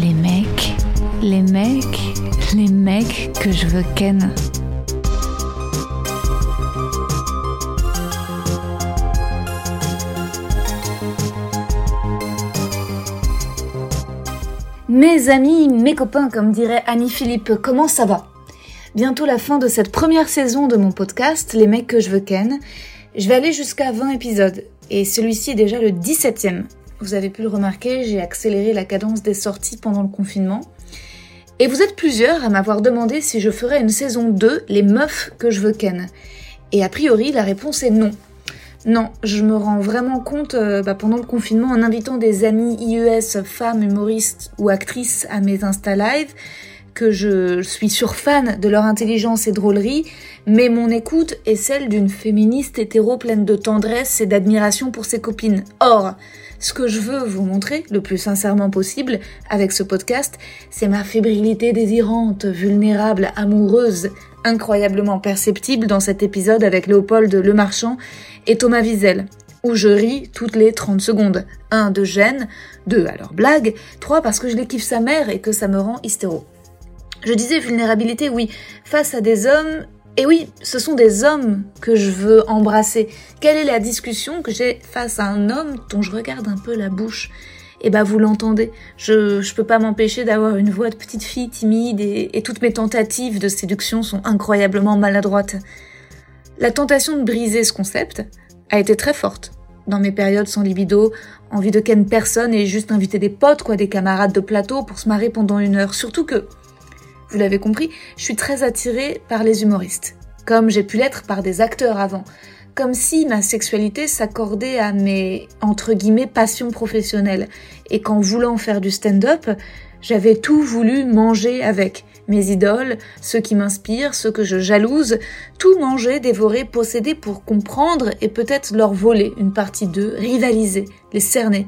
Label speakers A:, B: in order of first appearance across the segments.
A: Les mecs, les mecs, les mecs que je veux ken.
B: Mes amis, mes copains, comme dirait Annie Philippe, comment ça va Bientôt la fin de cette première saison de mon podcast, Les mecs que je veux ken. Je vais aller jusqu'à 20 épisodes, et celui-ci est déjà le 17ème. Vous avez pu le remarquer, j'ai accéléré la cadence des sorties pendant le confinement. Et vous êtes plusieurs à m'avoir demandé si je ferais une saison 2, Les meufs que je veux ken. Et a priori, la réponse est non. Non, je me rends vraiment compte euh, bah, pendant le confinement en invitant des amis IES, femmes, humoristes ou actrices à mes Insta Live que je suis surfan de leur intelligence et drôlerie, mais mon écoute est celle d'une féministe hétéro pleine de tendresse et d'admiration pour ses copines. Or, ce que je veux vous montrer le plus sincèrement possible avec ce podcast, c'est ma fébrilité désirante, vulnérable, amoureuse, incroyablement perceptible dans cet épisode avec Léopold Lemarchand et Thomas Wiesel, où je ris toutes les 30 secondes. 1 de gêne, 2 à leur blague, 3 parce que je les kiffe sa mère et que ça me rend hystéro. Je disais vulnérabilité, oui, face à des hommes, et oui, ce sont des hommes que je veux embrasser. Quelle est la discussion que j'ai face à un homme dont je regarde un peu la bouche et bah vous l'entendez, je, je peux pas m'empêcher d'avoir une voix de petite fille timide et, et toutes mes tentatives de séduction sont incroyablement maladroites. La tentation de briser ce concept a été très forte. Dans mes périodes sans libido, envie de ken personne et juste inviter des potes, quoi, des camarades de plateau pour se marrer pendant une heure. Surtout que, vous l'avez compris, je suis très attirée par les humoristes, comme j'ai pu l'être par des acteurs avant. Comme si ma sexualité s'accordait à mes, entre guillemets, passions professionnelles. Et qu'en voulant faire du stand-up, j'avais tout voulu manger avec. Mes idoles, ceux qui m'inspirent, ceux que je jalouse, tout manger, dévorer, posséder pour comprendre et peut-être leur voler une partie d'eux, rivaliser, les cerner.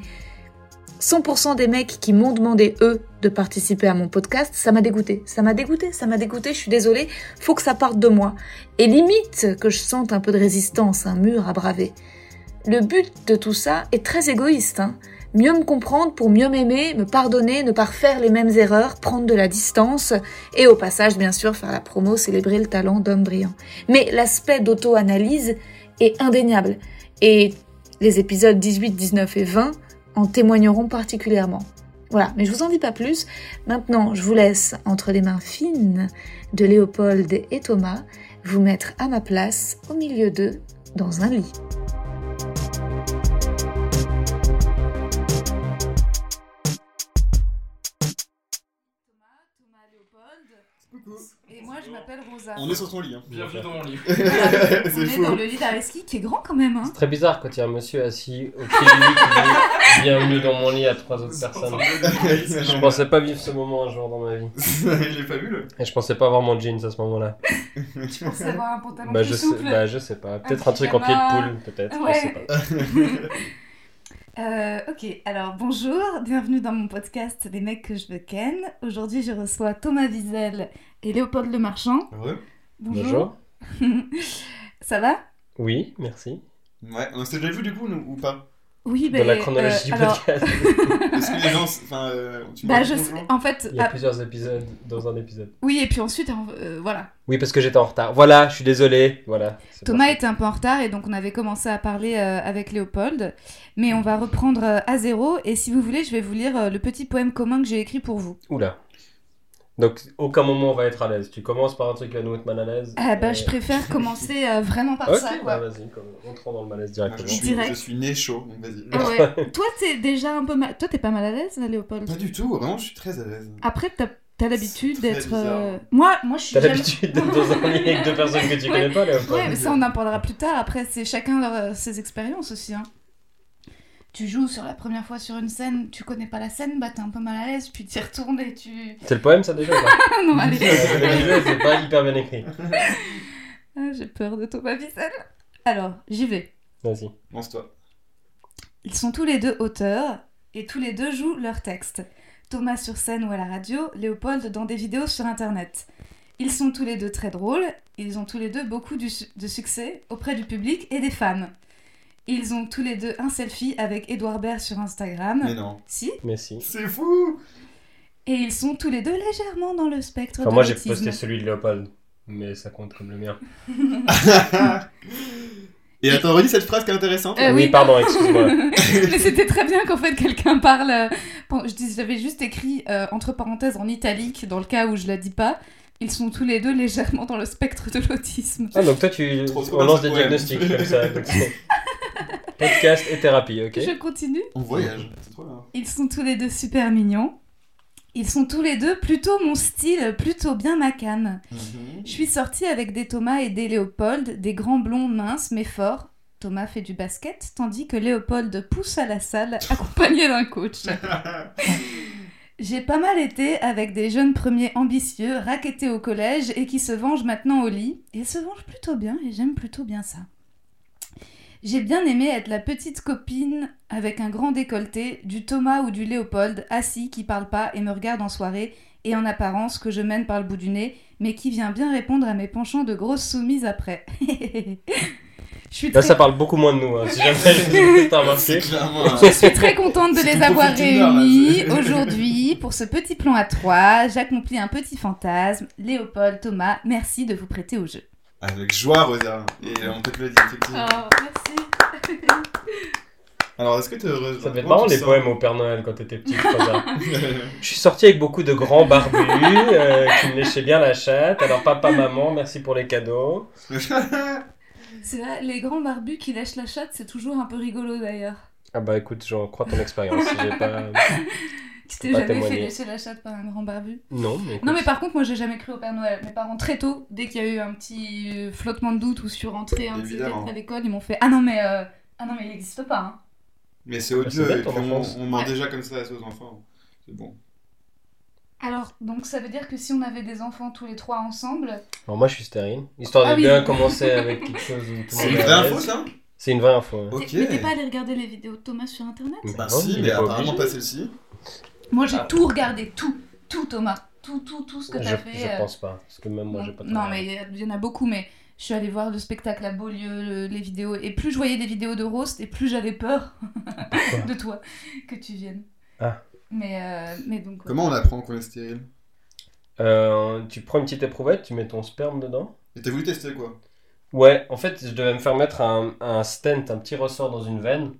B: 100% des mecs qui m'ont demandé, eux, de participer à mon podcast, ça m'a dégoûté. Ça m'a dégoûté, ça m'a dégoûté, je suis désolée, faut que ça parte de moi. Et limite que je sente un peu de résistance, un mur à braver. Le but de tout ça est très égoïste. hein. Mieux me comprendre pour mieux m'aimer, me pardonner, ne pas refaire les mêmes erreurs, prendre de la distance et au passage, bien sûr, faire la promo, célébrer le talent d'homme brillant. Mais l'aspect d'auto-analyse est indéniable et les épisodes 18, 19 et 20 en témoigneront particulièrement. Voilà, mais je vous en dis pas plus. Maintenant, je vous laisse entre les mains fines de Léopold et Thomas vous mettre à ma place au milieu d'eux dans un lit.
C: Thomas Léopold.
D: Coucou.
C: Et moi, je m'appelle Rosa.
D: On est sur ton lit. Hein.
E: Bienvenue dans mon livre.
C: On
D: C'est
C: est
D: fou.
C: dans le lit d'Areski qui est grand quand même. Hein.
F: Très bizarre quand il y a un monsieur assis au pied du lit qui dit bienvenue dans mon lit à trois autres personnes. Je
D: Je
F: pensais pas vivre ce moment un jour dans ma vie.
D: Il est fabuleux.
F: Et je pensais pas avoir mon jeans à ce moment-là.
C: Je pensais avoir un pantalon
F: Bah
C: plus
F: je, sais,
C: souple.
F: bah je sais pas. Peut-être
C: Un
F: un truc en pied de
C: pyjama.
F: poule, peut-être.
C: Ouais.
F: Je sais pas.
C: Euh, ok, alors bonjour, bienvenue dans mon podcast Les mecs que je veux ken. Aujourd'hui, je reçois Thomas Wiesel et Léopold
F: Ah
C: Lemarchand.
D: Heureux
C: Bonjour. Ça va
F: Oui, merci.
D: Ouais, on s'est déjà vu du coup, nous, ou pas
C: Oui,
F: dans la chronologie
C: euh,
F: du
C: alors,
F: podcast,
D: Est-ce que les gens. Enfin, euh, tu m'as
C: bah,
D: dit
C: je
D: bonjour
C: sais- en fait,
F: il y a
C: ah,
F: plusieurs épisodes dans un épisode.
C: oui, et puis ensuite, euh, voilà.
F: Oui, parce que j'étais en retard. Voilà, je suis désolé. Voilà. c'est
C: Thomas
F: parfait.
C: était un peu en retard et donc on avait commencé à parler euh, avec Léopold, mais on va reprendre euh, à zéro. Et si vous voulez, je vais vous lire euh, le petit poème commun que j'ai écrit pour vous.
F: Oula. Donc aucun moment on va être à l'aise. Tu commences par un truc qui va nous mettre mal à l'aise.
C: Ah bah,
F: et-
C: je préfère commencer euh, vraiment par
F: Ok,
C: ça. quoi.
F: bah, vas-y, comme- entrons dans le
D: Ah,
F: malaise
D: je,
F: directement.
D: suis,
C: Direct. Ah
D: je suis né chaud, donc vas-y.
C: Ouais. Toi, t'es déjà un peu mal. Toi, t'es pas mal à l'aise, là, Léopold
D: Pas du tout, vraiment, je suis très à l'aise.
C: Après, t'as t'as l'habitude
D: C'est très
C: d'être.
D: bizarre.
C: euh, Moi, moi, je suis.
F: T'as
C: jamais-
F: l'habitude d'être dans un lit avec deux personnes que
C: Ouais.
F: tu connais pas, là ou pas
C: Ouais, mais ça, on en parlera plus tard. Après, c'est chacun leur, euh, ses expériences aussi. hein. tu joues sur la première fois sur une scène, tu connais pas la scène, bah t'es un peu mal à l'aise, puis t'y retournes et tu.
F: C'est le poème, ça déjà ou pas
C: Ah non, allez.
F: Le jeu, C'est pas hyper bien écrit.
C: Ah, J'ai peur de Thomas Wiesel. Alors, j'y vais.
F: Vas-y.
D: Lance-toi.
C: Ils sont tous les deux auteurs et tous les deux jouent leur texte. Thomas sur scène ou à la radio, Léopold dans des vidéos sur internet. Ils sont tous les deux très drôles, ils ont tous les deux beaucoup du su- de succès auprès du public et des fans. Ils ont tous les deux un selfie avec Edouard Baird sur Instagram.
D: Mais non.
C: Si,
F: Mais si.
D: C'est fou
C: et ils sont tous les deux légèrement dans le spectre
F: Enfin,
C: de
F: moi, j'ai
C: l'autisme.
F: posté celui de Léopold. Mais ça compte comme le mien.
D: Et attends, redis cette phrase qui est intéressante.
C: Euh,
F: oui,
C: oui.
F: pardon, excuse-moi.
C: Mais c'était très bien qu'en fait quelqu'un parle. euh, pen- Je dis, j'avais juste écrit euh, entre parenthèses en italique dans le cas où je la dis pas. Ils sont tous les deux légèrement dans le spectre de l'autisme.
F: Ah, donc toi, tu.
D: Trop trop
F: On lance
D: dans
F: des
D: ce poème.
F: diagnostics comme ça. donc c'est- Podcast et thérapie, ok
C: Je continue.
D: On voyage. C'est trop bien.
C: Ils sont tous les deux super mignons. Ils sont tous les deux plutôt mon style, plutôt bien ma canne.
D: Mhm.
C: Je suis sortie avec des Thomas et des Léopold, des grands blonds minces mais forts. Thomas fait du basket, tandis que Léopold pousse à la salle, accompagné d'un coach. J'ai pas mal été avec des jeunes premiers ambitieux, raquettés au collège et qui se vengent maintenant au lit. Et se vengent plutôt bien, et j'aime plutôt bien ça. J'ai bien aimé être la petite copine avec un grand décolleté du Thomas ou du Léopold, assis, qui parle pas et me regarde en soirée, et en apparence que je mène par le bout du nez, mais qui vient bien répondre à mes penchants de grosse soumise après. Je suis
F: Là,
C: très,
F: ça parle beaucoup moins de nous. hein. Si jamais t'as remarqué.
D: C'est clairement. un-
C: je suis très contente de
D: C'est
C: les
D: ton
C: avoir
D: profil Tinder, là,
C: réunis
D: c'est-
C: aujourd'hui pour ce petit plan à trois. J'accomplis un petit fantasme. Léopold, Thomas, merci de vous prêter au jeu.
D: Avec joie, Rosa. Et on t'applaudit, effectivement.
C: Ah. merci.
D: Alors, est-ce que t'es heureuse
F: Ça devait être
D: Comment
F: marrant
D: tu
F: les
D: sens
F: poèmes au Père Noël quand t'étais petit. je crois bien. Je suis sorti avec beaucoup de grands barbus euh, qui me léchaient bien la chatte. Alors papa, maman, merci pour les cadeaux.
C: C'est vrai, les grands barbus qui lèchent la chatte, c'est toujours un peu rigolo d'ailleurs.
F: Ah bah écoute, j'en crois ton expérience. J'ai pas...
C: Tu
F: peux
C: t'es
F: pas
C: jamais fait
F: témoigner.
C: lécher la chatte par un grand barbu
F: Non, mais écoute.
C: Non mais par contre, moi j'ai jamais cru au Père Noël. Mes parents très tôt, dès qu'il y a eu un petit euh, flottement de doute ou surentrée hein, un petit
D: Évidemment.
C: lettre à l'école, ils m'ont fait ah non mais euh, ah non mais il n'existe pas. hein.
D: Mais c'est
F: Ça
D: odieux.
F: date,
D: Et puis
F: ton
D: on,
F: enfance.
D: on ment déjà comme ça aux enfants. C'est bon.
C: Alors, donc ça veut dire que si on avait des enfants tous les trois ensemble,
F: Alors moi je suis stérile. Histoire
C: Ah
F: de
C: oui.
F: bien commencer avec quelque chose où tout le
D: C'est
F: monde
D: une
F: est à
D: vraie info,
F: l'aise.
D: ça
F: C'est une vraie info. ouais.
D: Ok.
C: t'es- mais t'es pas allé regarder les vidéos de Thomas sur internet
F: Mais
D: Bah,
F: non,
D: si,
F: il
D: mais
F: est pas
D: apparemment
F: obligé.
D: pas celle-ci.
C: Moi j'ai
F: Ah.
C: tout regardé, tout, tout Thomas, tout, tout, tout ce que
F: Je,
C: t'as fait.
F: je
C: euh,
F: pense pas. Parce que même moi
C: non.
F: j'ai pas
C: Non, mais
F: travaillé.
C: il y a- il y en a beaucoup, mais je suis allée voir le spectacle à Beaulieu, le- les vidéos, et plus je voyais des vidéos de roast, et plus j'avais peur de toi, que tu viennes.
F: Ah.
C: Mais, euh, mais donc... ouais.
D: Comment on apprend qu'on est stérile
F: Euh, tu prends une petite éprouvette, tu mets ton sperme dedans.
D: Et t'as voulu tester quoi
F: Ouais, en fait, je devais me faire mettre un, un stent, un petit ressort dans une veine,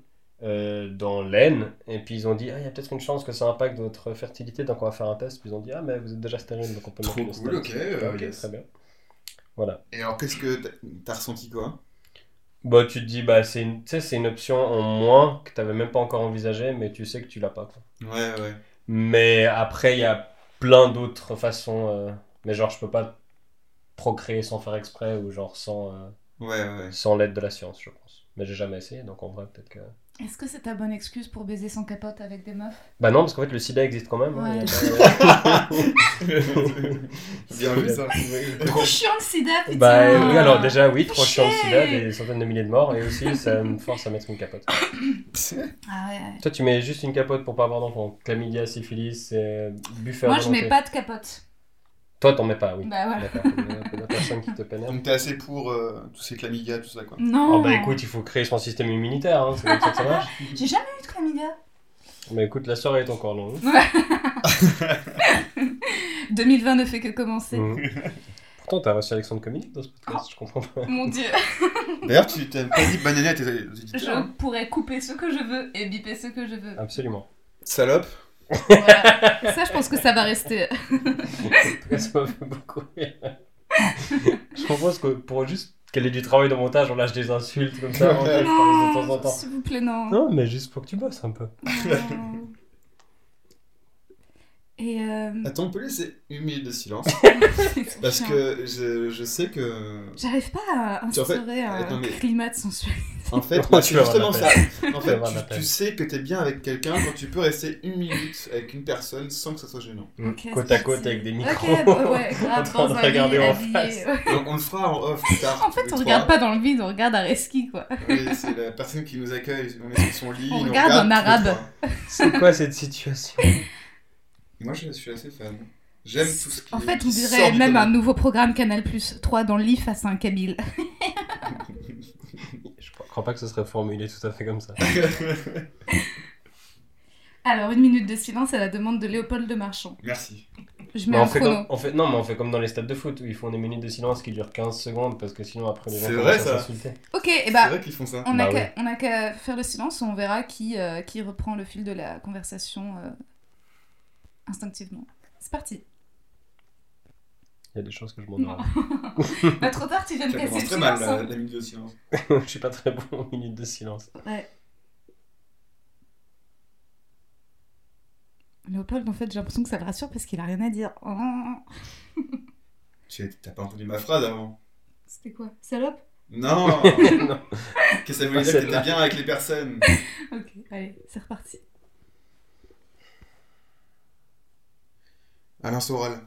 F: euh, dans l'aine. Et puis ils ont dit, ah, il y a peut-être une chance que ça impacte votre fertilité, donc on va faire un test. Puis ils ont dit, ah, mais vous êtes déjà stérile, donc on peut
D: Trop
F: mettre le
D: cool,
F: stent.
D: ok, euh,
F: Ok,
D: yes.
F: très bien. Voilà.
D: Et alors, qu'est-ce que t'as- t'as ressenti quoi
F: Bah, tu te dis, bah, c'est une, tu sais, c'est une option en moins que t'avais même pas encore envisagée, mais tu sais que tu l'as pas. quoi.
D: Ouais, ouais.
F: Mais après, il y a plein d'autres façons. euh, mais genre, je peux pas procréer sans faire exprès ou genre sans, euh,
D: Ouais, ouais.
F: sans l'aide de la science, je pense. Mais j'ai jamais essayé, donc en vrai, peut-être que.
C: Est-ce que c'est ta bonne excuse pour baiser sans capote avec des meufs
F: Bah non, parce qu'en fait, le sida existe quand même. hein,
C: Ouais.
F: il y a pas-
D: Bien vu ça.
C: Trop chiant le sida, putain
F: Bah oui, alors déjà, oui, trop
C: Chier.
F: chiant le sida, des centaines de milliers de morts, et aussi, ça me force à mettre une capote.
C: Ah ouais, ouais.
F: Toi, tu mets juste une capote pour pas avoir d'enfant. Chlamydia, syphilis, euh, buffet à
C: Moi, je
F: volonté.
C: mets pas de capote.
F: Toi, t'en mets pas, oui.
C: Bah voilà.
F: D'accord. Il y a- il y a personne qui te pénètre.
D: Donc, t'es assez pour euh, tous ces chlamydia, tout ça quoi.
C: Non
F: Oh bah écoute, il faut créer son système immunitaire, hein, c'est comme ça que ça marche.
C: J'ai jamais eu de chlamydia.
F: Bah écoute, la soirée est encore longue.
C: 2020 ne fait que commencer.
F: Mhm. Pourtant, t'as reçu Alexandre Comini dans ce podcast, je comprends pas.
C: Mon dieu,
D: D'ailleurs, tu t'as pas dit bonne année à tes aux
C: je
D: éditeurs. hein.
C: pourrais couper ce que je veux et biper ce que je veux.
F: Absolument.
D: Salope.
C: Voilà. Ça, je pense que ça va rester.
F: En tout cas, ça m'a fait beaucoup rire. Je propose que pour juste qu'elle ait du travail de montage, on lâche des insultes comme ça, on fait de temps en
C: Non,
F: temps.
C: s'il vous plaît, non.
F: Non, mais juste pour que tu bosses un peu.
C: Non. Et. euh,
D: Attends, on peut laisser une minute de silence
C: c'est
D: parce
C: chiant.
D: que je, je sais que.
C: J'arrive pas à
D: Tu- en fait,
C: instaurer un
D: attends, mais-
C: climat de sensualité.
D: En fait,
F: Tu
D: bah,
F: vas
D: c'est
F: avoir
D: justement
F: un
D: ça.
F: appel.
D: En
F: vas
D: fait,
F: avoir un
D: tu,
F: appel.
D: tu sais que t'es bien avec quelqu'un quand tu peux rester une minute avec une personne sans que ça soit gênant.
C: Ok,
F: Mm, côte
C: c'est
F: à côte
C: parti.
F: avec des micros.
C: Ok, bah ouais, grave,
F: En train
C: dans
F: de
C: un
F: regarder
C: lit
F: en
C: habillé,
F: face.
C: ouais.
D: Donc, on le fera en off plus tard.
C: En fait, on regarde pas dans le vide, on regarde à reski, quoi.
D: c'est la personne qui nous accueille. On est sur son lit.
C: On regarde en
D: tous les
C: arabe.
D: trois.
F: C'est quoi cette situation
D: Moi, je suis assez fan. J'aime tout ce qui
C: En fait, on
D: qui sort
C: dirait
D: du
C: même un
D: commun.
C: nouveau programme Canal Plus 3 dans le lit face à un Kabyle.
F: Je crois pas que ce serait formulé tout à fait comme ça.
C: Alors, une minute de silence à la demande de Léopold de Marchand.
D: Merci.
C: Je
F: Mais
C: mets
F: Bah, on
C: un
F: fait,
C: chrono.
F: comme, on fait- non, mais on fait comme dans les stades de foot où ils font des minutes de silence qui durent 15 secondes parce que sinon après les gens
D: C'est
F: commencent
D: vrai, ça.
F: à s'insulter.
C: Ok, et
D: C'est
C: bah,
D: vrai qu'ils font ça.
C: on a
F: Bah
C: qu'à
F: ouais.
C: on a qu'à faire le silence, on verra qui, euh, qui reprend le fil de la conversation euh, instinctivement. C'est parti.
F: Il y a des choses que je m'en
C: Non.
F: rends.
C: Pas trop tard, tu viens de
D: Ça
C: casser
D: commence
C: le
D: très mal
C: silence.
D: la,
C: hein.
D: la minute de silence.
F: je suis pas très bon aux minutes de silence.
C: Ouais. Léopold, en fait, j'ai l'impression que ça le rassure parce qu'il a rien à dire. Oh,
D: Tu as- t'as pas entendu ma phrase avant
C: C'était quoi Salope
D: Non
F: Non.
D: Qu'est-ce que ça voulait
F: Pas
D: dire que
F: celle-là.
D: t'étais bien avec les personnes
C: Ok, allez, c'est reparti.
D: Alain Soral.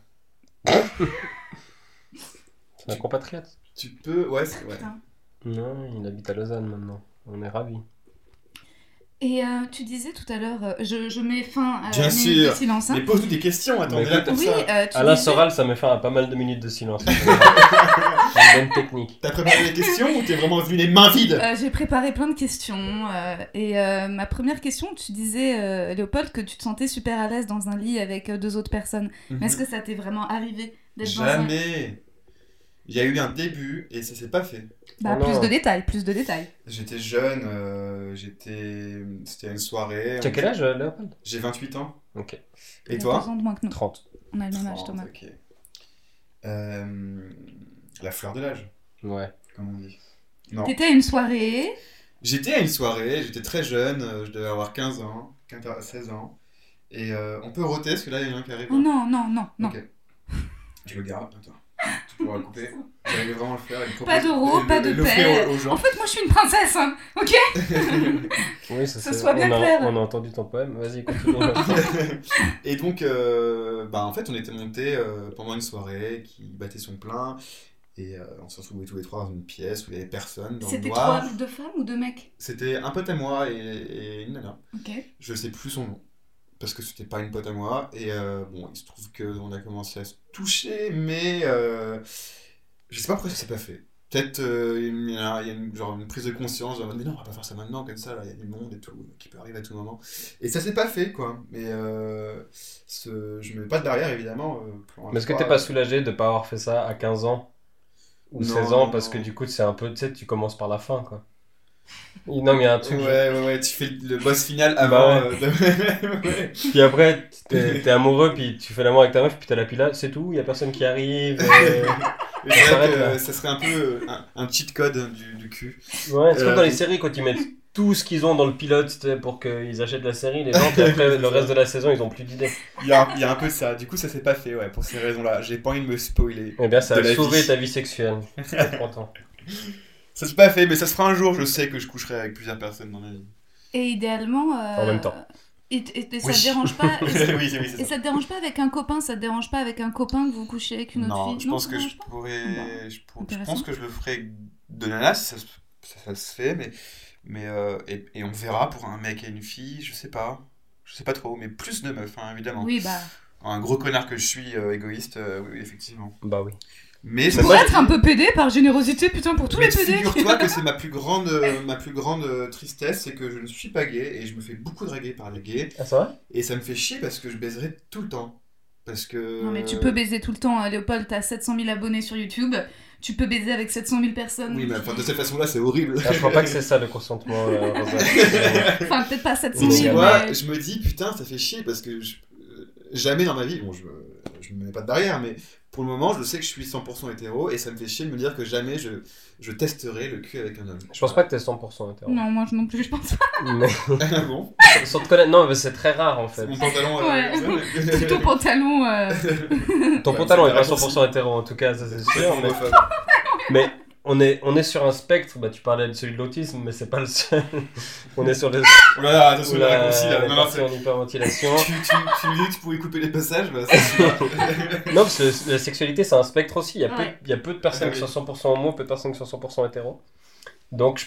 F: C'est un compatriote.
D: Tu peux. Ouais, c'est ouais.
C: Putain.
F: Non, il habite à Lausanne maintenant. On est ravis.
C: Et euh, tu disais tout à l'heure, euh, je, je mets fin à
D: Bien
C: la minute de
D: sûr.
C: silence. hein.
D: Mais pose-nous des questions, attends, on
F: Mais
D: est là pour
C: Oui,
D: ça.
C: euh, tu
F: Alain
C: disais-
F: Soral, ça met fin à pas mal de minutes de silence. C'est une bonne technique.
D: T'as préparé les questions ou t'es vraiment venu les mains vides
C: Euh, J'ai préparé plein de questions. euh, et euh, ma première question, tu disais, euh, Léopold, que tu te sentais super à l'aise dans un lit avec euh, deux autres personnes. Mais est-ce que ça t'est vraiment arrivé d'être dans un...
D: Mhm. Jamais Il y a eu un début et ça s'est pas fait.
C: Bah,
F: Oh non.
C: plus de détails, plus de détails.
D: J'étais jeune, euh, j'étais. C'était une soirée.
F: Tu as quel âge, euh, Léopold
D: J'ai 28 ans.
F: Ok.
D: Et
C: Il y a
D: toi Oh,
C: deux ans de moins que nous.
F: 30.
C: On a le même âge,
D: 30,
C: Thomas.
D: ok. Euh, la fleur de l'âge,
F: Ouais.
D: comme on dit. Non.
C: T'étais à une soirée.
D: J'étais à une soirée, j'étais très jeune, euh, je devais avoir 15 ans, 15, 16 ans. Et euh, on peut roter parce que là, il y en a un qui arrive.
C: Oh non, non, non, non.
D: Ok. Je le garde, attends. Tu pourras le couper. J'allais vraiment le faire. et le
C: Pas
D: proposer-
C: d'euros,
D: et le-
C: pas de
D: l'offrir
C: paix.
D: aux- aux
C: En
D: gens.
C: fait, moi, je suis une princesse. hein. Ok
F: Oui, ça,
C: Ça
F: c'est-
C: soit bien
F: on a,
C: clair.
F: On a entendu ton poème. Vas-y, continue.
D: et donc, euh, bah, en fait, on était montés euh, pendant une soirée qui battait son plein. Et euh, on se retrouvait tous les trois dans une pièce où il n'y avait personne, dans le
C: C'était
D: noir.
C: trois de femmes ou de mecs
D: C'était un pote à moi et, et une nana.
C: Ok.
D: Je sais plus son nom. Parce que c'était pas une pote à moi. Et euh, bon, il se trouve qu'on a commencé à se toucher, mais euh, je sais pas pourquoi ça s'est pas fait. Peut-être euh, il y a, il y a une, genre une prise de conscience, genre, mais non, on va pas faire ça maintenant, comme ça, là, il y a du monde et tout, qui peut arriver à tout moment. Et ça s'est pas fait, quoi. Mais euh, ce- je me mets pas de barrière, évidemment. euh, plan
F: Mais est-ce que
D: A3,
F: t'es pas soulagé de pas avoir fait ça à 15 ans ou
D: Non,
F: 16 ans
D: non,
F: parce que
D: non.
F: du coup, c'est un peu, tu sais, tu commences par la fin, quoi. Non, mais il y a un truc.
D: Ouais, ouais, ouais, tu fais le boss final
F: Bah
D: avant.
F: ouais.
D: euh, de- Ouais.
F: Puis après, t'es t'es amoureux, puis tu fais l'amour avec ta meuf, puis t'as la pila, c'est tout, il y a personne qui arrive. euh,
D: Mais c'est vrai
F: s'arrête
D: que,
F: là.
D: euh, ça serait un peu euh, un, un cheat code du, du cul.
F: Ouais, c'est
D: Euh,
F: comme dans les séries quand ils mettent tout ce qu'ils ont dans le pilote tu sais, pour qu'ils achètent la série, les gens, puis après le reste de la saison, ils ont plus d'idées.
D: Il y a, il y a un peu de ça. Du coup, ça s'est pas fait, ouais, pour ces raisons-là. J'ai pas envie de me spoiler.
F: Eh bien, ça
D: De
F: a
D: la
F: sauvé
D: vie.
F: ta vie sexuelle. T'as 30 ans.
D: Ça s'est pas fait, mais ça se fera un jour. Je sais que je coucherai avec plusieurs personnes dans ma vie.
C: Et idéalement. euh,
F: En même temps.
C: Et, et- et ça
D: Oui.
C: te dérange pas
D: oui,
C: et,
D: oui, c'est
C: et
D: ça.
C: ça te dérange pas avec un copain Ça te dérange pas avec un copain que vous couchez avec une autre
D: Non,
C: fille
D: je pense
C: ça
D: que
C: te
D: je
C: dérange pas
D: pourrais. Je, pour- je
C: Intéressant.
D: pense que je le ferai de nanas, ça, se- ça, ça se fait, mais. mais euh, et, et on verra pour un mec et une fille, je sais pas. Je sais pas trop, mais plus de meufs, hein, évidemment.
C: Oui, bah.
D: Un gros connard que je suis, euh, égoïste, euh, oui, effectivement.
F: Bah oui.
D: Mais
C: Je
D: ça
C: pourrais
D: se-
C: être un peu pédé par générosité, putain, pour tous
D: Mais
C: les pédés.
D: figure-toi que c'est ma plus grande, euh, ma plus grande euh, tristesse, c'est que je ne suis pas gay et je me fais beaucoup draguer par les gays
F: Ah, ça va
D: et ça me fait chier parce que je baiserai tout le temps. Parce que.
C: Non, mais tu peux baiser tout le temps, hein, Léopold, t'as 700 000 abonnés sur YouTube. Tu peux baiser avec 700 000 personnes.
D: Oui, mais enfin, de cette façon-là, c'est horrible.
F: Ah, Je crois pas que c'est ça le consentement, euh, Rosa.
C: Enfin, peut-être pas 700
D: C'est
C: 000,
D: tu
F: Oui,
D: vois,
C: mais-
D: je me dis putain, ça fait chier parce que je- euh, jamais dans ma vie, bon, je, me- je me mets pas de barrière, mais Pour le moment, je sais que je suis 100% hétéro et ça me fait chier de me dire que jamais je, je testerai le cul avec un homme.
F: Je pense pas que t'es 100% hétéro.
C: Non, moi non plus, je pense pas.
F: Mais
D: ah bon
F: sans te connaître, non, mais c'est très rare en fait.
D: Mon pantalon. euh,
C: Ouais.
D: ouais.
C: C'est ton pantalon. euh,
F: Ton
D: Ouais,
F: pantalon
D: c'est
F: est pas
D: raccourci.
F: 100% hétéro en tout cas, ça c'est
D: C'est
F: sûr. mais-
D: homophobe.
F: Mais on est, on est sur un spectre, bah, tu parlais de celui de l'autisme, mais c'est pas le seul. on est sur le
D: Oh là là, attention,
F: Oula,
D: la raccourci,
F: on
D: là.
F: est
D: Non, non,
F: parti
D: c'est-
F: en hyperventilation.
D: tu, tu, tu me dis que tu pouvais couper les passages, bah, c'est sûr.
F: non, parce que la sexualité, c'est un spectre aussi. Il y a,
C: Ouais.
F: peu, il y a peu de personnes
D: Ah,
F: qui sont 100% homo, peu de personnes qui sont 100% hétéro. Donc,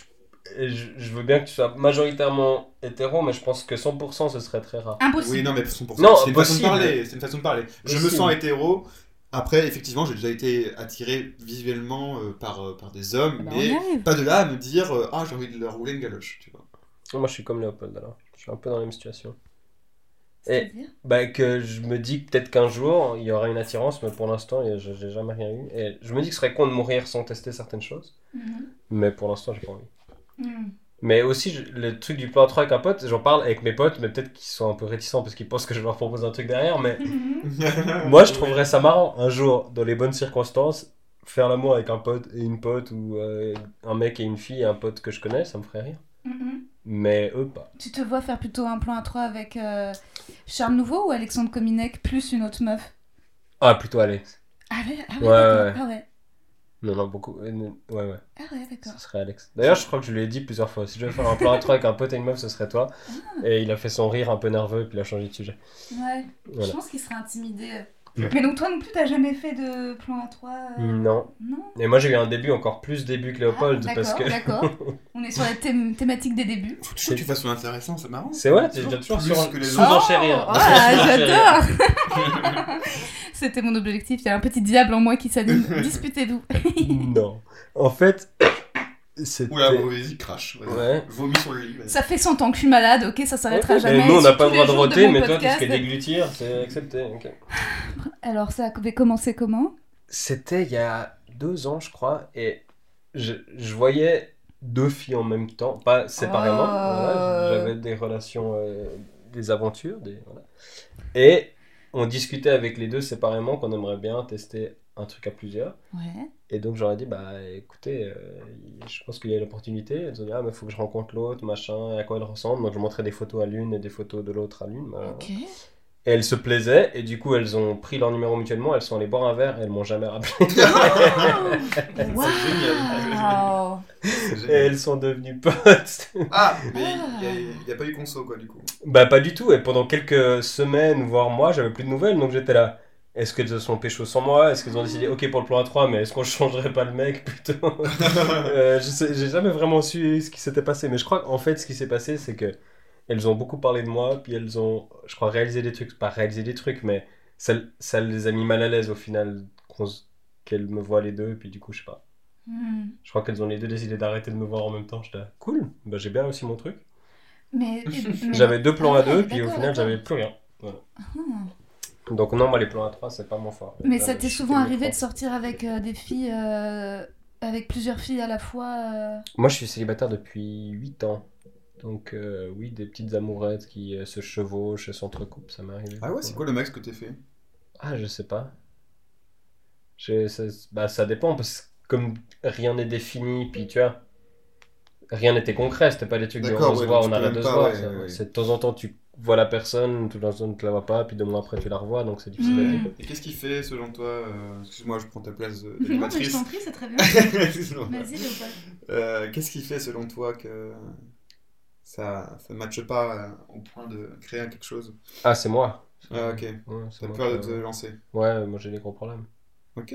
F: je, et je- je veux bien que tu sois majoritairement hétéro, mais je pense que 100% ce serait très rare.
C: Impossible.
D: Oui, non, mais pour 100%.
F: Non,
D: c'est une façon de
F: possible.
D: parler. C'est une façon de parler. Je me
F: Possible.
D: sens hétéro. Après, effectivement, j'ai déjà été attiré visuellement euh, par, euh, par des hommes,
C: Ah bah, on y
D: mais
C: arrive.
D: pas de là à me dire euh, Ah, j'ai envie de leur rouler une galoche. Tu vois.
F: Moi, je suis comme Léopold alors. Je suis un peu dans la même situation.
C: C'est-à-dire
F: Bah, que je me dis que peut-être qu'un jour il y aura une attirance, mais pour l'instant il y a- je- j'ai jamais rien eu. Et je me dis que ce serait con de mourir sans tester certaines choses,
C: Mhm.
F: mais pour l'instant j'ai pas envie.
C: Mhm.
F: Mais aussi, je- le truc du plan 3 avec un pote, j'en parle avec mes potes, mais peut-être qu'ils sont un peu réticents parce qu'ils pensent que je leur propose un truc derrière. Mais
C: Mhm.
F: moi, je trouverais ça marrant un jour, dans les bonnes circonstances, faire l'amour avec un pote et une pote, ou euh, un mec et une fille et un pote que je connais, ça me ferait rire.
C: Mhm.
F: Mais eux, pas.
C: Tu te vois faire plutôt un plan à 3 avec euh, Charles Nouveau ou Alexandre Kominek plus une autre meuf
F: Ah, plutôt Alex.
C: Ah ouais, ah ouais, d'accord.
F: Ouais, ouais.
C: Ah ouais,
F: Non, non, beaucoup. euh, non, Ouais, ouais,
C: ah ouais, d'accord.
F: ce serait Alex. D'ailleurs, je crois que je lui ai dit plusieurs fois si je veux faire un plan à 3 avec un pote et une meuf, ce serait toi.
C: Ah.
F: Et il a fait son rire un peu nerveux, puis il a changé de sujet.
C: Ouais,
F: Voilà.
C: je pense qu'il serait intimidé.
F: Ouais.
C: Mais donc toi non plus, t'as jamais fait de plan à 3
F: Non.
C: Non
F: Et moi, j'ai eu un début encore plus début que Mm. Léopold,
C: Ah,
F: parce que.
C: D'accord, d'accord. On est sur la thém- thématique des débuts.
D: Faut toujours que tu fasses son intéressant, c'est marrant.
F: C'est vrai, tu viens toujours
D: Plus
F: sur
D: que les
F: sous hein.
D: autres.
F: enchérir.
C: Oh, ah, j'adore C'était mon objectif, il y a un petit diable en moi qui s'anime. Disputez-vous.
F: Non. En fait, c'était.
D: Oula, bon, vas-y, crash. vas-y.
F: Ouais.
D: Vomis sur le lit. vas-y.
C: Ça fait 100 ans que je suis malade, ok, ça s'arrêtera
F: Ok.
C: jamais.
F: Et nous, on n'a
C: Sur
F: pas
C: tous
F: le droit
C: les
F: de
C: jours
F: voter,
C: mon
F: mais toi, tout ce
C: podcast.
F: qui est déglutir, c'est accepté. ok.
C: Alors ça avait commencé comment
F: C'était il y a deux ans, je crois, et je, je voyais deux filles en même temps, pas séparément.
C: Ah.
F: voilà, J'avais des relations, euh, des aventures, des, voilà. et on discutait avec les deux séparément qu'on aimerait bien tester un truc à plusieurs.
C: Ouais.
F: Et donc j'aurais dit, bah écoutez, euh, je pense qu'il y a une opportunité. Elles ont dit, ah, mais il faut que je rencontre l'autre, machin, à quoi elle ressemble. Donc je montrais des photos à l'une et des photos de l'autre à l'une. bah.
C: Ok.
F: Et elles se plaisaient, et du coup elles ont pris leur numéro mutuellement, elles sont allées boire un verre, et elles m'ont jamais rappelé.
C: Waouh
D: C'est
F: Et
D: génial.
F: elles sont devenues potes.
D: Ah, mais il n'y a, pas eu conso, quoi, du coup.
F: bah pas du tout, et pendant quelques semaines, voire mois, j'avais plus de nouvelles, donc j'étais là. Est-ce qu'elles se sont pécho sans moi Est-ce qu'elles ont décidé, ok pour le plan A3, mais est-ce qu'on changerait pas le mec plutôt Euh, je sais- j'ai jamais vraiment su ce qui s'était passé, mais je crois qu'en fait, ce qui s'est passé, c'est que elles ont beaucoup parlé de moi, puis elles ont, je crois, réalisé des trucs, pas réalisé des trucs, mais ça, ça les a mis mal à l'aise au final qu'on se- qu'elles me voient les deux, puis du coup, je sais pas.
C: Hmm.
F: Je crois qu'elles ont les deux décidé d'arrêter de me voir en même temps. J'étais là, cool, bah, j'ai bien réussi mon truc.
C: Mais, mais-
F: J'avais deux plans
C: Ah
F: à deux,
C: ouais,
F: puis au
C: d'accord,
F: final,
C: d'accord.
F: j'avais plus rien.
C: Hmm.
F: Donc, non, moi, les plans à trois, c'est pas mon fort.
C: Mais
F: Là,
C: ça
F: Ah, je
C: t'est
F: suis
C: souvent
F: comme
C: arrivé de
F: le
C: sortir avec euh, des filles, euh, avec plusieurs filles à la fois. euh,
F: fort. Moi, je suis célibataire depuis 8 ans. Donc, euh, oui, des petites amourettes qui euh, se chevauchent, s'entrecoupent, ça m'est arrivé.
D: Ah ouais, c'est quoi le max que t'es fait
F: Ah, je sais pas. Je- ça, bah, ça dépend, parce que comme rien n'est défini, puis tu vois, rien n'était concret, c'était pas des trucs de
D: D'accord,
F: on se
D: ouais,
F: voit,
D: donc tu
F: on
D: peux
F: arrête de
D: même
F: se
D: pas,
F: voir.
D: ouais,
F: ça.
D: ouais.
F: C'est de temps en temps, tu vois la personne, tout l'instant, tu la vois pas, puis deux mois après, tu la revois, donc c'est difficile à
C: Mm.
F: dire.
D: Et qu'est-ce qui fait, selon toi euh, Excuse-moi, je prends ta place de-
C: Non, mais je
D: d'animatrice.
C: t'en prie, c'est très bien. Vas-y, Léopold.
D: Euh, Qu'est-ce qui fait, selon toi, que ça ne matche pas euh, au point de créer quelque chose
F: Ah, c'est moi.
D: Ah, ok.
F: Ouais, c'est
D: T'as
F: moi
D: peur de
F: que-
D: te lancer.
F: Ouais, moi j'ai des gros problèmes.
D: Ok.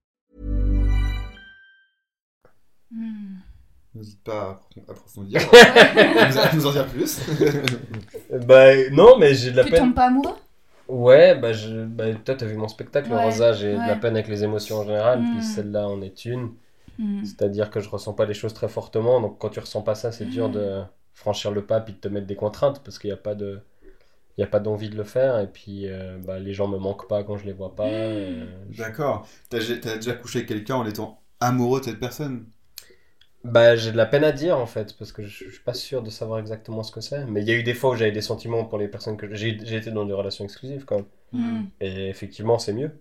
C: Hmm.
D: N'hésite pas à approfondir. à nous- à nous en dire plus.
F: Bah non, mais j'ai de la
C: Tu
F: peine.
C: tombes pas amoureux
F: Ouais, bah, je, bah toi, t'as vu mon spectacle,
C: Ouais,
F: Rosa, j'ai de la
C: ouais.
F: peine avec les émotions en général,
C: Mm.
F: puis celle-là en est une.
C: Mm.
F: C'est-à-dire que je ressens pas les choses très fortement, donc quand tu ressens pas ça, c'est dur
C: Hmm.
F: de franchir le pas puis de te mettre des contraintes parce qu'il n'y a pas de. Il y a pas d'envie de le faire, et puis euh, bah, les gens me manquent pas quand je les
C: Hmm.
F: vois pas. euh, je-
D: D'accord. T'as t'as déjà couché avec quelqu'un en étant amoureux de cette personne
F: Bah, j'ai de la peine à dire en fait, parce que je, je suis pas sûr de savoir exactement ce que c'est. Mais il y a eu des fois où j'avais des sentiments pour les personnes que j'ai j'ai été dans des relations exclusives quand même.
C: Mm.
F: Et effectivement, c'est mieux.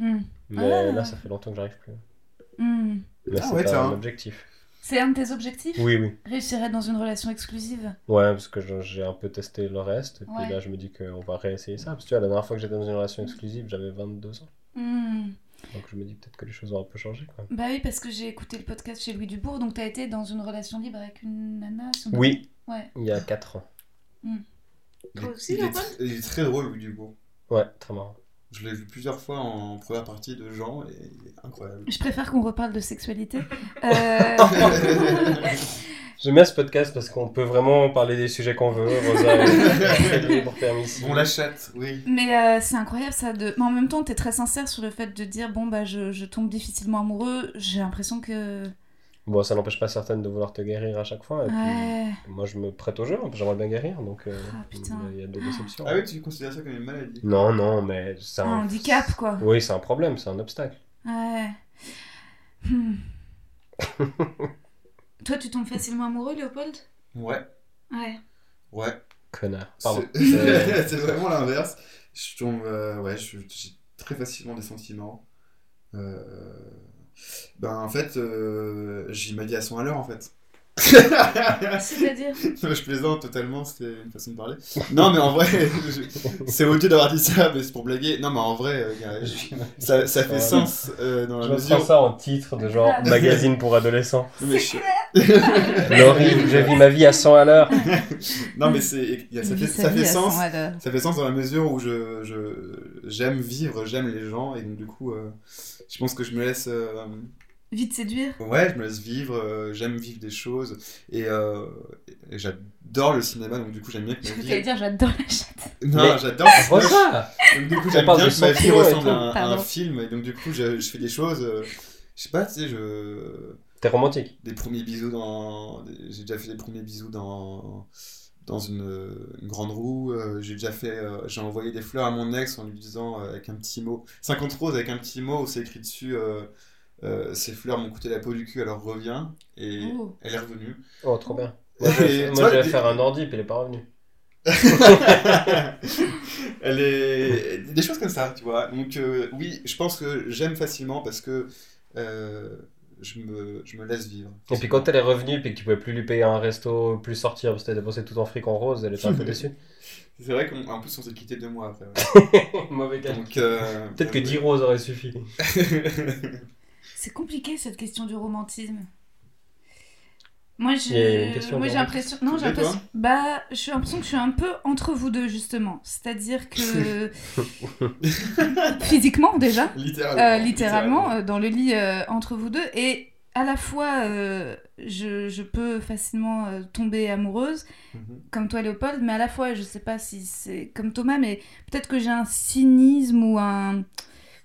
C: Mm.
F: Mais
C: Ah.
F: là, ça fait longtemps que j'arrive plus.
C: Mm.
F: Mais
D: Ah
F: c'est
D: ouais,
F: pas
D: tiens.
F: un objectif.
C: C'est un de tes objectifs
F: Oui, oui.
C: Réussir à être dans une relation exclusive
F: Ouais, parce que je- j'ai un peu testé le reste. Et puis
C: Ouais.
F: là, je me dis qu'on va réessayer ça. Parce que tu vois, la dernière fois que j'étais dans une relation exclusive, j'avais 22 ans.
C: Mm.
F: Donc je me dis peut-être que les choses ont un peu changé. Quoi.
C: Bah oui, parce que j'ai écouté le podcast chez Louis Dubourg, donc t'as été dans une relation libre avec une nana son-
F: Oui,
C: Ouais.
F: il y a 4 ans.
D: Il
C: Toi
D: est-
C: aussi,
D: il, est
C: Laurent
D: tr- il est très drôle, lui, du coup.
F: Ouais, très marrant.
D: Je l'ai vu plusieurs fois en première partie de Jean et il est incroyable.
C: Je préfère qu'on reparle de sexualité. Euh,
F: J'aime bien ce podcast parce qu'on peut vraiment parler des sujets qu'on veut. Rosa est est libre, permissive.
D: On la chatte, oui.
C: Mais euh, c'est incroyable ça. De... Mais en même temps, t'es très sincère sur le fait de dire bon bah je, je tombe difficilement amoureux. J'ai l'impression que
F: Bon, ça n'empêche pas certaines de vouloir te guérir à chaque
D: Ah,
F: fois. Et puis,
C: ouais.
F: moi, je me prête au jeu, hein, j'aimerais bien guérir, donc euh,
C: Ah, putain.
F: il y a deux déceptions.
D: Ah oui, tu considères ça comme une maladie
F: Non, non, mais c'est
C: un
F: un...
C: handicap quoi.
F: Oui, c'est un problème, c'est un obstacle.
C: Ouais. Hmm. Toi, tu tombes facilement amoureux, Léopold
D: Ouais,
C: Ouais.
D: ouais.
F: Connard. Pardon.
D: C'est
F: Euh,
D: c'est vraiment l'inverse. Je tombe, euh, ouais, je- j'ai très facilement des sentiments. Euh, Ben, en fait, euh, j'ai ma vie à 100 à l'heure, en fait.
C: C'est-à-dire
D: Non, je plaisante totalement, c'était une façon de parler. Non, mais en vrai, je- c'est odieux d'avoir dit ça, mais c'est pour blaguer. Non, mais en vrai, euh, gars, je- ça, ça fait
F: Ouais.
D: sens euh, dans la
F: Je
D: mesure.
F: sens ça en titre de genre magazine pour adolescents.
D: Non, mais, je-
F: Laurie, je vis ma vie à 100 à l'heure.
D: non, mais c'est, il y a- ça
C: Il
D: fait,
C: vit sa
D: ça
C: vie
D: fait
C: à
D: sens.
C: 100 à l'heure.
D: Ça fait sens dans la mesure où je, je- j'aime vivre, j'aime les gens, et donc du coup, euh, je pense que je me laisse. euh,
C: Vite séduire
D: ouais, je me laisse vivre, euh, j'aime vivre des choses, et, euh, et j'adore le cinéma, donc du coup, j'aime bien que
C: Je
D: ma
C: voulais
D: vie.
C: dire j'adore la chatte.
D: Non,
F: Mais-
D: j'adore le cinéma.
F: Rosa
D: Donc, du coup,
F: On
D: j'aime
F: parle
D: bien
F: de
D: que ma vie
F: sentiments et
D: ressemble
F: tout.
D: à un, à un
C: Pardon.
D: film, et donc du coup, je, je fais des choses. euh, je sais pas, tu sais, je.
F: T'es romantique.
D: Des premiers bisous dans. des- J'ai déjà fait des premiers bisous dans. Dans une, une grande roue, euh, j'ai déjà fait, euh, j'ai envoyé des fleurs à mon ex en lui disant euh, avec un petit mot, 50 roses avec un petit mot où c'est écrit dessus, euh, euh, ces fleurs m'ont coûté la peau du cul, alors reviens, et
C: Oh.
D: elle est revenue.
F: Oh, trop bien. Moi, je
D: Et
F: vais,
D: tu
F: moi, je
D: vois,
F: vais faire un ordi, puis il est pas revenu.
D: Elle est... Des choses comme ça, tu vois. Donc euh, oui, je pense que j'aime facilement parce que euh, je, me, je me laisse vivre.
F: Et puis quand elle est revenue, puis que tu pouvais plus lui payer un resto, plus sortir, parce que t'as dépensé tout ton fric en rose, elle était un peu déçue.
D: C'est vrai qu'en plus on s'est quitté deux mois après. ouais.
F: Mauvais cas.
D: Donc, euh,
F: Peut-être que
D: euh,
F: 10 roses aurait suffi.
C: C'est compliqué cette question du romantisme. Moi
F: Il y a une
C: j'ai
F: question
C: moi
F: de
C: j'ai l'impression non, j'ai
D: Et toi
C: l'impression bah je suis l'impression que je suis un peu entre vous deux justement, c'est-à-dire que physiquement déjà
F: Ah
D: littéralement.
C: euh, littéralement euh, dans le lit euh, entre vous deux et à la fois euh, je, je peux facilement euh, tomber amoureuse
D: Mhm.
C: comme toi Léopold, mais à la fois, je sais pas si c'est comme Thomas, mais peut-être que j'ai un cynisme ou un...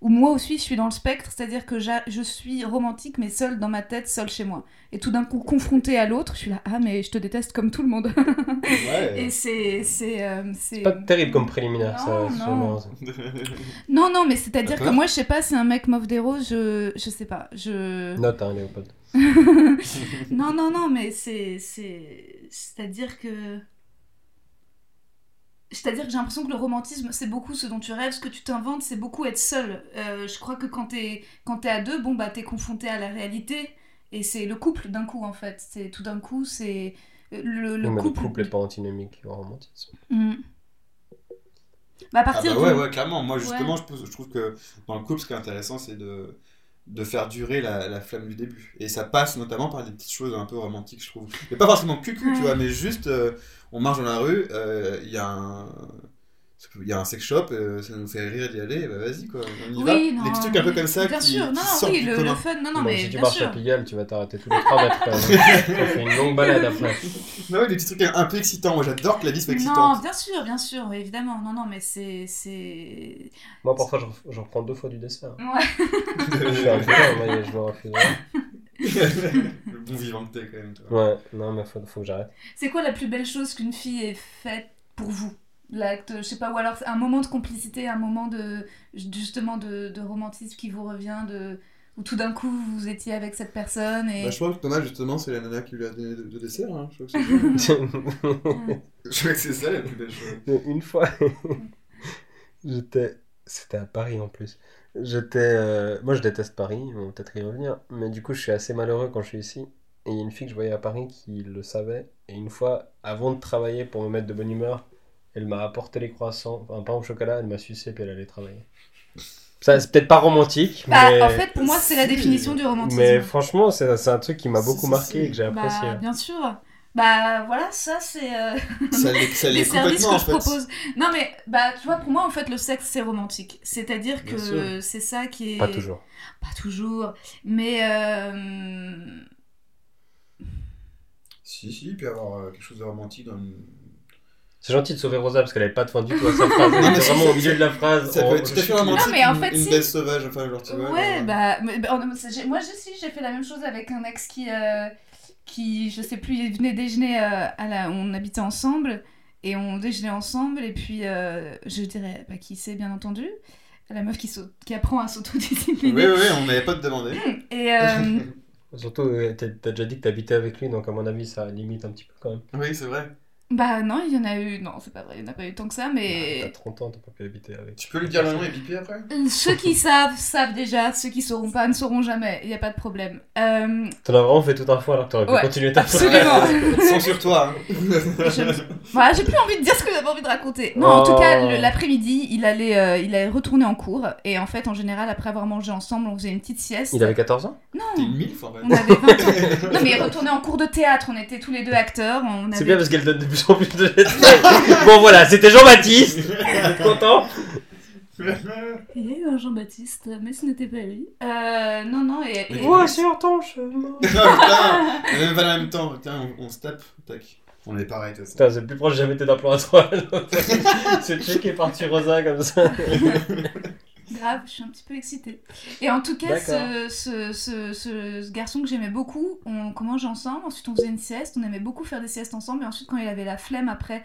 C: Ou moi aussi, je suis dans le spectre, c'est-à-dire que j'a- je suis romantique, mais seule dans ma tête, seule chez moi. Et tout d'un coup, confrontée à l'autre, je suis là, ah, mais je te déteste comme tout le monde.
D: Ouais.
C: Et c'est... C'est euh, c'est-
F: Pas terrible comme préliminaire,
C: Non,
F: ça.
C: non.
F: sûrement.
C: Non, non, mais c'est-à-dire que
F: Ah,
D: D'accord.
C: moi, je sais pas, si un mec m'offre des roses, je... Je sais pas, je...
F: Note, hein, Léopold.
C: Non, non, non, mais c'est. c'est- C'est-à-dire que. C'est-à-dire que j'ai l'impression que le romantisme, c'est beaucoup ce dont tu rêves, ce que tu t'inventes, c'est beaucoup être seul. Euh, je crois que quand t'es quand t'es à deux, bon bah t'es confronté à la réalité et c'est le couple d'un coup en fait. C'est tout d'un coup c'est euh, le, le
F: Oui, mais
C: couple.
F: le couple est pas antinomique au romantisme.
C: Mm. Bah, à
D: Ah
C: partir
D: bah ouais,
C: du-
D: ouais, clairement. Moi, justement,
C: Ouais.
D: je, pense- je trouve que dans le couple, ce qui est intéressant, c'est de, de faire durer la, la flamme du début. Et ça passe notamment par des petites choses un peu romantiques, je trouve. Et pas forcément cucu,
C: Ouais.
D: tu vois, mais juste, euh, on marche dans la rue, euh, il y a un. il y a un sex shop, euh, ça nous fait rire d'y aller, bah vas-y quoi, on
C: Oui,
D: y va.
C: non.
D: Des petits trucs un peu comme ça
C: Bien
D: qui,
C: sûr,
D: qui
C: non, non,
D: sortent
C: oui,
D: du
C: le, le
D: commun. bah,
C: fun, non, non,
F: Bon,
C: mais
F: si tu
C: bien
F: marches
C: sûr.
F: à Pigalle, tu vas t'arrêter tous les trois mètres. quand même. Ça fait une longue balade après.
D: Non, mais des petits trucs un peu excitants, moi j'adore que la vie soit
C: Non,
D: excitante.
C: bien sûr, bien sûr, évidemment. Non, non, mais c'est. c'est-
F: Moi, parfois, je, ref- je reprends deux fois du dessert.
C: Ouais.
F: Je suis un peu, mais je me refuse.
D: le bon vivant que t'es quand même toi.
F: Ouais, non, mais faut, faut que j'arrête.
C: C'est quoi la plus belle chose qu'une fille ait faite pour vous L'acte, je sais pas, ou alors un moment de complicité, un moment de. justement de, de romantisme qui vous revient, de. Où tout d'un coup vous étiez avec cette personne et.
D: Bah, je crois que Thomas justement c'est la nana qui lui a donné de, de dessert, hein. je crois que c'est ça. Je crois que c'est ça la plus belle chose.
F: Mais une fois, j'étais. C'était à Paris en plus. J'étais. euh, Moi, je déteste Paris, on va peut-être y revenir. Mais du coup, je suis assez malheureux quand je suis ici. Et il y a une fille que je voyais à Paris qui le savait. Et une fois, avant de travailler pour me mettre de bonne humeur, elle m'a apporté les croissants, un pain au chocolat, elle m'a sucé puis elle allait travailler. Ça, c'est peut-être pas romantique,
C: Bah,
F: mais.
C: En fait, pour moi, c'est la définition du romantisme.
F: Mais franchement, c'est c'est un truc qui m'a
D: Si,
F: beaucoup
D: si,
F: marqué
D: si.
F: et que j'ai apprécié.
C: Bah, bien sûr. Bah, voilà, ça, c'est. euh,
D: Ça l'est ça
C: les
D: l'est
C: services
D: complètement
C: que
D: en
C: je
D: fait.
C: propose. Non, mais bah, tu vois, pour moi, en fait, le sexe, c'est romantique. C'est-à-dire
F: Bien
C: que
F: sûr.
C: c'est ça qui est.
F: Pas toujours.
C: Pas toujours. Mais. euh,
D: Si, si, puis avoir euh, quelque chose de romantique dans le...
F: C'est gentil de sauver Rosa parce qu'elle avait pas de fin du tout à sa phrase. Elle
D: Non,
F: était
D: mais
F: vraiment
D: ça-
F: au milieu de la phrase.
D: Ah, Ça
F: Oh,
D: peut être tout à
F: je
D: fait
F: suis-
D: romantique,
C: Non, mais en
D: une-
C: fait,
D: une
C: si.
D: belle sauvage, enfin genre tu vois.
C: Ouais,
D: genre, euh.
C: bah. mais- bah, on- c'est- j'ai- moi, je si, j'ai fait la même chose avec un ex qui. euh, qui, je sais plus, il venait déjeuner euh, à la. On habitait ensemble. Et on déjeunait ensemble. Et puis, euh, je dirais, bah, qui sait, bien entendu. La meuf qui, s'au- qui apprend à
D: Oui, oui,
C: s'autodiscipliner.
D: oui, on n'avait pas de demander.
C: Et. euh,
F: Surtout, euh, t'as t'as déjà dit que t'habitais avec lui, donc à mon avis, ça limite un petit peu quand même.
D: Oui, c'est vrai.
C: Bah non, il y en a eu, non, c'est pas vrai, il n'y en a pas eu tant que ça,
F: T'as
C: mais
F: 30 ans, t'as pas pu habiter avec.
D: Tu peux lui dire le nom et pipi après
C: Euh, ceux qui savent, savent déjà, ceux qui sauront pas, ne sauront jamais, il n'y a pas de problème. Euh,
F: T'en as vraiment fait tout un fois alors que t'aurais pu
C: Ouais,
F: continuer ta phrase.
C: absolument.
D: Sans sur toi. hein.
C: Je- Voilà, Bah, j'ai plus envie de dire ce que j'avais envie de raconter. Non, en tout cas,
F: Oh.
C: le- l'après-midi, il allait, euh, il allait retourner en cours, et en fait, en général, après avoir mangé ensemble, on faisait une petite sieste.
F: Il avait 14 ans
D: T'es
C: Non,
D: une mille, en fait.
C: on avait 20 ans. Non, mais il retournait en cours de théâtre, on était tous les deux acteurs, on
F: C'est bien
C: avait...
F: parce qu'elle donne de plus en plus de détails. bon voilà, c'était Jean-Baptiste Content
C: Il y a eu un Jean-Baptiste, mais ce n'était pas lui. Euh, non, non, et... et-
D: Ouais,
F: sur ton chemin
D: Ah, putain, on est même pas en même temps. Tiens, on, on se tape. Tac. On est pareil, de toute façon.
F: Putain, c'est le plus proche que j'ai jamais été d'un plan à trois. Ce check est parti rosa comme ça.
C: Grave, je suis un petit peu excitée. Et en tout cas, ce,
F: D'accord.
C: ce, ce, ce- ce garçon que j'aimais beaucoup, on, on mangeait ensemble, ensuite on faisait une sieste, on aimait beaucoup faire des siestes ensemble, et ensuite quand il avait la flemme après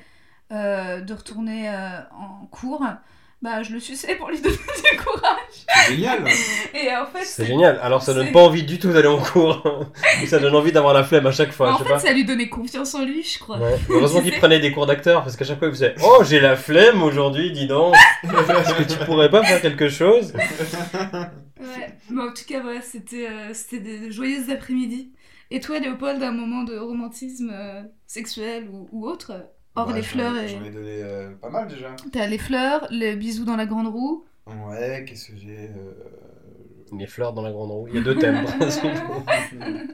C: euh, de retourner euh, en cours, bah je le suçais pour lui donner du courage.
D: C'est génial. hein.
C: Et en fait,
F: C'est génial. Alors ça
C: C'est-
F: donne pas envie du tout d'aller en cours. Mais ça donne envie d'avoir la flemme à chaque fois,
C: en
F: je sais
C: fait
F: pas.
C: ça lui donnait confiance en lui, je crois.
F: Ouais. Heureusement qu'il
C: C'est-
F: prenait des cours d'acteur parce qu'à chaque fois il faisait Oh j'ai la flemme aujourd'hui, dis donc, est-ce que tu pourrais pas faire quelque chose
C: Ouais. Mais en tout cas, voilà, c'était euh, c'était des joyeuses après-midi. Et toi, Léopold, un moment de romantisme euh, sexuel ou, ou autre, hors
D: Bah,
C: les
D: j'en ai-
C: fleurs et...
D: J'en ai donné euh, pas mal déjà.
C: T'as les fleurs, les bisous dans la grande roue.
D: Ouais, qu'est-ce que j'ai euh,
F: Les fleurs dans la grande roue, il y a deux thèmes.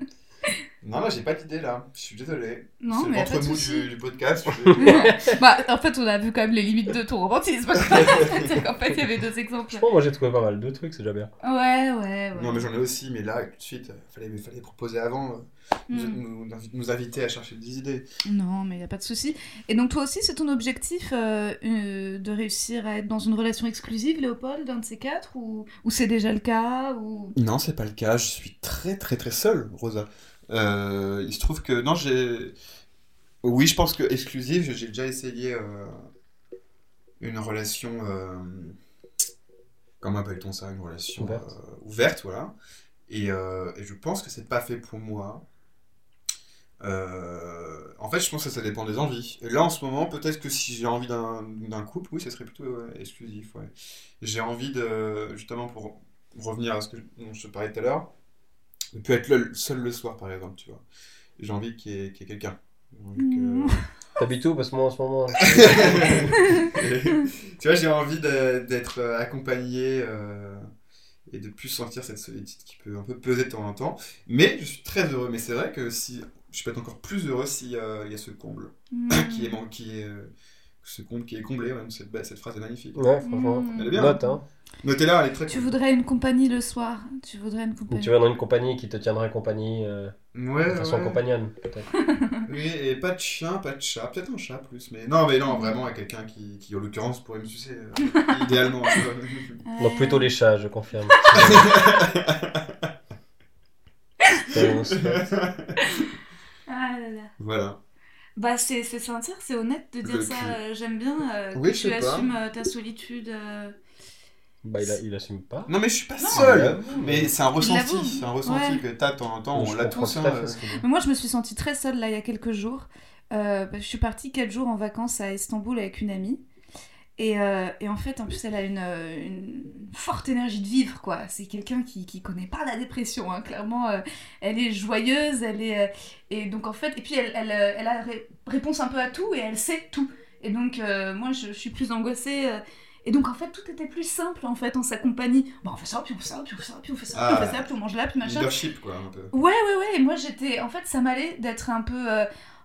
D: Non, là, j'ai pas d'idée là. Je suis désolé.
C: Non,
D: C'est
C: mais y a pas de
D: l'entre-mou
C: souci.
D: du, du podcast. je vais-
C: bah, en fait, on a vu quand même les limites de ton romantisme. C'est-à-dire qu'en fait, il y avait deux exemples.
F: Je pense moi j'ai trouvé pas mal de trucs, c'est déjà bien.
C: Ouais, ouais, ouais.
D: non, mais j'en ai aussi, mais là, tout de suite, euh, fallait, fallait proposer avant. euh, Nous,
C: Hmm.
D: nous, nous invi- nous inviter à chercher des idées.
C: Non, mais il n'y a pas de souci. Et donc, toi aussi, c'est ton objectif euh, euh, de réussir à être dans une relation exclusive, Léopold, un de ces quatre Ou, ou c'est déjà le cas ou...
D: Non, c'est pas le cas. Je suis très très très seul, Rosa. Euh, il se trouve que non, j'ai. Oui, je pense que exclusive. J'ai déjà essayé euh, une relation. euh, Comment appelle-t-on ça Une relation
F: Ouverte.
D: euh, ouverte, voilà. Et, euh, et je pense que c'est pas fait pour moi. Euh, en fait, je pense que ça dépend des envies. Et là, en ce moment, peut-être que si j'ai envie d'un d'un couple, oui, ça serait plutôt ouais, exclusif. ouais. J'ai envie de, justement, pour revenir à ce que je, dont je te parlais tout à l'heure, de plus être le, seul le soir, par exemple, tu vois. J'ai envie qu'il y ait, qu'il y ait quelqu'un. euh, J'ai envie que-
C: Mmh.
F: T'habites où Parce que moi en ce moment.
D: Et, tu vois, j'ai envie de- d'être euh, accompagné euh, et de plus sentir cette solitude qui peut un peu peser de temps en temps. Mais je suis très heureux. Mais c'est vrai que si je peux être encore plus heureux s'il y a ce comble
C: Hmm.
D: qui est manqué, euh, que ce compte qui est comblé, même cette, ba- cette phrase est magnifique.
F: Ouais, franchement.
C: Mm.
D: Elle est bien.
F: Note, hein.
D: Notez-la, elle est très
C: Tu voudrais une compagnie le soir. Tu voudrais une compagnie.
F: Tu vas dans une compagnie qui te tiendra compagnie euh,
D: Ouais,
F: de façon
D: ouais.
F: compagnonne, peut-être.
D: Oui, et pas de chien, pas de chat, peut-être un chat plus, mais non, mais
C: Mm-hmm.
D: non, vraiment, à quelqu'un qui, qui, en l'occurrence, pourrait me sucer, euh, idéalement. tu vois.
C: Ouais.
F: Non, plutôt les chats, je confirme. C'était mon souhait.
C: Ah là là.
D: voilà.
C: Bah, c'est c'est sincère, c'est honnête de dire
D: Le
C: ça.
D: cul.
C: euh, J'aime bien euh,
D: Oui,
C: que
D: je
C: tu
D: sais pas.
C: assumes euh, ta solitude. euh,
F: bah, il, a- il assume pas. Ah,
D: Non, mais je suis pas
C: Non,
D: seul
F: mais-
D: Mais c'est un
C: l'avoue.
D: ressenti, c'est un ressenti
C: Ouais.
D: que t'as de temps en temps, on
F: Je
D: l'a
F: comprends
D: tous.
F: tout
D: hein,
F: à fait ce qu'il dit.
C: Mais moi, je me suis sentie très seule là il y a quelques jours. Euh, parce que je suis partie 4 jours en vacances à Istanbul avec une amie. Et, euh, et en fait, en plus, elle a une, euh, une forte énergie de vivre, quoi. C'est quelqu'un qui, qui connaît pas la dépression, hein. clairement. euh, elle est joyeuse, elle est. euh, et donc, en fait, et puis elle, elle, euh, elle a ré- réponse un peu à tout et elle sait tout. Et donc, euh, moi, je, je suis plus angoissée. euh, et donc, en fait, tout était plus simple, en fait, en sa compagnie. Bon, on fait ça, puis on fait ça, puis on fait ça, puis on fait ça, puis on fait ça, puis on mange là, puis machin.
D: Leadership, quoi, un peu.
C: Ouais, ouais, ouais. et Moi, j'étais. En fait, ça m'allait d'être un peu. euh,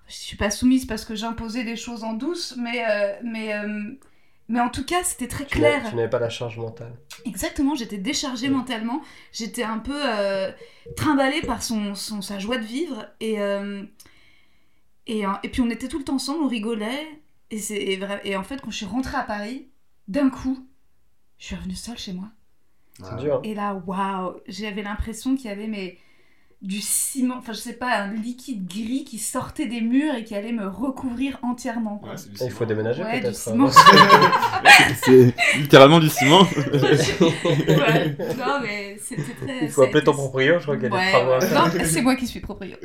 C: Je suis pas soumise parce que j'imposais des choses en douce, mais. euh, mais, euh, mais en tout cas, c'était très
F: Tu n'as-
C: clair.
F: Tu n'avais pas la charge mentale.
C: Exactement, j'étais déchargée
F: Ouais.
C: mentalement. J'étais un peu euh, trimballée par son, son, sa joie de vivre. Et, euh, et, euh, et puis, on était tout le temps ensemble, on rigolait. Et, c'est, et, vra- et en fait, quand je suis rentrée à Paris, d'un coup, je suis revenue seule chez moi.
D: Ah.
F: C'est dur. hein.
C: Et là, waouh, j'avais l'impression qu'il y avait mais, du ciment, enfin je sais pas, un liquide gris qui sortait des murs et qui allait me recouvrir entièrement. quoi.
D: Ouais, c'est du
F: Et Oh, Il faut
D: cinéma.
F: déménager,
C: Ouais, du
F: peut-être.
C: ciment.
G: C'est littéralement du ciment.
C: Ouais. Non mais c'était très...
F: Il faut
C: ça a
F: appeler
C: été-
F: ton proprio, je crois qu'il y a des
C: Ouais,
F: travaux à
C: ouais.
F: faire.
C: Non, c'est moi qui suis proprio.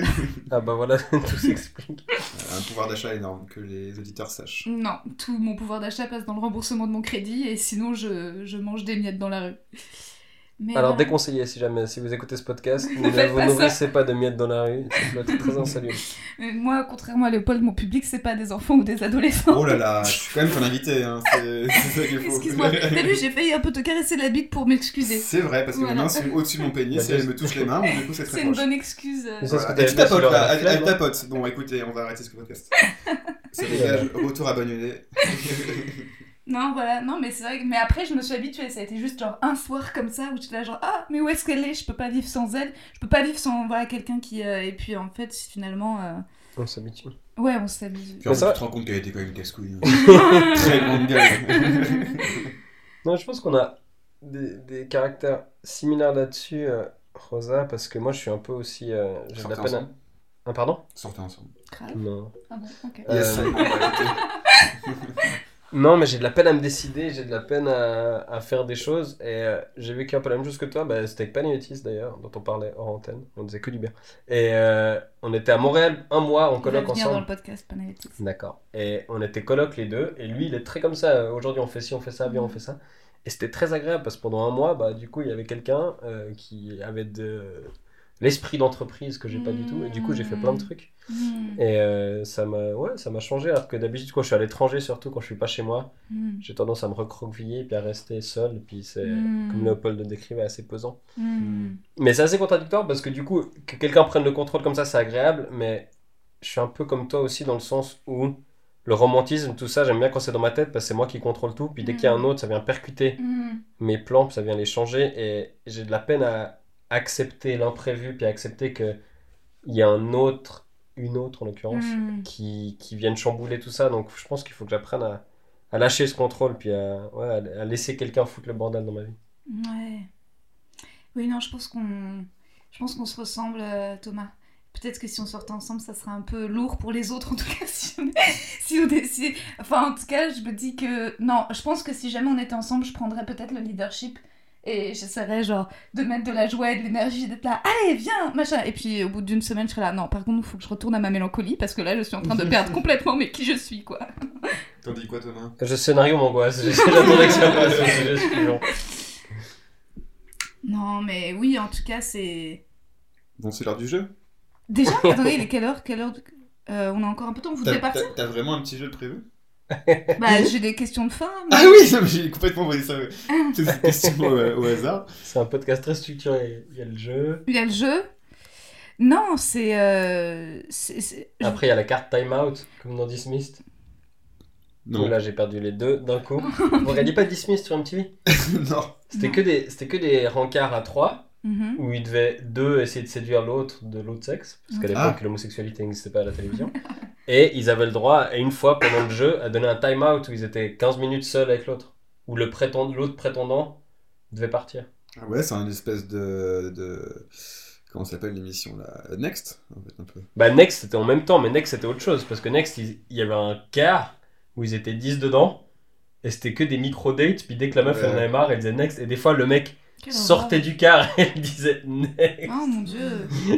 F: Ah bah voilà, tout s'explique.
D: Un pouvoir d'achat énorme, que les auditeurs sachent.
C: Non, tout mon pouvoir d'achat passe dans le remboursement de mon crédit et sinon je, je mange des miettes dans la rue. Mais
F: Alors
C: voilà.
F: déconseillé si jamais, si vous écoutez ce podcast, ne
C: faites
F: vous
C: pas ça.
F: nourrissez pas de miettes dans la rue, ça doit être très insalubre.
C: Mais Moi, contrairement à Léopold, mon public c'est pas des enfants ou des adolescents.
D: Oh là là, je suis quand même ton invité, hein. c'est c'est ça qu'il faut.
C: Excuse-moi, t'as vu, j'ai failli un peu te caresser la bite pour m'excuser.
D: C'est vrai, parce que
C: Voilà.
D: mes mains sont au-dessus de mon pénis
F: Bah,
D: et elles
F: juste-
D: me touchent les mains, donc du coup c'est
C: C'est
D: très
C: une
D: proche.
C: bonne excuse. euh.
F: Mais ça, ce que
D: Et
F: t'avais
D: tu
F: bien, c'est
D: tapotes
F: leur
D: là,
F: la
D: elle,
F: flemme,
D: elle
F: hein.
D: tapote. Bon, écoutez, on va arrêter ce podcast. Ça dégage, retour à Bagnolet.
C: Non, voilà, non, mais c'est vrai que... Mais après, je me suis habituée, ça a été juste genre un soir comme ça, où j'étais là genre, ah, mais où est-ce qu'elle est Je peux pas vivre sans elle, je peux pas vivre sans, voilà, quelqu'un qui... euh, Et puis, en fait, finalement... euh,
F: On s'habitue.
C: Ouais, on s'amuse.
D: Puis en
F: Mais ça
D: fait, tu
F: va.
D: te rends compte qu'elle était quand même casse-couille. hein. Très grande gueule.
F: Non, je pense qu'on a des, des caractères similaires là-dessus, euh, Rosa, parce que moi je suis un peu aussi... euh, j'ai de
D: Sortez
F: la peine
D: ensemble.
F: à... Un pardon
D: Sortez ensemble.
C: Grave.
F: Non.
C: Ah bon, ok.
F: Euh,
D: Yes, on va écouter.
F: Non, mais j'ai de la peine à me décider, j'ai de la peine à, à faire des choses. Et euh, j'ai vécu un peu la même chose que toi. Bah, c'était avec Paniotis d'ailleurs, dont on parlait hors antenne. On disait que du bien. Et euh, on était à Montréal un mois
C: On
F: en
C: va
F: colloque
C: venir dans
F: ensemble.
C: le podcast, Panayotis.
F: D'accord. Et on était coloc les deux. Et lui, il est très comme ça. euh, Aujourd'hui, on fait ci, on fait ça, bien,
C: Mm.
F: on fait ça. Et c'était très agréable parce que pendant un mois, bah, du coup, il y avait quelqu'un euh, qui avait de l'esprit d'entreprise que j'ai pas du tout. Et du coup, j'ai fait plein de trucs.
C: Hmm,
F: Et euh, ça m'a ouais, ça m'a changé. Alors que d'habitude, quand je suis à l'étranger, surtout quand je suis pas chez moi,
C: hmm,
F: j'ai tendance à me recroqueviller puis à rester seul. Puis c'est,
C: Mm.
F: comme Léopold le décrivait, assez pesant.
C: hmm.
F: Mais c'est assez contradictoire parce que du coup, que quelqu'un prenne le contrôle comme ça, c'est agréable. Mais je suis un peu comme toi aussi dans le sens où le romantisme, tout ça, j'aime bien quand c'est dans ma tête parce que c'est moi qui contrôle tout. Puis dès qu'il y a un autre, ça vient percuter
C: Hmm.
F: mes plans, puis ça vient les changer. Et j'ai de la peine à accepter l'imprévu puis à accepter qu'il y a un autre, une autre en l'occurrence
C: Hmm.
F: qui, qui viennent chambouler tout ça. Donc je pense qu'il faut que j'apprenne à, à lâcher ce contrôle, puis à, ouais, à- à laisser quelqu'un foutre le bordel dans ma vie.
C: Ouais. Oui, non, je pense qu'on je pense qu'on se ressemble, euh, Thomas. Peut-être que si on sortait ensemble, ça serait un peu lourd pour les autres, en tout cas. Si on, si on est- si- Enfin, en tout cas, je me dis que. Non, je pense que si jamais on était ensemble, je prendrais peut-être le leadership et j'essaierais, genre, de mettre de la joie et de l'énergie, d'être là, allez, viens, machin. Et puis, au bout d'une semaine, je serais là, non, par contre, il faut que je retourne à ma mélancolie parce que là, je suis en train de perdre complètement, mais qui je suis, quoi.
D: T'en dis quoi, Thomas
F: Je scénario m'angoisse, j'attendais que ça passe, je- je suis genre-
C: Non, mais oui, en tout cas, c'est.
D: Bon, c'est l'heure du jeu.
C: Déjà, attendez, il est quelle heure, quelle heure de- Euh, On a encore un peu de temps, vous
D: T'as
C: devez partir
D: t'as- t'as vraiment un petit jeu de prévu
C: Bah, j'ai des questions de fin. mais-
D: Ah oui, non, mais j'ai complètement envoyé ça. ouais. C'est une question au, au hasard.
F: C'est un podcast très structuré. Il y a le jeu,
C: Il y a le jeu. Non, c'est. euh, c'est- c'est-
F: après il y a la carte time out, comme dans Dismissed.
D: Non.
F: Là, j'ai perdu les deux d'un coup. Vous regardiez pas Dismiss sur MTV
D: non.
F: C'était
C: Non.
F: que des, c'était que des rencarts à trois
C: Mhm.
F: où ils devaient deux essayer de séduire l'autre de l'autre sexe parce qu'à
D: Ah.
F: l'époque l'homosexualité n'existait pas à la télévision. Et ils avaient le droit à une fois pendant le jeu à donner un time out où ils étaient 15 minutes seuls avec l'autre où le prétend- l'autre prétendant devait partir.
D: Ah ouais, c'est une espèce de. de... Comment ça s'appelle l'émission là Next en fait, un peu.
F: Bah Next c'était en même temps, mais Next c'était autre chose, parce que Next ils- il y avait un quart où ils étaient 10 dedans, et c'était que des micro-dates, puis dès que la meuf elle en
D: Ouais.
F: avait marre, elle disait Next, et des fois le mec
C: Quelle
F: sortait du quart et elle disait Next.
C: horreur. Oh mon dieu.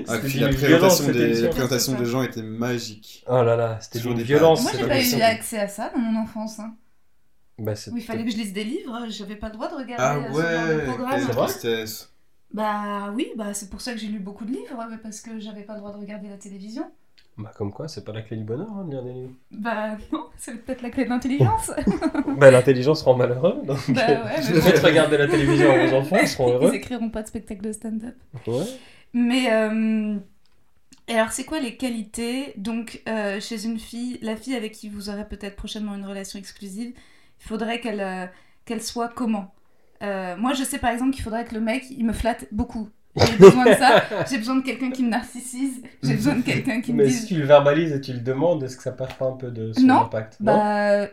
D: Ah,
F: C'était
D: puis
F: d'une
D: la
F: violence,
D: présentation,
F: cette
D: des, la
F: émission.
D: présentation des gens était magique.
F: Oh là là, c'était
D: Toujours
F: une
D: des
F: violence.
C: Moi
D: c'est
C: j'ai
F: cette
C: pas
F: émission.
C: eu accès à ça dans mon enfance. hein.
F: Bah, c'était-
C: Où il fallait que je lise des livres, j'avais pas le droit de regarder euh,
D: Ah
C: ce genre de
D: ouais,
C: programme.
D: quelle
F: C'est vrai
D: tristesse.
C: Bah oui, bah c'est pour ça que j'ai lu beaucoup de livres, ouais, parce que j'avais pas le droit de regarder la télévision.
F: Bah, comme quoi, c'est pas la clé du bonheur hein, de lire des livres.
C: Bah non, c'est peut-être la clé de l'intelligence.
F: bah l'intelligence rend malheureux, donc
C: bah ouais, mais
F: le fait de
C: bon,
F: regarder la télévision à vos enfants, ils seront
C: ils
F: heureux.
C: écriront pas de spectacle de stand-up.
F: Ouais.
C: Mais euh, et alors, c'est quoi les qualités Donc, euh, chez une fille, la fille avec qui vous aurez peut-être prochainement une relation exclusive, il faudrait qu'elle euh, qu'elle soit comment Euh, Moi, je sais par exemple qu'il faudrait que le mec, il me flatte beaucoup. J'ai besoin de ça. J'ai besoin de quelqu'un qui me narcissise. J'ai besoin de quelqu'un qui me
F: Mais si
C: dise.
F: tu le verbalises et tu le demandes, est-ce que ça perd pas un peu de son
C: Non.
F: impact Non
C: Bah,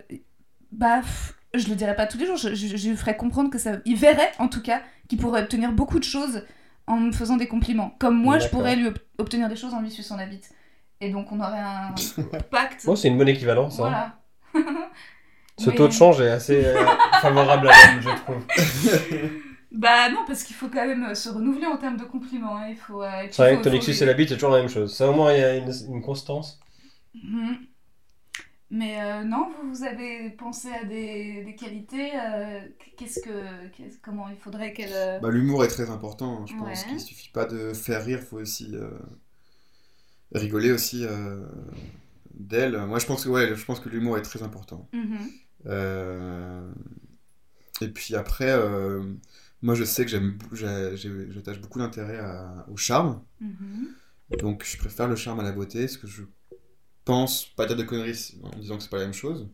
C: bah, pff, je le dirais pas tous les jours. Je, je, je lui ferais comprendre que ça. Il verrait en tout cas qu'il pourrait obtenir beaucoup de choses en me faisant des compliments. Comme moi, je
F: D'accord.
C: pourrais lui ob- obtenir des choses en lui suçant la bite. Et donc, on aurait un pacte.
F: Bon, c'est une bonne équivalence. hein.
C: voilà.
F: Ce
C: Mais-
F: taux de change est assez euh, favorable à l'homme, je trouve.
C: Bah non, parce qu'il faut quand même euh, se renouveler en termes de compliments. hein. Il faut. euh, et puis
F: C'est vrai
C: faut-
F: que ton
C: faut
F: Lexus
C: lui-
F: et la bite, c'est toujours la même chose. Ça, au moins, il y a une, une constance.
C: Mhm. Mais euh, non, vous, vous avez pensé à des, des qualités. euh, qu'est-ce que, qu'est-ce- comment il faudrait qu'elle. euh,
D: Bah, L'humour est très important, hein, je pense.
C: Ouais.
D: qu'il suffit pas de faire rire, faut aussi euh, rigoler aussi euh, d'elle. Moi, je pense que, ouais, je pense que l'humour est très important.
C: mhm.
D: Euh, Et puis après, euh, moi, je sais que j'aime, bou- j'ai- j'ai- j'attache beaucoup d'intérêt à- au charme.
C: Mhm.
D: Donc, je préfère le charme à la beauté, ce que je pense, pas dire de conneries en disant que c'est pas la même chose.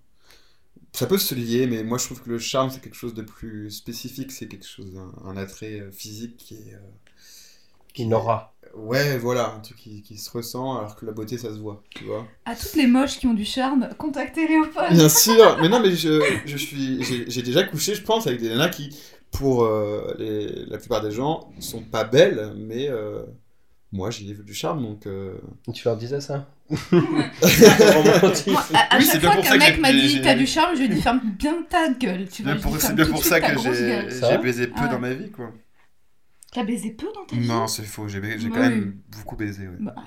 D: Ça peut se lier, mais moi je trouve que le charme c'est quelque chose de plus spécifique, c'est quelque chose, un, un attrait euh, physique qui est. euh,
F: Qui n'aura.
D: Ouais, voilà, un truc qui, qui se ressent alors que la beauté ça se voit, tu vois.
C: À toutes les moches qui ont du charme, contactez Léopold.
D: Bien sûr, mais non, mais je, je suis, j'ai j'ai déjà couché, je pense, avec des nanas qui, pour euh, les- la plupart des gens, sont pas belles, mais euh, moi j'y ai vu du charme donc. euh,
F: Tu leur disais ça Romantique.
C: Moi, à, à
D: Oui, c'est
C: chaque
D: bien
C: fois
D: pour
C: qu'un
D: ça que
C: mec
D: j'ai-
C: m'a dit
D: j'ai-
C: t'as du charme, je lui ai dit ferme bien ta gueule. Tu
D: C'est
C: vois,
D: bien
C: je lui
D: pour,
C: dis,
D: c'est
C: ferme
D: bien
C: tout de
D: pour
C: suite
D: ça
C: ta
D: que
C: grosse
D: j'ai
C: gueule.
F: Ça va
D: j'ai baisé peu
C: Ah.
D: dans ma vie, quoi.
C: T'as baisé peu dans ta vie
D: Non, c'est faux, j'ai ba- j'ai
C: Bah
D: quand même
C: oui.
D: beaucoup baisé, ouais.
C: Bah, euh,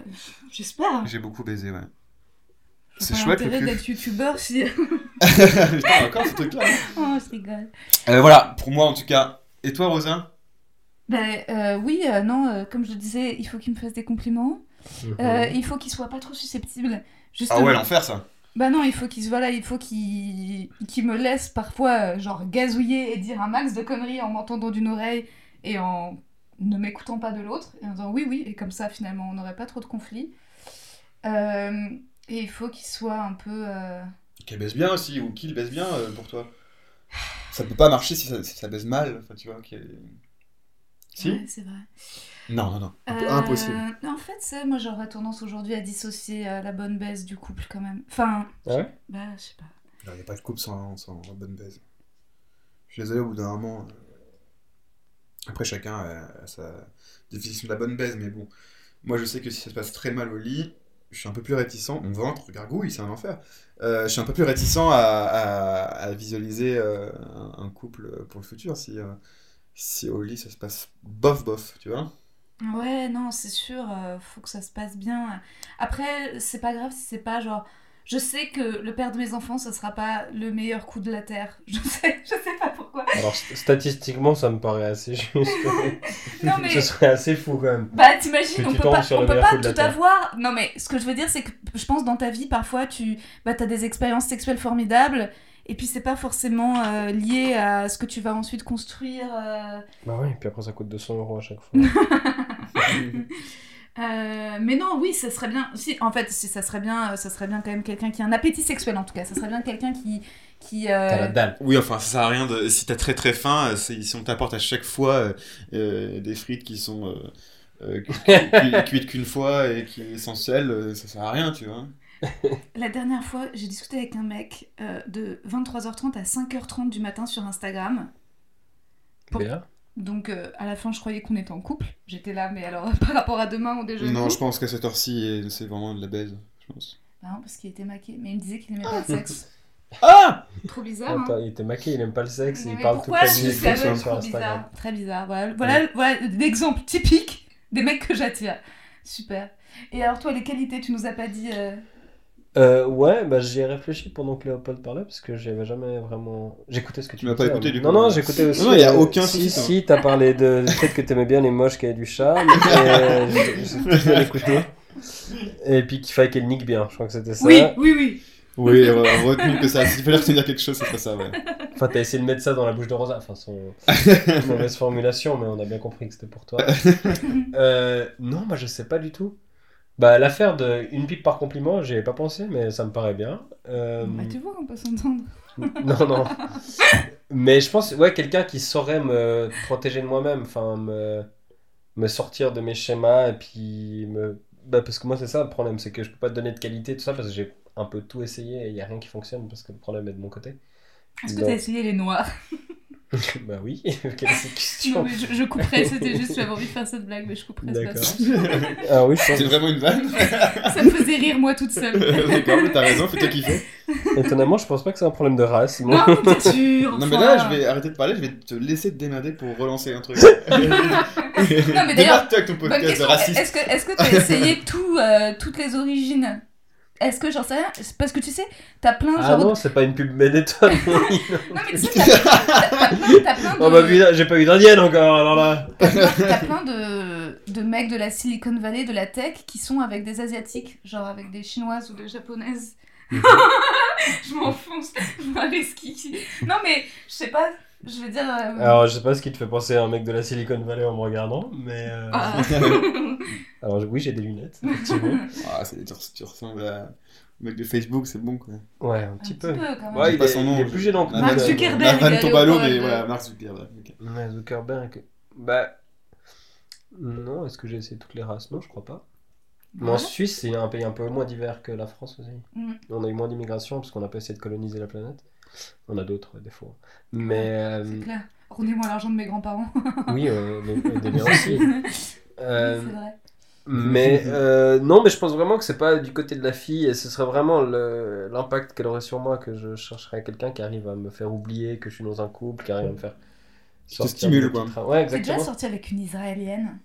C: J'espère.
D: J'ai beaucoup baisé, ouais.
C: Faut
D: C'est
C: pas
D: chouette, le
C: l'intérêt
D: cul.
C: d'être youtubeur si.
D: Putain, encore ce truc-là.
C: oh, je rigole.
D: Euh, voilà, pour moi en tout cas. Et toi, Rosin
C: Ben euh, oui, euh, non, euh, comme je le disais, il faut qu'il me fasse des compliments.
F: Mhm.
C: Euh, il faut qu'il soit pas trop susceptible.
D: Ah
C: Justement.
D: ouais, l'enfer ça.
C: Bah non, il faut qu'il se- voilà, il faut qu'il qu'il me laisse parfois euh, genre gazouiller et dire un max de conneries en m'entendant d'une oreille et en ne m'écoutant pas de l'autre et en disant oui oui et comme ça finalement on n'aurait pas trop de conflits. Euh, et il faut qu'il soit un peu euh,
D: Qu'elle baisse bien aussi, ou qu'il baisse bien euh, pour toi. Ça peut pas marcher si ça, si ça baisse mal, enfin, tu vois. qu'il- Si
C: ouais, c'est vrai.
D: Non, non, non. Imp-
C: Euh,
D: Impossible.
C: En fait, ça, moi j'aurais tendance aujourd'hui à dissocier euh, la bonne baisse du couple quand même. Enfin,
F: Ah ouais
C: bah je sais pas.
D: Il n'y a pas de couple sans, sans bonne baise. Je suis désolé, au bout d'un moment. euh, Après, chacun a, a sa définition de la bonne baise, mais bon. Moi, je sais que si ça se passe très mal au lit, je suis un peu plus réticent. Mon ventre gargouille, c'est un enfer. Euh, je suis un peu plus réticent à, à- à visualiser euh, un, un couple pour le futur si, euh, si au lit ça se passe bof bof, tu vois.
C: Ouais, non, c'est sûr, euh, faut que ça se passe bien. Après, c'est pas grave si c'est pas genre. Je sais que le père de mes enfants, ce sera pas le meilleur coup de la terre. Je sais, je sais pas pourquoi.
F: Alors, st- statistiquement, ça me paraît assez juste.
C: Non, mais-
F: Ce serait assez fou, quand même.
C: Bah, t'imagines,
F: Que
C: on
F: tu
C: peut
F: tombes
C: pas,
F: sur
C: on
F: le
C: peut
F: meilleur coup
C: pas
F: de la
C: tout
F: terre.
C: avoir. Non, mais ce que je veux dire, c'est que je pense dans ta vie, parfois, tu bah, as des expériences sexuelles formidables. Et puis, c'est pas forcément euh, lié à ce que tu vas ensuite construire. euh,
F: Bah oui, puis après, ça coûte 200 euros à chaque fois.
C: Euh, mais non, oui, ça serait bien. Si, en fait, si ça serait bien, euh, ça serait bien quand même quelqu'un qui a un appétit sexuel en tout cas. Ça serait bien quelqu'un qui qui. euh,
F: T'as la dalle.
D: Oui, enfin, ça sert à rien de. Si t'as très très faim, euh, c'est- si on t'apporte à chaque fois euh, euh, des frites qui sont euh, euh, cu- cu- cuites qu'une fois et qui est essentielle, euh, ça sert à rien, tu vois.
C: La dernière fois, j'ai discuté avec un mec euh, de 23h30 à 5h30 du matin sur Instagram. Pour-
F: Bien.
C: Donc euh, à la fin, je croyais qu'on était en couple. J'étais là, mais alors par rapport à demain on déjeune.
D: Non, je pense qu'à cette heure-ci, euh, c'est vraiment de la baise, je pense.
C: Bah non, parce qu'il était maqué, mais il me disait qu'il aimait pas le sexe.
D: Ah
C: Trop bizarre. hein.
F: Attends, il était maqué, il aime pas le sexe,
C: Mais
F: il parle toute
C: pourquoi
F: la
C: je
F: nuit
C: suis
F: et
C: saveugle,
F: tout ça sur
C: trop
F: Instagram.
C: bizarre, Très bizarre. Voilà, voilà, voilà l'exemple typique des mecs que j'attire. Super. Et alors toi, les qualités, tu nous as pas dit. euh,
F: Euh, ouais, bah j'y ai réfléchi pendant que Léopold parlait parce que j'avais jamais vraiment. J'écoutais ce que tu
D: m'as pas
F: disais,
D: écouté,
F: hein.
D: du
F: Non,
D: coup.
F: non, j'écoutais aussi.
D: Non, non, y a
F: euh,
D: aucun
F: Si,
D: souci, ça.
F: si, t'as parlé de. Peut-être que t'aimais bien les moches qui avaient du chat. Mais euh, j'ai- j'ai plus bien écouté. Et puis qu'il fallait qu'elle nique bien, je crois que c'était ça.
C: Oui, oui, oui.
D: Oui, euh, retenu que ça. S'il fallait retenir quelque chose, c'est pas ça, ouais.
F: Enfin, t'as essayé de mettre ça dans la bouche de Rosa. Enfin, son mauvaise formulation, mais on a bien compris que c'était pour toi. Euh, non, moi, je sais pas du tout. Bah, l'affaire de une pipe par compliment, j'y avais pas pensé, mais ça me paraît bien. Euh,
C: Bah, tu vois, on peut s'entendre.
F: non, non. Mais je pense, ouais, quelqu'un qui saurait me protéger de moi-même, enfin, me, me sortir de mes schémas, et puis me. Bah, parce que moi, c'est ça le problème, c'est que je peux pas te donner de qualité, tout ça, parce que j'ai un peu tout essayé et il y a rien qui fonctionne, parce que le problème est de mon côté.
C: Est-ce que
F: Non.
C: t'as essayé les noirs
F: bah oui, quelle est cette
C: Non,
F: question
C: mais je, je couperai. C'était juste, j'avais envie de faire cette blague, mais je couperai. c'est pas
F: D'accord.
C: ça.
F: Ah oui, je pense.
D: C'est vraiment une vanne
C: Ça me faisait rire moi toute seule.
D: D'accord, mais t'as raison, fais-toi kiffer.
F: Étonnamment, je pense pas que c'est un problème de race. moi.
C: Non, bien sûr.
D: Non, mais
C: enfin.
D: là, je vais arrêter de parler, je vais te laisser te démerder pour relancer un truc.
C: Non, mais d'ailleurs,
D: Démarre-toi avec ton
C: bonne
D: podcast de
C: question.
D: raciste.
C: Est-ce que est-ce que t'as essayé tout, euh, toutes les origines Est-ce que j'en sais rien C'est Parce que tu sais, t'as plein
F: Ah
C: genre.
F: non, c'est pas une pub Benetton. oui, non.
C: Non, mais tu sais, t'as t'as- t'as plein, t'as plein de.
F: oh bah putain, j'ai pas eu d'indienne encore, alors là.
C: T'as plein de, de mecs de la Silicon Valley, de la tech, qui sont avec des Asiatiques, genre avec des Chinoises ou des Japonaises. je m'enfonce dans les skis. Non, mais je sais pas, je veux dire. euh,
F: Alors, je sais pas ce qui te fait penser à un mec de la Silicon Valley en me regardant, mais. euh,
C: ah.
F: Alors, oui, j'ai des lunettes, effectivement.
D: Ah, c'est- tu, res- tu ressembles à... au mec de Facebook, c'est bon quoi.
F: Ouais, un
C: Un
F: petit peu.
C: quand même.
F: Ouais,
D: J'ai
F: il est- il est
D: je-
F: plus gênant que
D: la
F: nous,
D: vanne-
F: Mark
C: Zuckerberg,
D: La vanne
C: il est
D: tombe à l'eau,
C: au
D: mais
C: bol.
D: voilà, Mark Zuckerberg. ok.
F: Mais Zuckerberg. Bah. Non, est-ce que j'ai essayé toutes les races Non, je crois pas. Mais en
C: Voilà.
F: Suisse, c'est un pays un peu moins divers que la France aussi.
C: Mm.
F: On a eu moins d'immigration parce qu'on a pas essayé de coloniser la planète. On a d'autres défauts. Mais. euh,
C: C'est clair. Rendez-moi l'argent de mes grands-parents.
F: Oui, euh, les, les délires aussi. Euh,
C: C'est vrai.
F: mais euh, non, mais je pense vraiment que c'est pas du côté de la fille et ce serait vraiment le- l'impact qu'elle aurait sur moi que je chercherais quelqu'un qui arrive à me faire oublier que je suis dans un couple, qui arrive à me faire.
D: Qui te
F: sortir
D: stimule,
F: de mes
D: quoi.
F: petits trains. Ouais,
C: T'es déjà
F: exactement.
C: sorti avec une Israélienne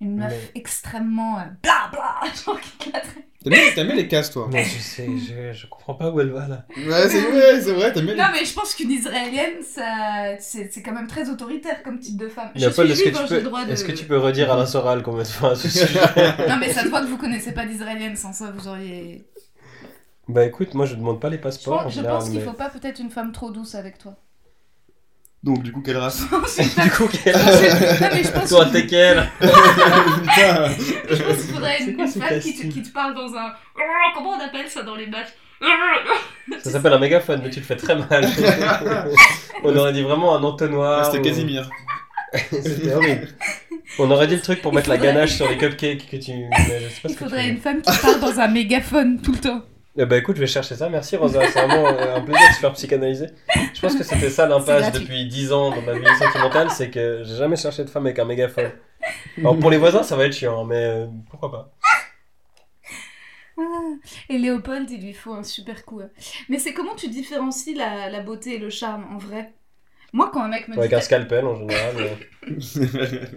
C: Une meuf
F: Mais-
C: extrêmement. euh, bla bla Genre qui clatterait.
D: T'aimes bien- t'aimes bien les cases toi
F: Non, je sais, je, je comprends pas où elle va là.
D: Ouais, c'est vrai, c'est vrai, t'aimes bien les
C: Non, mais je pense qu'une israélienne, ça... c'est c'est quand même très autoritaire comme type de femme. Je
F: Léopold,
C: suis
F: est-ce que,
C: juive, hein,
F: tu
C: j'ai le
F: peux,
C: droit de.
F: est-ce que tu peux redire à la Soral qu'on mette fin à ce sujet
C: Non, mais ça se voit que vous connaissez pas d'israélienne, sans ça vous auriez.
F: Bah écoute, moi je demande pas les
C: Je
F: passeports en
C: pense, je
F: général,
C: pense qu'il
F: mais-
C: faut pas peut-être une femme trop douce avec toi.
D: Donc, du coup, quelle race
C: Ensuite,
F: Du coup,
C: non, je- non, mais je pense
F: Toi,
C: que-
F: t'es quelle
D: Putain.
C: je pense qu'il faudrait
F: C'est
C: une,
F: quoi
C: une
F: ce
C: femme qui te,
F: casting
C: qui te parle dans un. Oh, Comment on appelle ça dans les matchs Oh,
F: Ça s'appelle un mégaphone, mais tu le fais très mal. On aurait dit vraiment un entonnoir.
D: C'était
F: ou-
D: Casimir.
F: C'était horrible. On aurait dit le truc pour
C: Il
F: mettre
C: faudrait-
F: la ganache sur les cupcakes que tu. mais je sais pas ce
C: Il
F: que tu
C: faudrait
F: veux.
C: une femme qui parle dans un mégaphone tout le temps.
F: Eh ben écoute, je vais chercher ça. Merci Rosa, c'est vraiment euh, un plaisir de se faire psychanalyser. Je pense que c'était ça
C: C'est
F: l'impasse
C: gratuit.
F: depuis 10 ans dans ma vie sentimentale, c'est que j'ai jamais cherché de femme avec un mégaphone. Alors pour les voisins, ça va être chiant, mais euh, pourquoi pas.
C: Ah, Et Léopold, il lui faut un super coup. hein. Mais c'est comment tu différencies la, la beauté et le charme en vrai Moi, quand un mec me
F: Avec
C: dit.
F: un scalpel en général. euh, mais-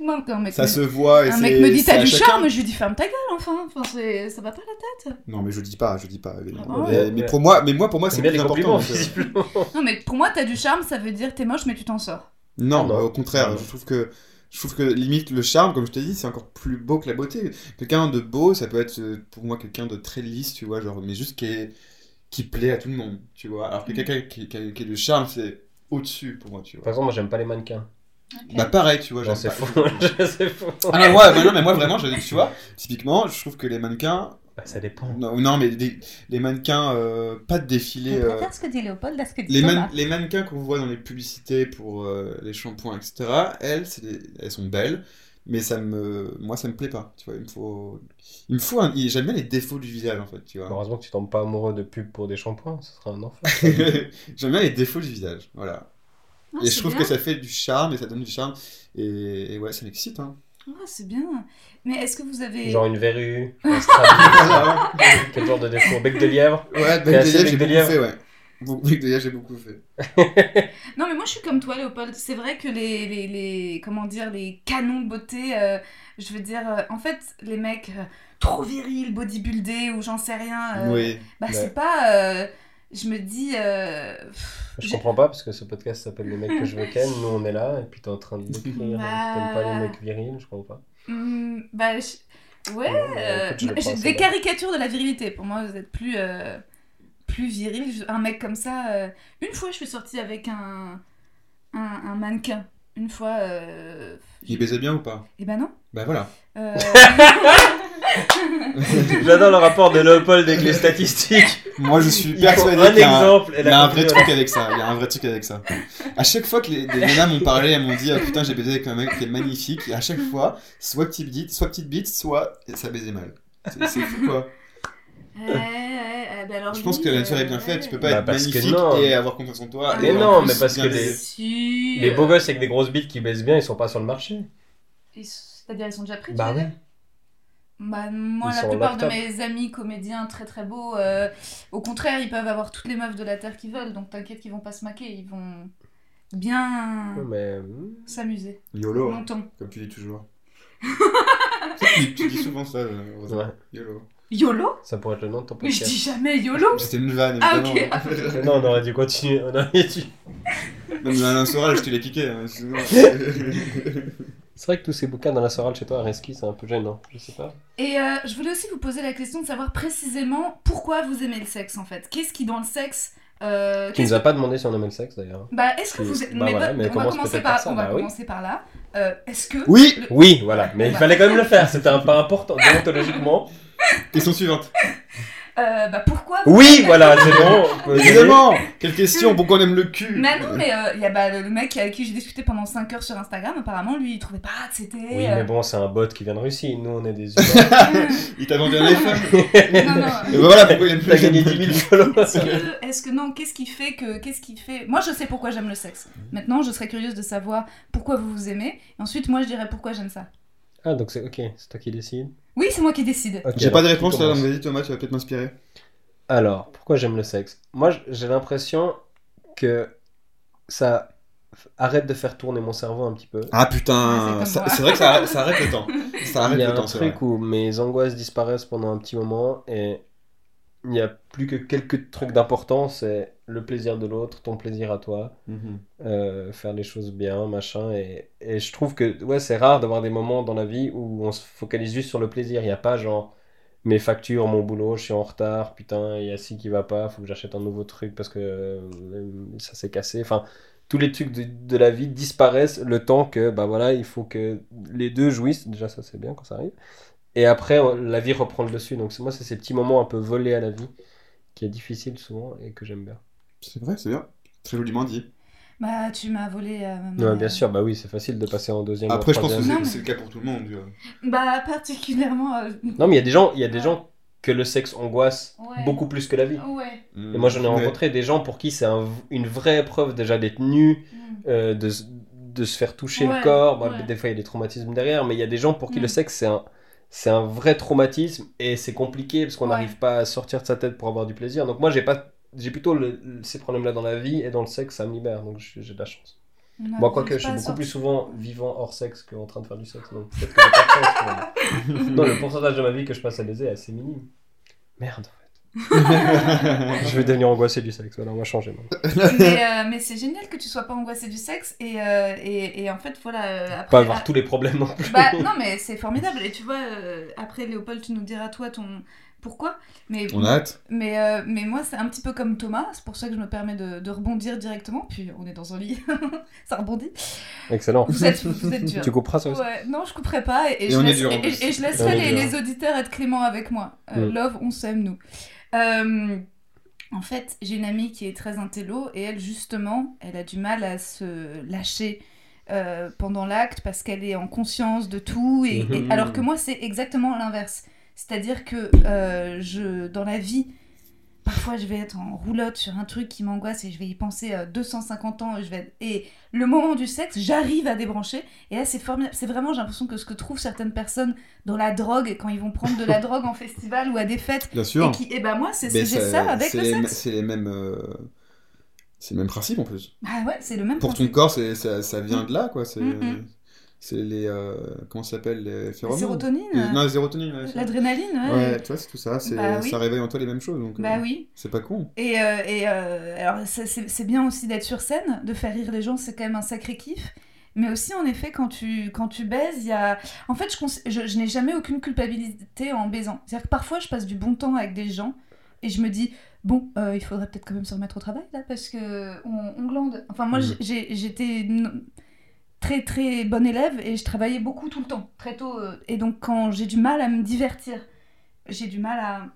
C: Moi, quand un mec,
D: ça
C: me...
D: se voit et
C: un
D: c'est-
C: mec me dit
D: c'est
C: t'as
D: à
C: du
D: chacun.
C: charme, je lui dis ferme ta gueule enfin. enfin c'est- ça va pas là
D: Non, mais je dis pas, je dis pas.
C: Ah
D: évidemment.
F: ouais.
D: Mais, mais pour moi, mais moi, pour moi,
F: J'aime
D: Ah, c'est
F: bien
D: plus
F: les
D: important. euh,
F: compliments,
D: en fait.
F: visiblement.
C: Non, mais pour moi, t'as du charme, ça veut dire t'es moche, mais tu t'en sors.
D: Non,
F: Ah non.
D: au contraire, je trouve que je trouve que limite le charme, comme je t'ai dit, c'est encore plus beau que la beauté. Quelqu'un de beau, ça peut être euh, pour moi quelqu'un de très lisse, tu vois, genre, mais juste qui est- qui plaît à tout le monde, tu vois. Alors que
C: Mm.
D: quelqu'un qui, qui a, qui a du charme, c'est au-dessus pour moi, tu
F: Par
D: vois.
F: exemple, moi j'aime pas les mannequins.
D: Bah pareil, tu vois,
F: Non,
D: j'aime
F: c'est
D: pas-
F: faux. Je- c'est faux.
D: Ah non, ouais, bah non, mais moi vraiment, je- tu vois, typiquement, je trouve que les mannequins,
F: Bah, ça dépend.
D: non, non, mais des- les mannequins, euh, pas de défilé,
C: On
D: euh,
C: préfère ce que dit Léopold à ce que dit
D: les, man-
C: Thomas.
D: les mannequins qu'on voit dans les publicités pour euh, les shampoings, etc., elles, c'est des- elles sont belles, mais ça me, moi, ça me plaît pas, tu vois, il me faut, il me faut, un- j'aime bien les défauts du visage, en fait, tu vois.
F: Heureusement que tu tombes pas amoureux de pub pour des shampoings, ce sera un enfer.
D: J'aime bien les défauts du visage, voilà.
C: Ah,
D: et
C: c'est
D: je trouve
C: bien.
D: que ça fait du charme et ça donne du charme. Et, et ouais, ça m'excite. Hein.
C: Ah, c'est bien. Mais est-ce que vous avez.
F: Genre une verrue, un strap,
D: Voilà.
F: quel genre de défaut Bec de lièvre
D: ouais, Bec
F: T'es assez
D: de Liège,
F: Bec
D: j'ai
F: de
D: beaucoup
F: Lièvre.
D: fait, ouais. Bon, Bec de Liège, j'ai beaucoup fait.
C: Non, mais moi je suis comme toi, Léopold. C'est vrai que les, les, les- Comment dire Les canons de beauté, euh, je veux dire. euh, en fait, les mecs euh, trop virils, bodybuildés ou j'en sais rien. euh,
D: Oui.
C: Bah,
F: Ouais.
C: c'est pas. euh, je me dis. euh, pff,
F: Je
C: j'ai-
F: comprends pas parce que ce podcast s'appelle Les mecs que je veux ken, nous on est là et puis t'es en train de décrire, euh,
C: Bah.
F: t'aimes pas les mecs virils, je comprends pas.
C: Hmm, bah, je- ouais.
F: Non, mais
C: euh,
F: écoute, je le
C: j'ai
F: pense,
C: des
F: c'est
C: caricatures de la virilité. Pour moi, vous êtes plus, euh, plus viril. Je- Un mec comme ça. euh, Une fois, je suis sortie avec un, un, un mannequin. Une fois. euh,
D: Il baisait bien ou pas
C: Eh ben non.
D: Bah voilà.
C: Euh,
F: J'adore le rapport de Léopold avec les statistiques.
D: Moi, je suis
F: Il faut
D: persuadé
F: un
D: qu'il y a un,
F: exemple. et
D: il y
F: la
D: a un vrai
F: conclusion.
D: truc avec ça. Il y a un vrai truc avec ça. À chaque fois que les, les nanas m'ont parlé, elles m'ont dit ah, Putain, j'ai baisé avec un mec qui est magnifique. Et à chaque fois, soit petite bite, soit, petite bite, soit ça baisait mal. C'est c'est fou quoi.
C: ouais, ouais, euh, bah alors
D: Je pense
C: lui,
D: que la
C: euh,
D: nature est bien faite. Tu peux pas
F: Bah,
D: être
F: parce que
D: magnifique
F: non.
D: et avoir confiance en toi.
C: Mais
D: et en
C: non,
D: plus,
F: mais parce
D: bien
F: que
D: baiser.
F: les-
C: Si,
F: Les
C: euh,
F: beaux gosses avec des grosses bites qui baissent bien, ils sont pas sur le marché.
C: ils- C'est-à-dire, ils sont déjà pris. tu
F: Bah
C: veux
F: oui.
C: dire Bah, moi,
F: Ils
C: la
F: sont
C: plupart
F: leur
C: de
F: top.
C: mes amis comédiens très très beaux, euh, au contraire, ils peuvent avoir toutes les meufs de la Terre qu'ils veulent, donc t'inquiète qu'ils vont pas se maquer, ils vont bien
F: Ouais, Mais hmm,
C: s'amuser
F: Oh.
D: YOLO, hein,
C: longtemps.
D: comme tu dis toujours. tu, tu dis souvent ça, euh, Rosa.
F: Ouais.
D: YOLO.
C: YOLO
F: ça pourrait être le nom de ton
C: Mais je
F: podcast.
C: dis jamais YOLO
D: C'était une vanne,
C: Ah,
D: évidemment.
C: ok.
F: Mais Non, on aurait dû continuer. On aurait dû...
D: Non, mais Alain Soral, je te l'ai piqué. hein, excuse-moi.
F: C'est vrai que tous ces bouquins dans la sorale chez toi, à Reski, c'est un peu gênant. Je sais pas.
C: Et euh, je voulais aussi vous poser la question de savoir précisément pourquoi vous aimez le sexe en fait. Qu'est-ce qui dans le sexe. euh,
F: Tu
C: qu'est-ce
F: nous as pas demandé si on aimait le sexe d'ailleurs.
C: Bah, est-ce que
F: Bah
C: vous.
F: voilà, mais
C: on va
F: commence
C: commencer
F: peut-être
C: par,
F: par ça,
C: on va
F: bah oui.
C: commencer par là. Euh, est-ce que.
D: oui
C: Le-
F: Oui, voilà. Mais il
C: Bah.
F: fallait quand même le faire. C'était un pas important, déontologiquement.
D: Question suivante.
C: euh, bah, pourquoi vous
F: Oui, voilà, c'est bon.
D: Évidemment Quelle question Pourquoi on aime le cul
C: Mais non, mais il y a bah, le mec avec qui j'ai discuté pendant 5 heures sur Instagram, apparemment, lui, il trouvait pas que c'était.
F: Oui,
C: euh,
F: mais bon, c'est un bot qui vient de Russie. Nous, on est des humains.
D: Il t'a vendu un iPhone
C: non, non.
D: Et ben voilà pourquoi il aime
F: T'as gagné
D: le
F: 10
D: cul.
F: 000 followers.
C: Est-ce que, est-ce que non, qu'est-ce qui fait que. Qu'est-ce qui fait. Moi, je sais pourquoi j'aime le sexe.
F: Mhm.
C: Maintenant, je serais curieuse de savoir pourquoi vous vous aimez. Et ensuite, moi, je dirais pourquoi j'aime ça.
F: Ah, donc c'est ok, c'est toi qui décides.
C: Oui, c'est moi qui décide.
F: Ok,
D: J'ai pas de
F: alors,
D: réponse
F: tu
D: là, donc
F: commences.
D: vas-y Thomas, tu vas peut-être m'inspirer.
F: Alors, pourquoi j'aime le sexe Moi, j- j'ai l'impression que ça f- arrête de faire tourner mon cerveau un petit peu.
D: Ah putain
C: Ouais, c'est comme
D: ça-
C: moi.
D: C'est vrai que ça arrête, ça arrête le temps. Ça arrête
F: il y a
D: le
F: un
D: temps, c'est vrai.
F: truc où mes angoisses disparaissent pendant un petit moment et il n'y a plus que quelques trucs d'importance. C'est le plaisir de l'autre, ton plaisir à toi.
D: Mhm.
F: euh, faire les choses bien, machin. Et, et je trouve que ouais, c'est rare d'avoir des moments dans la vie où on se focalise juste sur le plaisir. Il n'y a pas genre mes factures, mon boulot, je suis en retard, putain, il y a ci qui va pas, faut que j'achète un nouveau truc parce que euh, ça s'est cassé. Enfin, tous les trucs de, de la vie disparaissent le temps que, bah voilà, il faut que les deux jouissent. Déjà, ça c'est bien quand ça arrive. Et après, on- la vie reprend le dessus. Donc, c'est- moi, c'est ces petits moments un peu volés à la vie qui est difficile souvent et que j'aime bien.
D: C'est vrai, c'est bien. Très joliment dit.
C: Bah, tu m'as volé. euh, ma-
F: Ouais, bien sûr, bah oui, c'est facile de passer en deuxième.
D: Après,
F: en
D: je pense que
F: troisième.
C: Non, mais-
D: c'est- c'est le cas pour tout le monde. euh.
C: Bah, particulièrement. euh,
F: Non, mais il y a des gens, il y a des
C: Ouais.
F: gens que le sexe angoisse
C: Ouais.
F: beaucoup plus que la vie.
C: Ouais.
F: Et moi, j'en ai
D: Mm. Mais-
F: rencontré des gens pour qui c'est un- une vraie preuve déjà d'être nu,
C: Mm.
F: euh, de, s- de se faire toucher
C: Ouais,
F: le corps. Bon,
C: ouais.
F: Des fois, il y a des traumatismes derrière, mais il y a des gens pour qui
C: Mm.
F: le sexe, c'est un, c'est un vrai traumatisme et c'est compliqué parce qu'on
C: Ouais.
F: n'arrive pas à sortir de sa tête pour avoir du plaisir. Donc, moi, j'ai pas. J'ai plutôt le- le- ces problèmes-là dans la vie et dans le sexe, ça me libère, donc j'ai j'ai de la chance.
C: On a-
F: Moi, quoique,
C: j'arrive
F: je
C: Ah,
F: suis
C: pas à
F: beaucoup
C: sortir.
F: plus souvent vivant hors sexe qu'en train de faire du sexe, donc peut-être que j'ai pas de chance. finalement. Non, le pourcentage de ma vie que je passe à baiser est assez minime. Merde. Je vais devenir angoissé du sexe, voilà, on va changer. maintenant.
C: mais euh, mais c'est génial que tu sois pas angoissé du sexe et, euh, et, et en fait voilà euh, après
F: Pas avoir tous les problèmes non plus.
C: Bah non mais c'est formidable et tu vois euh, après Léopold tu nous diras toi ton pourquoi. Mais,
D: On a hâte.
C: mais, euh, mais moi, c'est un petit peu comme Thomas, c'est pour ça que je me permets de, de rebondir directement. Puis on est dans un lit, ça rebondit.
F: Excellent.
C: Vous êtes, vous êtes dur.
F: Tu couperas ça aussi
C: Ouais, non, je couperai pas et, et
D: Et
C: je,
D: on est
C: laisse-
D: dur, en
C: et-
D: plus.
C: et- et je
F: On
C: laisserai
F: est
C: les,
F: dur.
C: les auditeurs être cléments avec moi. Euh,
F: Mm.
C: Love, on s'aime, nous. Euh, en fait, j'ai une amie qui est très intello et elle, justement, elle a du mal à se lâcher euh, pendant l'acte parce qu'elle est en conscience de tout. Et, et-
F: Mhm.
C: alors que moi, c'est exactement l'inverse. C'est-à-dire que euh, je, dans la vie, parfois je vais être en roulotte sur un truc qui m'angoisse et je vais y penser euh, 250 ans. Et, je vais être- et le moment du sexe, j'arrive à débrancher. Et là, c'est formidable. C'est vraiment, j'ai l'impression que ce que trouvent certaines personnes dans la drogue, quand ils vont prendre de la drogue en festival ou à des fêtes.
G: Bien
C: Et,
G: sûr.
C: qui, et ben moi, c'est
D: Mais
C: j'ai ça,
D: ça-
C: avec
D: c'est
C: le
D: les m-
C: sexe.
D: C'est les mêmes. euh, C'est le même principe en plus.
C: Ah ouais, c'est le même
D: Pour ton
C: principe.
D: corps, c'est- ça, ça vient de là, quoi. C'est
C: Mm, mm.
D: c'est les. euh, comment ça s'appelle Les
C: La
D: phéromones
C: sérotonine, euh,
D: Les- Euh, Non, les sérotonines. ouais, c'est-
C: l'adrénaline. ouais.
D: Ouais, tu vois, c'est tout ça. c'est-
C: Ah. Bah oui.
D: Ça réveille en toi les mêmes choses. Donc,
C: Bah
D: euh,
C: oui.
D: C'est pas con.
C: Et, euh, et euh, alors, ça, c'est c'est bien aussi d'être sur scène, de faire rire les gens, c'est quand même un sacré kiff. Mais aussi, en effet, quand tu, quand tu baises, il y a. En fait, je, cons- je, je n'ai jamais aucune culpabilité en baisant. C'est-à-dire que parfois, je passe du bon temps avec des gens et je me dis, bon, euh, il faudrait peut-être quand même se remettre au travail là, parce que on, on glande. Enfin, moi,
F: Mhm.
C: j'ai- j'étais une très très bonne élève et je travaillais beaucoup tout le temps, très tôt. euh, et donc, quand j'ai du mal à me divertir, j'ai du mal à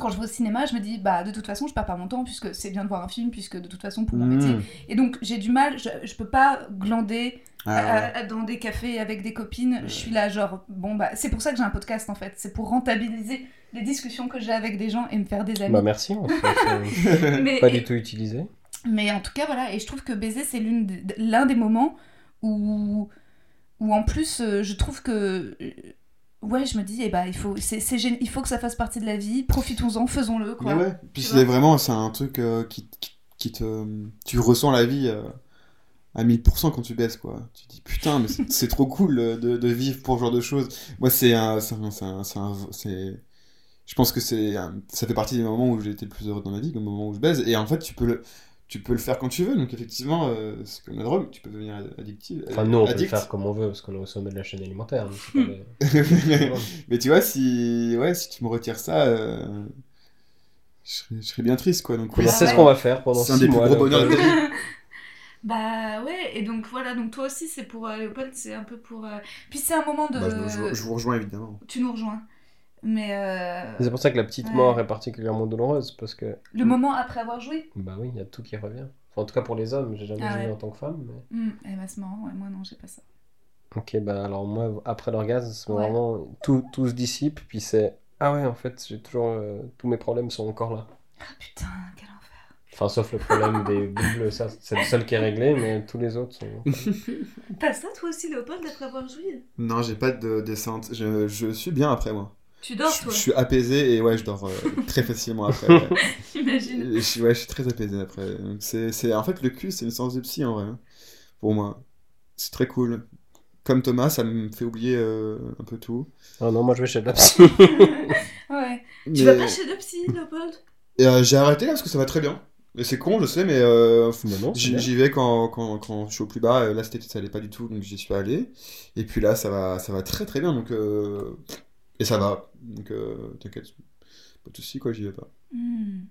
C: quand je vais au cinéma, je me dis, bah, de toute façon, je perds pas mon temps, puisque c'est bien de voir un film, puisque de toute façon, pour
F: Hmm.
C: mon métier. Et donc, j'ai du mal, je, je peux pas glander
D: Ah,
C: à- à- dans des cafés avec des copines. Je suis là, genre, bon, bah, c'est pour ça que j'ai un podcast, en fait. C'est pour rentabiliser les discussions que j'ai avec des gens et me faire des amis.
F: Bah merci. en fait,
D: ouais.
C: mais,
F: c'est Pas du tout utilisé.
C: mais en tout cas, voilà, et je trouve que baiser, c'est l'une des- l'un des moments où, où en plus, euh, je trouve que. euh, Ouais, je me dis, eh bah, il faut, c'est c'est gén- il faut que ça fasse partie de la vie, profitons-en, faisons-le, quoi.
D: Mais ouais. Puis
C: Tu
D: c'est vraiment, c'est un truc euh, qui, qui, qui te. Tu ressens la vie euh, à 1000% quand tu baisses, quoi. Tu te dis putain, mais c'est- c'est trop cool euh, de, de vivre pour ce genre de choses. Moi, c'est un. c'est un- c'est un- c'est un- c'est- Je pense que c'est. un- Ça fait partie des moments où j'ai été le plus heureux dans ma vie, comme le moment où je baise. Et en fait, tu peux le. Tu peux le faire quand tu veux, donc effectivement, euh, c'est comme la drogue, tu peux devenir addictif.
F: Enfin, nous, on peut
D: addict.
F: le faire comme on veut, parce qu'on est au sommet de la chaîne alimentaire. mais c'est
D: Mais-
F: pas
D: Mais tu vois, si, ouais, si tu me retires ça, euh, je, serais, je serais bien triste, quoi. Donc, ouais,
F: les-
C: Bah,
F: c'est
D: ça-
F: ce qu'on va faire pendant
D: C'est un
F: 6
D: des plus
F: mois. euh,
D: gros
F: là.
D: bonheurs de ta vie.
C: Bah ouais, et donc voilà, donc toi aussi c'est pour euh, Léopold, c'est un peu pour... euh, Puis c'est un moment de...
D: Bah, je, vous- je vous rejoins évidemment.
C: Tu nous rejoins. Mais euh,
F: C'est pour ça que la petite
C: Ouais.
F: mort est particulièrement douloureuse, parce que,
C: le moment après avoir joué
F: bah oui, il y a tout qui revient. Enfin, en tout cas pour les hommes, j'ai jamais
C: Ah
F: joué
C: ouais.
F: en tant que femme. mais-
C: Hmm, Eh bah c'est marrant, ouais, moi non, j'ai pas ça.
F: Ok, bah alors moi, après l'orgasme, c'est
C: Ouais.
F: vraiment tout, tout se dissipe, puis c'est ah ouais, en fait, j'ai toujours. euh, tous mes problèmes sont encore là.
C: Ah putain, quel enfer.
F: Enfin, sauf le problème des boules, ça, c'est le seul qui est réglé, mais tous les autres sont.
C: T'as ça toi aussi Léopold après avoir joué
D: Non, j'ai pas de descente. Je, je suis bien après moi.
C: Tu
D: Je,
C: dors
D: je
C: toi,
D: suis apaisé et ouais, je dors euh, très facilement après. ouais.
C: j'imagine.
D: je, suis- ouais, je suis très apaisé après. Donc, c'est, c'est- en fait, le cul, c'est une séance de psy en vrai. hein, Pour moi, c'est très cool. Comme Thomas, ça me fait oublier euh, un peu tout.
F: Ah non, moi je vais chez la psy.
C: Ouais.
D: Mais-
C: Tu vas pas chez le psy Léopold
D: Et, euh, j'ai arrêté là parce que ça va très bien. Et c'est con, je sais, mais euh,
F: Bah non, c'est
D: J'y
F: bien.
D: j'y vais quand, quand, quand je suis au plus bas. Euh, Là, c'était ça allait pas du tout, donc j'y suis allé. Et puis là, ça va, ça va très très bien. Donc, euh, Et ça va. Donc, euh, t'inquiète. Pas de soucis, quoi, j'y vais pas.
C: Hmm,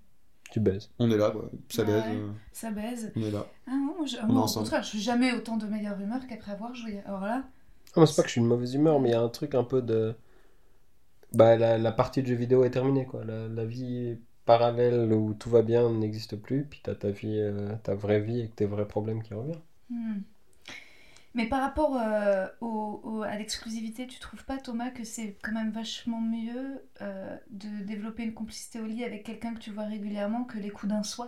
F: tu baises.
D: On est là, quoi. Ça
C: Ouais.
D: baise. euh,
C: Ça baise.
D: on est là.
C: Ah non, moi, je-
D: est
C: moi, au
D: ensemble.
C: contraire, je suis jamais autant de meilleure humeur qu'après avoir joué. Alors là...
F: Ah, moi, c'est pas que je suis de mauvaise humeur, mais il y a un truc un peu de. Bah, la, la partie de jeu vidéo est terminée, quoi. La, la vie parallèle où tout va bien n'existe plus, puis t'as ta vie, euh, ta vraie vie avec tes vrais problèmes qui reviennent.
C: Hmm. Mais par rapport euh, au- au- à l'exclusivité, tu trouves pas, Thomas, que c'est quand même vachement mieux euh, de développer une complicité au lit avec quelqu'un que tu vois régulièrement que les coups d'un soir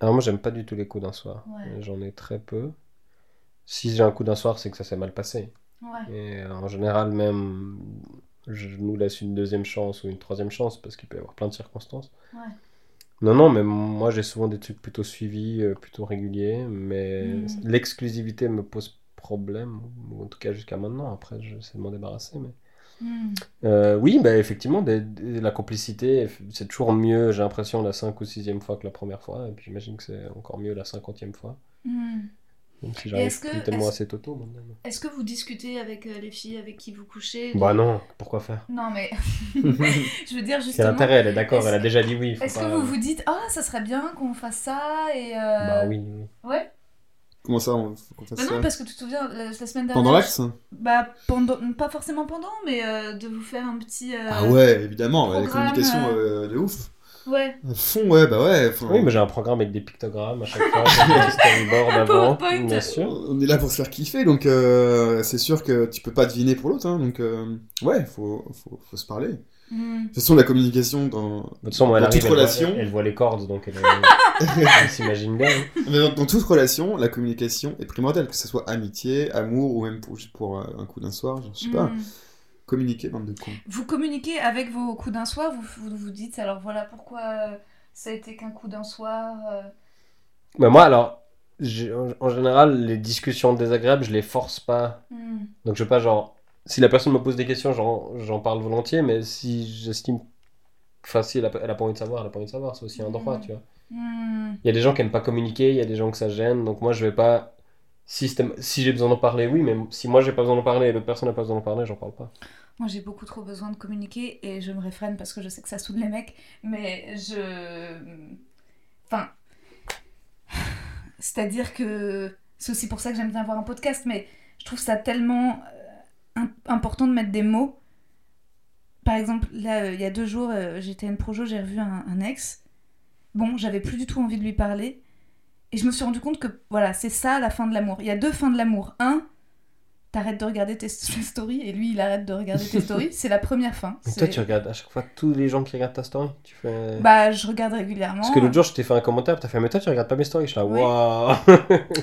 F: Alors, moi, j'aime pas du tout les coups d'un soir.
C: Ouais.
F: Euh, J'en ai très peu. Si j'ai un coup d'un soir, c'est que ça s'est mal passé.
C: Ouais.
F: Et euh, en général, même, je nous laisse une deuxième chance ou une troisième chance parce qu'il peut y avoir plein de circonstances.
C: Ouais.
F: Non, non, mais moi j'ai souvent des trucs plutôt suivis, euh, plutôt réguliers, mais
C: Mm.
F: l'exclusivité me pose problème, ou en tout cas jusqu'à maintenant. Après, je sais de m'en débarrasser. Mais...
C: Hmm.
F: Euh, oui, bah, effectivement, des- des- la complicité, c'est toujours mieux, j'ai l'impression, la 5 ou 6e fois que la première fois, et puis j'imagine que c'est encore mieux la 50e fois.
C: Hmm.
F: Et Même si
C: Et
F: j'arrive
C: est-ce que-
F: tellement
C: est-ce-
F: assez tôt maintenant.
C: Est-ce que vous discutez avec euh, les filles avec qui vous couchez
F: Bah non, pourquoi faire
C: Non, mais je veux dire
F: C'est
C: justement.
F: l'intérêt, Bah, euh, elle est d'accord,
C: est-ce-
F: elle a déjà dit oui. faut
C: Est-ce
F: pas-
C: que vous vous dites ah ça serait bien qu'on fasse ça et euh,
F: Bah oui, oui.
C: ouais
G: Comment ça, on faut qu'on fasse
C: bah non
G: ça
C: parce que tu te souviens la, la semaine dernière
G: Pendant l'axe
C: bah pendant pas forcément pendant mais euh, de vous faire un petit euh,
D: Ah ouais, évidemment, ouais, la
C: programme,
D: communication euh, de ouf.
C: ouais
D: À fond, ouais, bah ouais. enfin,
F: Oui, mais j'ai un programme avec des pictogrammes à chaque fois, j'ai des storyboards avant,
C: PowerPoint.
F: bien sûr.
D: On est là pour se faire kiffer, donc euh, c'est sûr que tu peux pas deviner pour l'autre. Hein, donc euh, ouais, faut, faut, faut se parler. De
C: Hmm.
D: toute façon, la communication dans,
F: De toute façon, moi, elle
D: Dans
F: arrive,
D: toute
F: elle voit-
D: relation.
F: elle voit les cordes, donc elle, elle s'imagine bien. hein.
D: Mais dans, dans toute relation, la communication est primordiale, que ce soit amitié, amour ou même pour, juste pour euh, un coup d'un soir, je sais pas.
C: Hmm.
D: Communiquer, bande de cons.
C: Vous communiquez avec vos coups d'un soir, vous, vous vous dites alors voilà pourquoi euh, ça a été qu'un coup d'un soir. euh.
F: Mais moi, alors, j'ai- en en général, les discussions désagréables, je les force pas.
C: Hmm.
F: Donc, je sais pas, genre, si la personne me pose des questions, j'en j'en parle volontiers, mais si j'estime. Enfin, si elle a, pas- elle a pas envie de savoir, elle a pas envie de savoir, c'est aussi un droit,
C: Mm.
F: tu vois.
C: Hmm.
F: Il y a des gens qui aiment pas communiquer, il y a des gens que ça gêne, donc moi, je vais pas. systém- Si j'ai besoin d'en parler, oui, mais si moi j'ai pas besoin d'en parler et l'autre personne n'a pas besoin d'en parler, j'en parle pas.
C: Moi j'ai beaucoup trop besoin de communiquer et je me réfrène parce que je sais que ça saoule les mecs, mais je. Enfin. C'est-à-dire que. C'est aussi pour ça que j'aime bien avoir un podcast, mais je trouve ça tellement euh, im- important de mettre des mots. Par exemple, là, euh, il y a deux jours, euh, j'étais à une projo, j'ai revu un, un ex. Bon, j'avais plus du tout envie de lui parler. Et je me suis rendu compte que, voilà, c'est ça la fin de l'amour. Il y a deux fins de l'amour. Un, t'arrêtes de regarder tes st- stories et lui, il arrête de regarder tes stories. C'est la première fin.
F: Mais
C: C'est-
F: toi, tu regardes à chaque fois tous les gens qui regardent ta story. Tu fais.
C: Bah, je regarde régulièrement.
F: Parce que l'autre jour, je t'ai fait un commentaire, t'as fait, mais toi, tu regardes pas mes stories. Je suis là,
C: Oui.
F: waouh!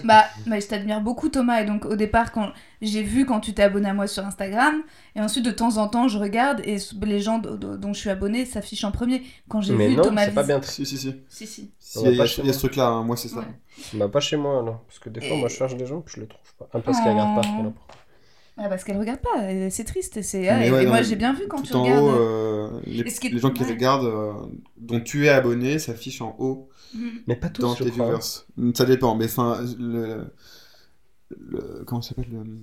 C: Bah, mais je t'admire beaucoup Thomas et donc au départ quand j'ai vu quand tu t'es abonné à moi sur Instagram et ensuite de temps en temps je regarde et s- les gens do- do- dont je suis abonné s'affichent en premier quand j'ai
F: Mais
C: vu
F: non,
C: Thomas
F: c'est pas
C: Viz-
F: bien.
D: Si, si, si.
C: Si si.
D: Si,
F: On
D: Il
F: va
D: y,
F: pas
D: a-
F: chez
D: il y a
F: moi.
D: ce truc-là, hein, moi c'est ça.
C: Ouais.
F: Bah, pas chez moi, non. Parce que des fois,
C: Et-
F: moi, je cherche des gens, puis je les trouve pas. Ah, parce qu'ils regardent pas. c'est n'importe quoi.
C: Ah, parce qu'elle regarde pas, et c'est triste et c'est
D: Mais
C: et,
D: ouais,
C: et
D: non,
C: moi
D: mais
C: j'ai bien vu quand
D: Tout
C: tu
D: en
C: regardes.
D: haut, euh, les,
C: Et ce qui est-
D: les gens qui
C: ouais.
D: regardent, euh, dont tu es abonné, s'affichent en haut
C: Mm.
F: Mais pas tous,
D: dans
F: je
D: tes
F: crois.
D: viewers. Mm, Ça dépend, mais enfin, le, le- comment ça s'appelle le-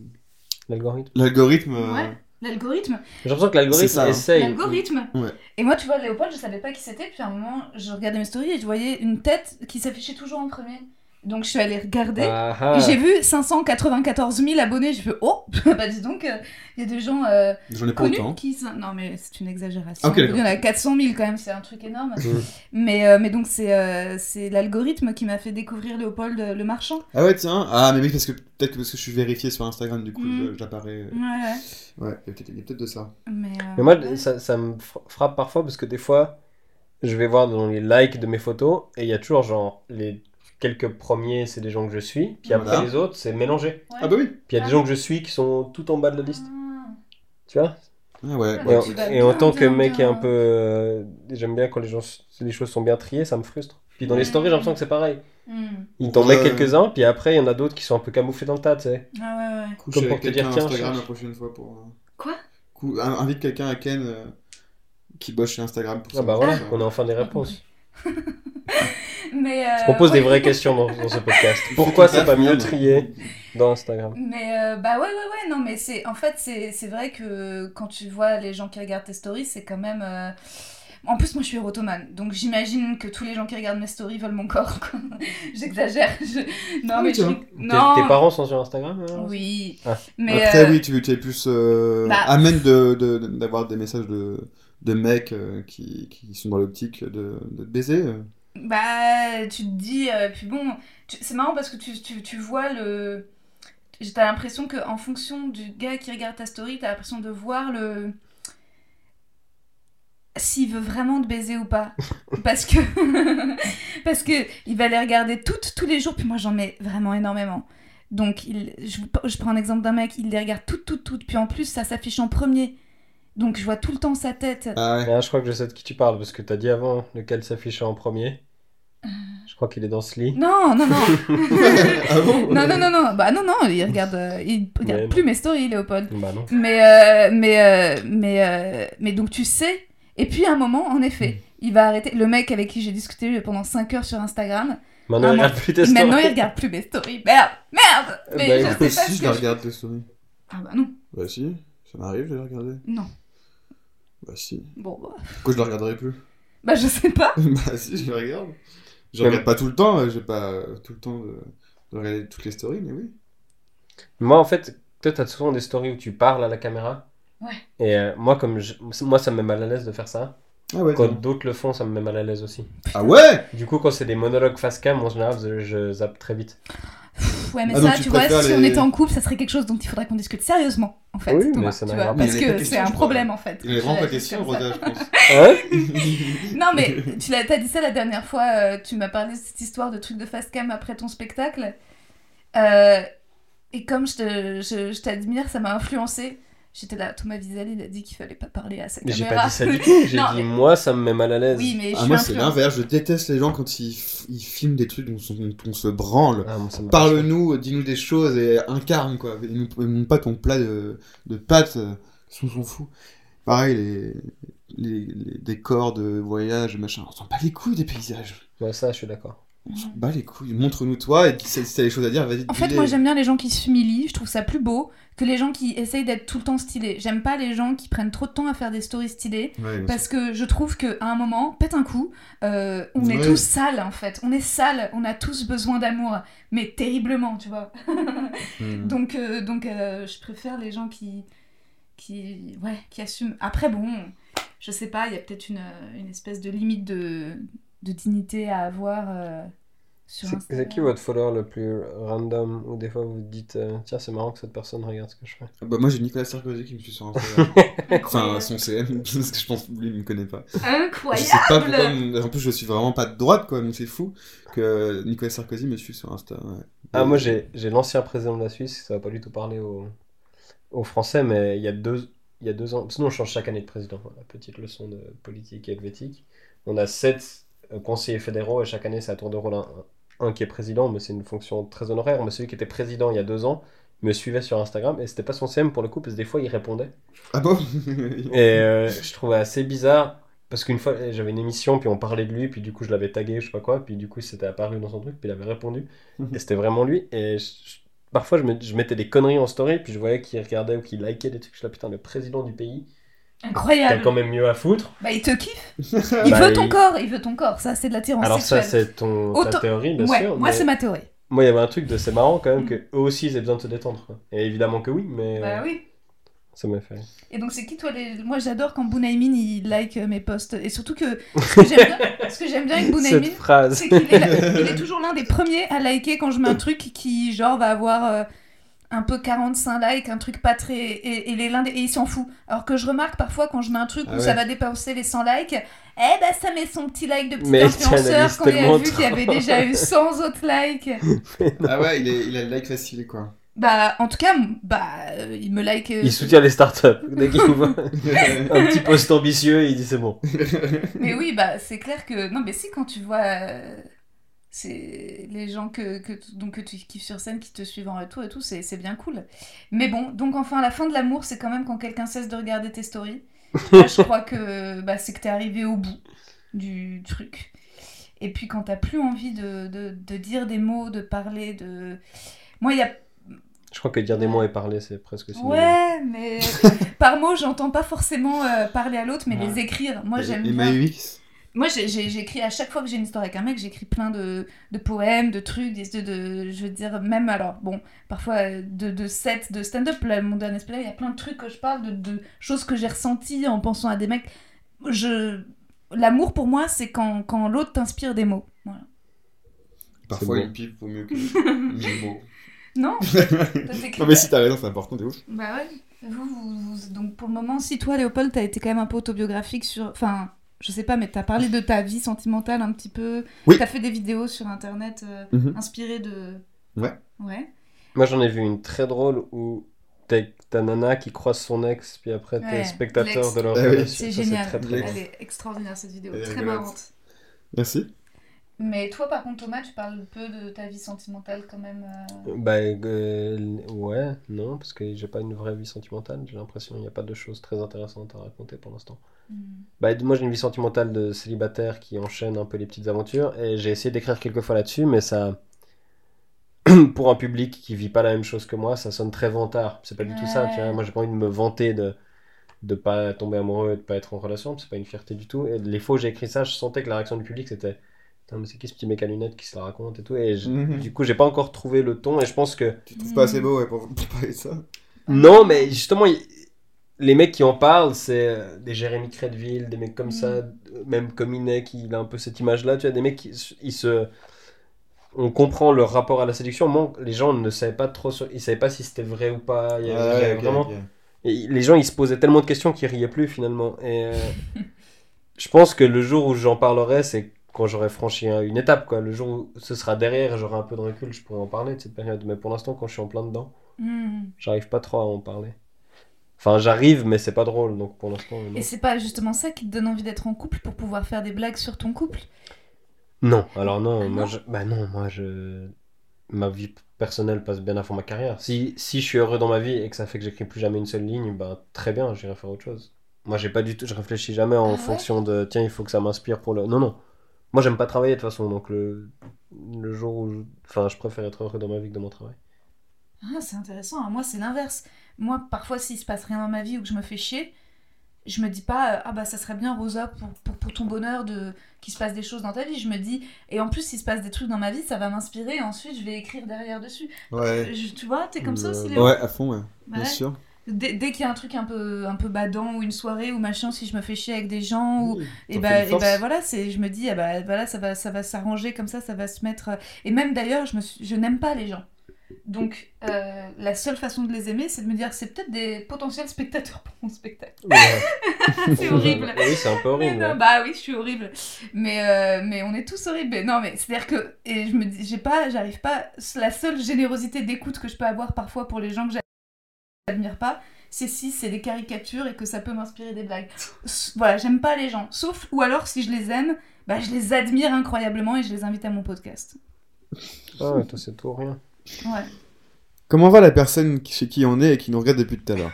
F: L'algorithme.
D: L'algorithme. euh,
C: Ouais. L'algorithme,
F: J'ai l'impression que l'algorithme
D: C'est ça, hein.
F: essaye.
C: l'algorithme.
D: Ouais.
C: Et moi tu vois Léopold, je savais pas qui c'était puis à un moment je regardais mes stories et je voyais une tête qui s'affichait toujours en premier. Donc je suis allée regarder.
F: Ah, ah.
C: Et J'ai vu 594 000 abonnés, j'ai fait oh bah dis donc, euh, il y a des gens euh,
D: J'en ai pas
C: connus
D: autant.
C: qui sont- Non mais c'est une exagération.
D: Ok,
C: il y en a 400 000 quand même, c'est un truc énorme.
F: Mm.
C: mais, euh, mais donc c'est euh, c'est l'algorithme qui m'a fait découvrir Léopold euh, le marchand.
D: Ah ouais, tiens. Ah, mais oui, parce que peut-être que parce que je suis vérifié sur Instagram, du coup,
C: Mm.
D: je- j'apparais. euh,
C: Ouais, ouais.
D: Ouais, il y a peut-être- il y a peut-être de ça.
C: Mais, euh,
F: Mais moi,
C: ouais.
F: ça, ça me fra- frappe parfois parce que des fois, je vais voir dans les likes de mes photos et il y a toujours genre les quelques premiers, c'est des gens que je suis, puis après
D: Voilà.
F: les autres, c'est mélangé.
C: Ouais. Hmm.
D: Ah bah oui.
F: Puis il y a des gens que je suis qui sont tout en bas de la liste. Tu vois
D: Ah ouais.
C: Ah,
F: Et, en-
C: tu vas
F: et
C: bien,
F: en tant que
C: bien,
F: mec qui est
C: bien.
F: un peu. euh, J'aime bien quand les, gens, les choses sont bien triées, ça me frustre. Puis dans les
C: Ouais.
F: stories, j'ai l'impression que c'est pareil.
C: Hmm.
F: Il t'en met
D: Ouais.
F: quelques-uns, puis après, il y en a d'autres qui sont un peu camouflés dans le tas, tu sais.
C: Ah ouais, ouais.
D: Couche
F: Comme
D: avec
F: pour te dire,
D: quelqu'un
F: tiens,
D: Instagram
F: cherche.
D: la prochaine fois pour. euh,
C: Quoi
D: cou- in- Invite quelqu'un à Ken euh, qui bosse chez Instagram pour
F: Ah
D: ça.
F: bah voilà,
D: Ça.
F: on est enfin des réponses.
C: Mais, euh,
F: Je propose des
C: ouais.
F: vraies questions dans, dans ce podcast. Pourquoi c'est pas mieux trié dans Instagram
C: Mais euh, bah ouais, ouais, ouais, non, mais c'est en fait, c'est c'est vrai que quand tu vois les gens qui regardent tes stories, c'est quand même. euh, En plus, moi je suis érotomane, donc j'imagine que tous les gens qui regardent mes stories veulent mon corps. quoi. J'exagère. je- Non,
D: Ah Oui,
C: mais
D: tiens.
C: je-
F: Tes-
C: Non.
F: Tes parents sont sur Instagram alors
C: Oui.
F: Ah.
C: Mais
D: Après,
C: euh,
D: oui, tu es plus euh,
C: bah-
D: amène de- de- d'avoir des messages de, de mecs euh, qui, qui sont dans l'optique de, de te baiser. euh.
C: bah, tu te dis. euh, puis bon, tu- c'est marrant parce que tu, tu, tu vois le. T'as l'impression que en fonction du gars qui regarde ta story, t'as l'impression de voir le. S'il veut vraiment te baiser ou pas. Parce que. Parce que il va les regarder toutes, tous les jours, puis moi j'en mets vraiment énormément. Donc, il, je, je prends un exemple d'un mec, il les regarde toutes, toutes, toutes, puis en plus ça s'affiche en premier. Donc, je vois tout le temps sa tête.
D: Ah ouais.
F: Ah, je crois que je sais de qui tu parles, parce que t'as dit avant lequel s'affichait en premier.
C: Euh.
F: Je crois qu'il est dans ce lit.
C: Non, non, non
D: ah bon
C: Non, non, non, non, bah non, non, il regarde, euh, il regarde
F: non.
C: plus mes stories, Léopold.
F: Bah non.
C: Mais, euh, mais, euh, mais, euh, mais donc tu sais.
D: Hmm.
C: Et puis à un moment, en effet, il va arrêter. Le mec avec qui j'ai discuté pendant 5 heures sur Instagram,
F: Maintenant,
C: Ah,
F: il
C: moi-
F: regarde plus tes stories.
C: Maintenant, il regarde plus mes stories. Merde, merde. Mais
D: Bah,
C: je
D: écoute,
C: sais pas
D: si,
C: ce
D: je
C: que
D: la
C: je-
D: regarde, tes stories.
C: Ah bah non,
D: Bah si, ça m'arrive de les regarder.
C: non.
D: Bah si.
C: Bon, bah,
D: Pourquoi je la regarderai plus
C: bah, je sais pas.
D: Bah si, je les regarde. Je
F: Mais-
D: regarde pas tout le temps, euh, j'ai pas euh, tout le temps de, de regarder toutes les stories, mais oui.
F: Moi, en fait, toi, t'as souvent des stories où tu parles à la caméra.
C: Ouais.
F: Et euh, moi, comme je- moi, ça me met mal à l'aise de faire ça.
D: Ah ouais,
F: Quand
D: tiens.
F: d'autres le font, ça me met mal à l'aise aussi.
D: Ah ouais
F: Du coup, quand c'est des monologues face cam, en général, je, je zappe très vite.
C: Pff, Ouais, mais
D: Ah, donc
C: ça,
D: tu
C: tu vois,
D: préfères
C: si on
D: les-
C: était en couple, ça serait quelque chose dont il faudrait qu'on discute sérieusement, en fait.
F: Oui, mais
C: Thomas,
F: ça
C: tu
F: n'a
C: vois,
F: rien à voir.
C: parce
D: Il y a des
C: que c'est
D: questions,
C: un
D: je
C: problème, en fait.
D: Il est vraiment
C: Ouais,
D: pas
C: c'est
D: question,
C: comme ça.
D: Rosa, je pense.
F: Hein
C: Non, mais tu l'as as dit ça la dernière fois, euh, tu m'as parlé de cette histoire de truc de face cam après ton spectacle. Euh, et comme je te- je je t'admire, ça m'a influencé. J'étais là, Thomas Wiesel, il a dit qu'il fallait pas parler à sa
F: Mais
C: caméra.
F: j'ai pas dit ça du tout. J'ai
C: Non,
F: dit,
C: mais-
F: moi, ça me met mal à l'aise.
C: Oui, mais je
D: Ah,
C: suis
D: moi, c'est
C: influencée.
D: l'inverse. Je déteste les gens quand ils, f- ils filment des trucs dont on, dont on se branle.
F: Ah, moi, ça me-
D: Parle-nous, euh, dis-nous des choses et incarne, quoi. Et nous et montre pas ton plat de, de pâtes, euh, on s'en fout. Pareil, les, les, les décors de voyage, machin, on s'en bat les couilles des paysages.
F: Ouais, ça, je suis d'accord.
D: On s'en bat les couilles. Montre-nous toi et dis- si t'as des choses à dire, vas-y,
C: En fait,
D: dis-les.
C: moi, j'aime bien les gens qui s'humilient. Je trouve ça plus beau que les gens qui essayent d'être tout le temps stylés. J'aime pas les gens qui prennent trop de temps à faire des stories stylées.
D: Ouais, bien sûr.
C: Parce que je trouve qu'à un moment, pète un coup, euh, on est
D: Ouais.
C: tous sales en fait. On est sales, on a tous besoin d'amour, mais terriblement, tu vois.
D: Hmm.
C: donc, euh, donc euh, je préfère les gens qui, qui, ouais, qui assument. Après, bon, je sais pas, il y a peut-être une, euh, une espèce de limite de, de dignité à avoir euh, sur
F: C'est
C: Instagram.
F: c'est qui votre follower le plus random Ou des fois, vous vous dites, euh, tiens, c'est marrant que cette personne regarde ce que je fais.
D: Ah Bah, moi, j'ai Nicolas Sarkozy qui me suit sur Instagram. enfin, son CM, parce que je pense que lui, il me connaît pas. Je
C: Incroyable
D: sais pas pourquoi, mais en plus je suis vraiment pas de droite quoi, donc c'est fou que Nicolas Sarkozy me suive sur Insta. ouais.
F: Ah, moi j'ai j'ai l'ancien président de la Suisse, ça va pas du tout parler aux, aux Français, mais il y a deux, il y a deux ans, sinon on change chaque année de président, voilà, petite leçon de politique helvétique. On a sept euh, conseillers fédéraux et chaque année c'est à tour de rôle un, un qui est président, mais c'est une fonction très honoraire. Mais celui qui était président il y a deux ans me suivait sur Instagram et c'était pas son CM pour le coup, parce que des fois il répondait.
D: Ah bon
F: Et euh, je trouvais assez bizarre parce qu'une fois j'avais une émission, puis on parlait de lui, puis du coup je l'avais tagué, je sais pas quoi, puis du coup c'était apparu dans son truc, puis il avait répondu, et c'était vraiment lui. Et je- je- parfois je, me- je mettais des conneries en story, puis je voyais qu'il regardait ou qu'il likait des trucs, je suis là putain, le président du pays, t'as
C: Incroyable
F: quand même mieux à foutre.
C: Bah, il te kiffe Il
F: Bah,
C: veut ton
F: il-
C: corps, il veut ton corps, ça c'est de l'attirance
F: Alors ça
C: sexuelle.
F: c'est ton, ta
C: Autant-
F: théorie, bien
C: ouais,
F: sûr.
C: moi
F: mais
C: c'est ma théorie.
F: moi, il y avait un truc de c'est marrant quand même
C: Mm.
F: que eux aussi ils aient besoin de se détendre. quoi. Et évidemment que oui, mais euh,
C: Bah oui.
F: ça m'a fait.
C: Et donc c'est qui toi les... Moi j'adore quand Bunaimin il like euh, mes posts. Et surtout que ce que j'aime bien, ce que j'aime bien avec
F: Cette
C: Bunaimin,
F: phrase.
C: c'est qu'il est, là- il est toujours l'un des premiers à liker quand je mets un truc qui genre va avoir euh, un peu 45 likes, un truc pas très... Et, et il est l'un des- et il s'en fout. Alors que je remarque parfois quand je mets un truc
D: Ah
C: où
D: ouais.
C: ça va dépasser les 100 likes, eh bah ça met son petit like de petit
F: Mais tu
C: influenceur
F: analyses
C: quand il a
F: tellement
C: vu qu'il y avait déjà eu 100 autres likes.
D: Ah ouais, il, est- il a le like facile quoi.
C: Bah, en tout cas, m- bah, euh, il me like. euh,
F: Il soutient les startups. Dès qu'il voit un petit poste ambitieux, il dit c'est bon.
C: Mais oui, bah, c'est clair que. Non, mais si, quand tu vois. euh, C'est les gens que, que, tu- donc, que tu kiffes sur scène qui te suivent en retour et tout, c'est c'est bien cool. Mais bon, donc enfin, la fin de l'amour, c'est quand même quand quelqu'un cesse de regarder tes stories. Là, je crois que bah, c'est que t'es arrivé au bout du truc. Et puis quand t'as plus envie de, de, de dire des mots, de parler, de. Moi, il y a
F: Je crois que dire des mots et parler, c'est presque synonyme.
C: Ouais, mais par mot, j'entends pas forcément euh, parler à l'autre, mais
D: Ouais.
C: les écrire. Moi, j'aime
D: Et
C: bien.
D: Maïmix
C: Moi, j'ai- j'ai- j'écris à chaque fois que j'ai une histoire avec un mec, j'écris plein de, de poèmes, de trucs, des- de, de- je veux dire, même alors, bon, parfois euh, de, de sets de stand-up. Là, mon dernier stand il y a plein de trucs que je parle, de, de choses que j'ai ressenties en pensant à des mecs. Je... L'amour pour moi, c'est quand, quand l'autre t'inspire des mots. Voilà.
D: Parfois
F: bon.
D: une pipe vaut mieux que mille mots.
C: Non, toi, t'écris
D: non mais si t'as raison, c'est important, t'es ouf.
C: Bah ouais. Vous, vous- vous- donc pour le moment, si toi, Léopold, t'as été quand même un peu autobiographique sur. Enfin, je sais pas, mais t'as parlé de ta vie sentimentale un petit peu.
D: Oui.
C: T'as fait des vidéos sur internet euh,
D: Mhm.
C: inspirées de.
D: Ouais.
C: Ouais.
F: Moi, j'en ai vu une très drôle où t'as ta nana qui croise son ex, puis après t'es
C: Ouais,
F: spectateur
C: l'ex.
F: de leur
D: Ah oui.
F: relation.
C: C'est
F: Ça,
C: génial.
F: très, très
D: Ouais.
F: drôle.
C: Elle est extraordinaire cette vidéo.
D: Elle est
C: Très
D: rigolote.
C: marrante.
D: Merci.
C: Mais toi, par contre, Thomas, tu parles peu de ta vie sentimentale quand même. euh.
F: Bah euh, ouais, non, parce que j'ai pas une vraie vie sentimentale, j'ai l'impression qu'il n'y a pas de choses très intéressantes à raconter pour l'instant.
C: Hmm.
F: Bah, moi j'ai une vie sentimentale de célibataire qui enchaîne un peu les petites aventures et j'ai essayé d'écrire quelques fois là-dessus, mais ça, pour un public qui vit pas la même chose que moi, ça sonne très vantard. C'est pas du tout ça, tu
C: Ouais.
F: vois. Moi j'ai pas envie de me vanter de de pas tomber amoureux et de pas être en relation, c'est pas une fierté du tout. Et les fois où j'ai écrit ça, je sentais que la réaction du public c'était Putain, mais c'est qui ce petit mec à lunettes qui se la raconte et tout. Et j-
D: Mhm.
F: du coup, j'ai pas encore trouvé le ton et je pense que.
D: Tu te trouves pas assez beau ouais, pour, pour parler de ça
F: Non, mais justement, il- les mecs qui en parlent, c'est euh, des Jérémy Crédville, des mecs comme ça, euh, même Cominek, il a un peu cette image-là, tu vois, des mecs qui s- ils se... On comprend leur rapport à la séduction, moi, les gens ne savaient pas trop, sur- ils savaient pas si c'était vrai ou pas, il y avait- il y avait
D: ok,
F: vraiment...
D: ok.
F: Et les gens, ils se posaient tellement de questions qu'ils riaient plus finalement. Et euh, je pense que le jour où j'en parlerai, c'est quand j'aurai franchi un- une étape. Quoi. Le jour où ce sera derrière, et j'aurai un peu de recul, je pourrai en parler de cette période. Mais pour l'instant, quand je suis en plein dedans,
C: Hmm.
F: j'arrive pas trop à en parler. Enfin, j'arrive, mais c'est pas drôle. Donc pour l'instant, non.
C: Et c'est pas justement ça qui te donne envie d'être en couple pour pouvoir faire des blagues sur ton couple
F: non. Alors non,
C: Ah,
F: moi,
C: non.
F: je... bah non, moi, je, ma vie personnelle passe bien avant ma carrière. Si si je suis heureux dans ma vie et que ça fait que j'écris plus jamais une seule ligne, bah très bien, j'irai faire autre chose. Moi, j'ai pas du tout, je réfléchis jamais en
C: Ah ouais
F: fonction de tiens, il faut que ça m'inspire pour le. Non, non. Moi, j'aime pas travailler de toute façon, donc le, le jour où. je- Enfin, je préfère être heureux dans ma vie que dans mon travail.
C: Ah, c'est intéressant. hein. Moi, c'est l'inverse. Moi, parfois, s'il se passe rien dans ma vie ou que je me fais chier, je me dis pas euh, ah bah ça serait bien Rosa pour, pour, pour ton bonheur de qu'il se passe des choses dans ta vie. Je me dis et en plus s'il se passe des trucs dans ma vie, ça va m'inspirer. et Ensuite, je vais écrire derrière dessus.
D: Ouais.
C: Je- tu vois, t'es comme ça aussi.
F: Ouais.
C: Léo
G: Ouais, à fond, ouais.
C: Bah
G: Bien
C: ouais.
G: sûr.
C: Dès, dès qu'il y a un truc un peu un peu badant ou une soirée ou machin, si je me fais chier avec des gens
G: Mmh.
C: ou et
F: Ça
C: ben
F: fait Mmh. une
C: et
F: force.
C: ben, voilà c'est je me dis ah bah voilà ça va ça va s'arranger comme ça ça va se mettre euh, et même d'ailleurs je me suis- je n'aime pas les gens donc euh, la seule façon de les aimer c'est de me dire c'est peut-être des potentiels spectateurs pour mon spectacle c'est horrible
F: Oui, c'est un peu
C: Mais
F: horrible. hein.
C: non,
F: ouais.
C: bah oui je suis horrible mais euh, mais on est tous horribles Mais non mais c'est à dire que et je me dis j'ai pas j'arrive pas la seule générosité d'écoute que je peux avoir parfois pour les gens que j'admire pas c'est si c'est des caricatures et que ça peut m'inspirer des blagues. S- Voilà, j'aime pas les gens. Sauf, ou alors si je les aime, bah, je les admire incroyablement et je les invite à mon podcast. bah.
F: Ah ouais, toi, c'est tout ou rien.
C: Ouais.
G: Comment va la personne qui- chez qui on est et qui nous regarde depuis tout à l'heure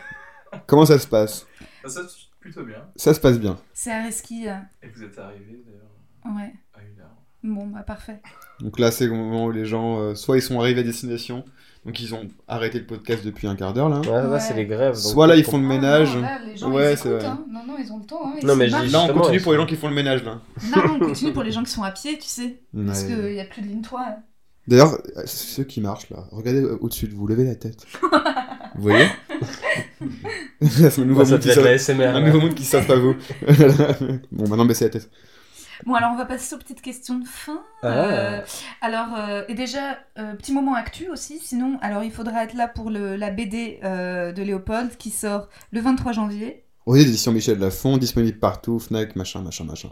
G: Comment ça se passe
H: Ça c'est plutôt bien.
G: Ça se passe bien.
C: C'est à Reski, euh,
H: Et vous êtes arrivé d'ailleurs
C: ouais.
H: à une heure.
C: Bon, bah parfait.
G: Donc là, c'est le moment où les gens, euh, soit ils sont arrivés à destination, donc ils ont arrêté le podcast depuis un quart d'heure là.
F: Ouais, là, c'est
C: Ouais.
F: les grèves. donc-
G: Soit là, ils font le
C: Ah,
G: ménage.
C: non, là, les gens,
G: Ouais,
C: ils
G: c'est
C: écoutent,
G: vrai.
C: hein. Non, non, ils ont le temps. hein, ils
F: Non, mais
C: se
F: j'ai-
C: marrent.
G: Là, on
F: Justement,
G: continue
F: ils
G: pour les
F: sont-
G: gens qui font le ménage là.
C: Non, on continue pour les gens qui sont à pied, tu sais. Parce
G: Ouais.
C: qu'il n'y a plus de ligne 3. hein.
G: D'ailleurs, euh, ceux qui marchent là, regardez euh, au-dessus de vous, levez la tête. vous voyez C'est un nouveau
F: Ouais, ça
G: monde
F: devait
G: qui
F: être la
G: s'offre-
F: SMR.
G: un nouveau monde qui s'offre à vous. bon, maintenant baissez la tête.
C: Bon, alors on va passer aux petites questions de fin.
F: Ah.
C: Euh, alors, euh, et déjà, euh, petit moment actu aussi, sinon, alors il faudra être là pour le, la BD euh, de Léopold qui sort le 23 janvier.
G: Aux éditions Michel Lafon, disponible partout, Fnac, machin, machin, machin.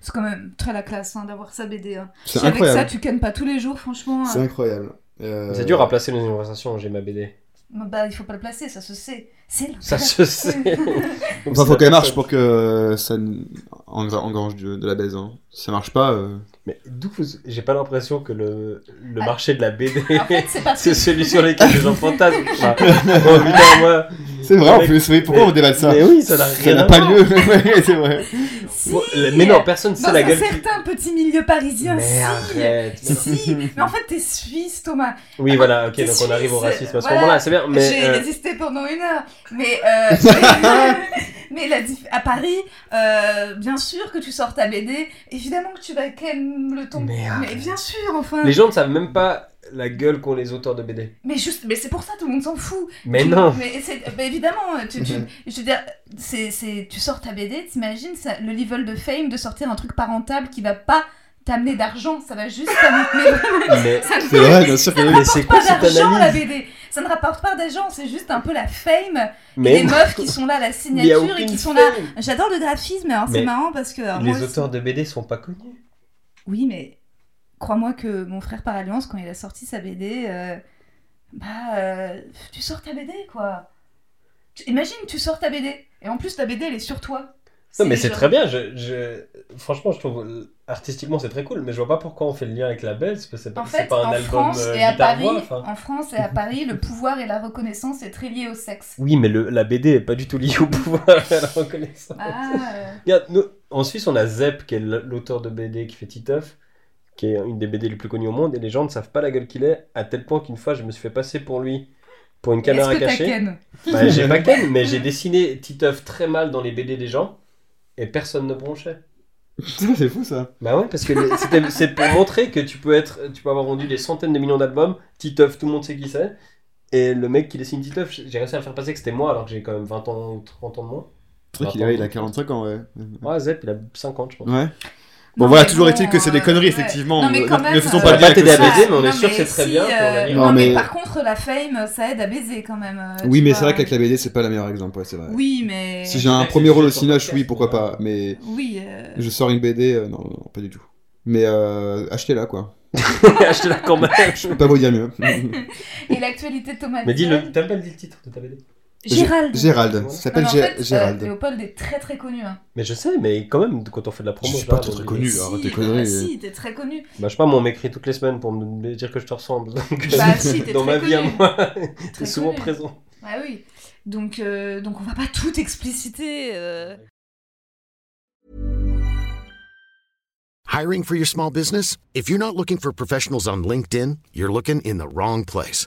C: C'est quand même très la classe hein, d'avoir sa BD. Hein.
G: C'est
C: Si avec ça,
G: incroyable.
C: tu cannes pas tous les jours, franchement.
G: C'est
C: euh,
G: incroyable. Euh,
F: C'est dur à placer dans une conversation, j'ai ma BD.
C: bah, il faut pas le placer, ça se sait. C'est le
F: Ça se sait.
G: Enfin, faut qu'elle marche pour que euh, ça n- en- engrange du- de la baise. hein. Si ça marche pas, euh,
F: Mais d'où vous- J'ai pas l'impression que le, le
C: Ah.
F: marché de la BD,
C: En fait, c'est parce que.
F: c'est celui sur lequel les gens fantasment. Enfin, oh putain, moi.
G: c'est vrai en
F: Mais-
G: plus. Oui, pourquoi on déballe ça
F: Mais oui, ça n'a
G: Ça
F: rien
G: n'a
F: à
G: pas
F: voir.
G: lieu. Ouais, c'est vrai.
C: Si,
F: Bon, la- Mais non, personne sait
C: Dans
F: la
C: un
F: gueule. qui-
C: certain petit milieu parisien,
F: Mais arrête.
C: si. Si, mais en fait, t'es suisse, Thomas.
F: Oui, voilà, ok,
C: T'es
F: donc on arrive au
C: suisse.
F: racisme à ce
C: Voilà.
F: moment-là, c'est bien. Mais
C: J'ai
F: euh,
C: résisté pendant une heure. Mais, euh, mais la dif- à Paris, euh, bien sûr que tu sors ta BD. Évidemment que tu vas calmer le ton.
F: Mais arrête.
C: bien sûr, enfin.
F: les gens ne savent même pas la gueule qu'ont les auteurs de BD.
C: Mais juste, mais c'est pour ça, tout le monde s'en fout.
F: Mais
C: Tu-
F: non.
C: Mais, c'est- mais évidemment, tu, tu- je veux dire, c'est, c'est- tu sors ta BD, t'imagines ça- le level de fame de sortir un truc pas rentable qui va pas t'amener d'argent, ça va juste t'amener.
F: Mais,
C: ça ne-
G: C'est vrai, bien sûr que oui.
F: mais c'est quoi
C: pas
F: cette
C: d'argent la
F: analyse
C: BD ça ne rapporte pas d'argent c'est juste un peu la fame
F: Mais
C: les meufs qui sont là la
F: il y a
C: signature et
F: aucune
C: qui sont là
F: fête.
C: j'adore le graphisme alors
F: Mais
C: c'est marrant parce que alors, moi
F: Les
C: aussi-
F: auteurs de BD sont pas connus.
C: oui mais crois-moi que mon frère par alliance quand il a sorti sa BD euh, bah euh, tu sors ta BD quoi Tu- imagine tu sors ta BD et en plus ta BD elle est sur toi
F: Non, mais c'est
C: genre-
F: très bien. Je, je- Franchement, je trouve euh, artistiquement c'est très cool, mais je vois pas pourquoi on fait le lien avec la Belz, parce que c'est pas,
C: En
F: c'est
C: fait,
F: pas un
C: en
F: album
C: France,
F: euh,
C: et à
F: guitare
C: Paris,
F: voix. enfin.
C: en France et à Paris, le pouvoir et la reconnaissance est très lié au sexe.
F: Oui, mais le- la BD est pas du tout liée au pouvoir et à la reconnaissance.
C: Ah, euh,
F: Regarde, nous, en Suisse, on a Zep, qui est l- l'auteur de BD qui fait Titeuf, qui est une des BD les plus connues au monde, et les gens ne savent pas la gueule qu'il est, à tel point qu'une fois, je me suis fait passer pour lui, pour une
C: est-ce
F: caméra
C: que t'as
F: cachée.
C: Ken
F: Bah, j'ai pas ken, mais j'ai dessiné Titeuf très mal dans les BD des gens, et personne ne bronchait.
G: Putain, c'est fou ça.
F: Bah ouais, parce que les- c'était- c'est pour montrer que tu peux être, tu peux avoir vendu des centaines de millions d'albums, Titeuf, tout le monde sait qui c'est, et le mec qui dessine Titeuf, j'ai réussi à le faire passer que c'était moi, alors que j'ai quand même 20 ans ou 30 ans de moins.
G: Le truc, il, ouais, il a 45 ans, ouais.
F: Ouais, Zep, il a 50, je pense.
G: Ouais.
C: Non,
G: Bon, voilà,
C: mais
G: toujours est-il que c'est des
C: euh,
G: conneries,
C: ouais.
G: effectivement.
C: Non, mais
G: Ne-
C: quand
G: ne
C: même,
G: faisons
C: euh,
G: pas
F: ça
G: de
F: va pas
G: lien
F: t'aider à
G: avec ça.
F: baiser, mais on est
C: Non,
F: sûr que c'est très
C: si,
F: bien, puis on va
C: euh,
F: dire-
C: Non,
G: Non,
C: mais...
G: mais-
C: par contre, la fame, ça aide à baiser quand même. euh,
G: Oui,
C: tu
G: mais
C: vois.
G: c'est vrai qu'avec la BD, c'est pas la meilleure exemple, ouais, c'est vrai.
C: Oui, mais.
G: Si j'ai un
F: Ouais,
G: premier
F: c'est
G: rôle au
F: juste sur
G: Cinoche,
F: podcast,
G: oui, pourquoi
F: ouais.
G: pas. Mais
C: Oui. euh,
G: je sors une BD, euh, non, non, pas du tout. Mais euh, achetez-la, quoi.
F: Achetez-la quand
G: Je peux
F: même.
G: pas vous dire mieux.
C: Et l'actualité de Thomas
F: Mais dis
C: Wiesel-
F: le, t'as pas dit le titre de ta BD
C: Gérald.
G: Gérald. Ça
C: Non, mais
G: s'appelle
C: en
G: Gé-
C: fait, euh,
G: Gérald.
C: Léopold est très très connu. Hein.
F: Mais je sais, mais quand même, quand on fait de la promo.
G: Je suis pas
F: généralement,
G: très
F: on-
G: connu.
C: Si,
G: arrête tes
C: bah
G: conneries. euh.
C: si, t'es très connu.
F: Bah, je sais pas, moi, on m'écrit toutes les semaines pour me dire que je te ressemble. Donc,
C: Bah, si, t'es
F: dans
C: très
F: ma vie à
C: connu.
F: moi,
C: Très
F: t'es souvent
C: connu.
F: présent.
C: Ouais, Ah oui. Donc, euh, donc on va pas tout expliciter. euh.
I: Hiring for your small business? If you're not looking for professionals on LinkedIn, you're looking in the wrong place.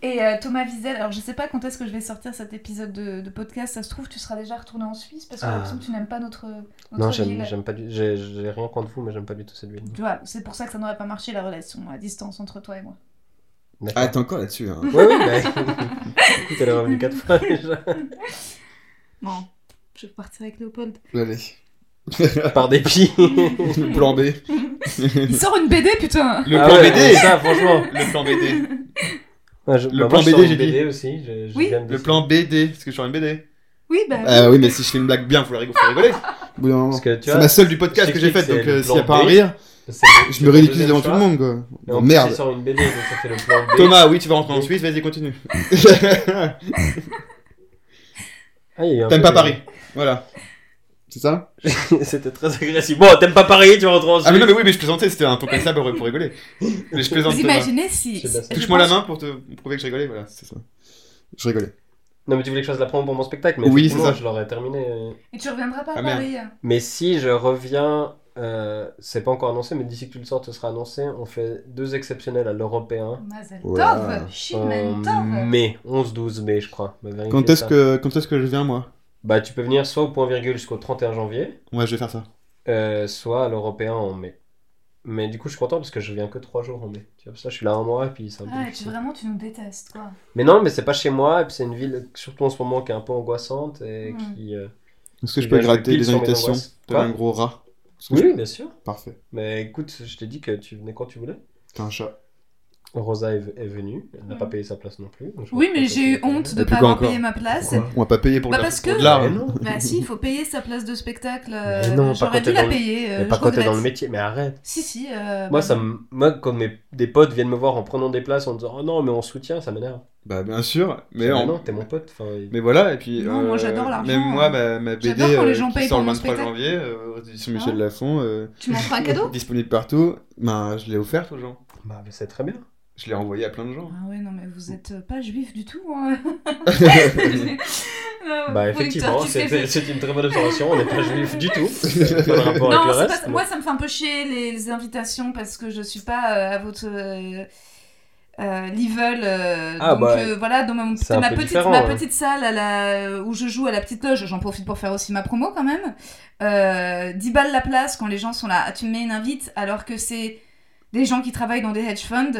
C: Et euh, Thomas Wiesel, alors je sais pas quand est-ce que je vais sortir cet épisode de, de podcast. Ça se trouve, tu seras déjà retourné en Suisse parce que j'ai
F: Ah.
C: l'impression que tu n'aimes pas notre, notre
F: Non,
C: ville.
F: j'aime j'aime pas du J'ai j'ai rien contre vous, mais j'aime pas du tout cette ville.
C: Tu vois, c'est pour ça que ça n'aurait pas marché la relation à distance entre toi et moi.
F: D'accord.
G: Ah, t'es encore là-dessus. Hein.
F: Ouais, ouais, bah. Du coup, t'es revenu quatre fois déjà.
C: Bon, je vais partir avec Léopold.
G: Allez.
F: Par dépit.
G: plan B.
C: Il sort une BD, putain
G: Le
F: Ah
G: plan
F: ouais,
G: BD
F: Ça, franchement.
G: Le plan BD.
F: Ouais, je-
G: Le
F: bah, moi,
G: plan
F: je
G: BD,
F: sors une
G: j'ai dit.
F: BD aussi. je- je
C: Oui.
F: viens de
D: Le
F: décider.
D: plan BD, parce que je suis en BD.
C: Oui, bah.
G: Ah oui, mais
D: Si je fais une blague bien, faut la rigoler. Faut rigoler.
G: au bout d'un moment.
F: Parce que tu
G: C'est
F: vois,
G: ma seule du podcast
F: je
G: que j'ai faite, donc
F: t'explique, c'est
G: euh,
F: le
G: s'il n'y a
F: plan
G: pas à
F: B.
G: rire,
F: c'est-
G: je me ridiculise
F: deuxième
G: devant tout le
F: choix.
G: monde, quoi.
F: Et en
G: Bon,
F: plus, il
G: merde.
F: sort une BD, donc ça fait le plan B.
D: Thomas, oui, tu vas rentrer en Suisse, vas-y, continue.
F: Ah, il y a eu un
D: T'aimes
F: peu
D: pas
F: de-
D: Paris. Voilà.
G: C'est ça
F: C'était très agressif. Bon, t'aimes pas Paris, tu rentres en
D: Ah, mais non,
F: Suisse.
D: mais oui, mais je plaisantais, c'était un peu comme ça bah, pour pour rigoler. Mais je plaisante.
C: Vous
D: Thomas.
C: imaginez si.
F: C'est
C: je
D: Touche-moi la
C: pense-
D: main pour te prouver que je rigolais, voilà, c'est ça.
G: Je rigolais.
F: Non, mais tu voulais que je fasse la promo pour mon spectacle, mais
G: Oui,
F: effectivement,
G: c'est ça.
F: je l'aurais terminé.
C: Et tu reviendras pas à
D: Ah, merde.
C: Paris.
F: Mais si je reviens, euh, c'est pas encore annoncé, mais d'ici que tu le sortes, ce sera annoncé. On fait deux exceptionnels à l'européen.
C: hein. Mazel
G: Voilà.
C: Tov
F: En
C: Shilman Tov
F: mai, 11-12 mai, je crois. Bah, vérifiez
G: Quand est-ce
F: ça.
G: que, quand est-ce que je viens, moi
F: Bah, tu peux venir soit au point virgule jusqu'au 31 janvier,
G: Ouais, je vais faire ça.
F: euh, soit à l'européen en mai. Mais du coup, je suis content parce que je viens que trois jours en mai. Tu vois, pour ça, je suis là un mois, et puis c'est un peu.
C: Ah, et tu,
F: difficile.
C: vraiment, tu nous détestes, quoi.
F: Mais non, mais c'est pas chez moi, et puis c'est une ville, surtout en ce moment, qui est un peu angoissante et
C: Mm.
F: qui. euh,
G: Est-ce que je
F: qui
G: peux
F: vient jouer
G: gratter
F: pile
G: des
F: sur mes
G: invitations
F: angoisses.
G: T'as
F: Quoi
G: un gros rat. Est-ce que
F: Oui,
G: je-
F: bien sûr.
G: Parfait.
F: Mais écoute, je t'ai dit que tu venais quand tu voulais.
G: T'es un chat.
F: Rosa est, est venue, elle n'a
C: Mm.
F: pas payé sa place non plus. donc je
C: Oui,
F: pense
C: mais
F: que
C: j'ai eu
F: c'est-
C: honte de
G: Et puis
C: pas
G: quoi
C: avoir
G: encore
C: payé ma place.
F: Pourquoi
G: On va pas payer pour,
C: Ah, Bah
G: de, la-
C: parce
G: pour
C: que-
G: de l'art.
F: Mais
G: hein.
F: non.
C: Bah si, il faut payer sa place de spectacle. euh,
F: Mais non, pas
C: J'aurais
F: quand
C: dû
F: t'es
C: la
F: dans le-
C: payer. euh,
F: Mais par
C: je
F: contre, t'es dans le
C: regrette.
F: métier, mais arrête.
C: Si, si. euh, bah,
F: Moi, ça me moque quand mes des potes viennent me voir en prenant des places en disant Oh non, mais on soutient, ça m'énerve.
G: Bah, bien sûr. Mais
F: Mais
G: en-
F: non, t'es mon pote. enfin, il-
G: Mais voilà, et puis. euh,
C: Non, moi, j'adore l'argent,
G: Même
C: hein.
G: moi, ma, ma BD.
C: J'adore quand les
G: euh,
C: gens
G: qui
C: payent
G: sort le
C: pour mon
G: 23
C: spectacle.
G: janvier, euh, édition
C: Ah.
G: Michel Lafon, euh,
C: Tu m'en feras un cadeau
G: disponible partout. Ben, je l'ai offerte aux gens.
F: Bah, mais c'est très bien.
G: Je l'ai envoyé à plein de gens.
C: Ah ouais, non, mais vous êtes euh, pas juif du tout. Hein. Non,
F: bah,
C: vous, Victor,
F: effectivement,
C: Ah, tu
F: c'est
C: fais-
F: c'est une très bonne observation. On n'est pas juif du tout. Pas de rapport avec
C: Non,
F: le
C: c'est pas
F: reste.
C: ça. moi ça me fait un peu chier les, les invitations parce que je suis pas euh, à votre euh, euh, level. euh,
F: Ah,
C: donc
F: bah,
C: euh, voilà, dans ma,
F: c'est un
C: ma
F: peu
C: petite,
F: différent, hein.
C: ma
F: ouais.
C: petite salle à la, où je joue à la petite loge, j'en profite pour faire aussi ma promo quand même. Euh, 10 balles la place quand les gens sont là. Ah, tu me mets une invite alors que c'est des gens qui travaillent dans des hedge funds.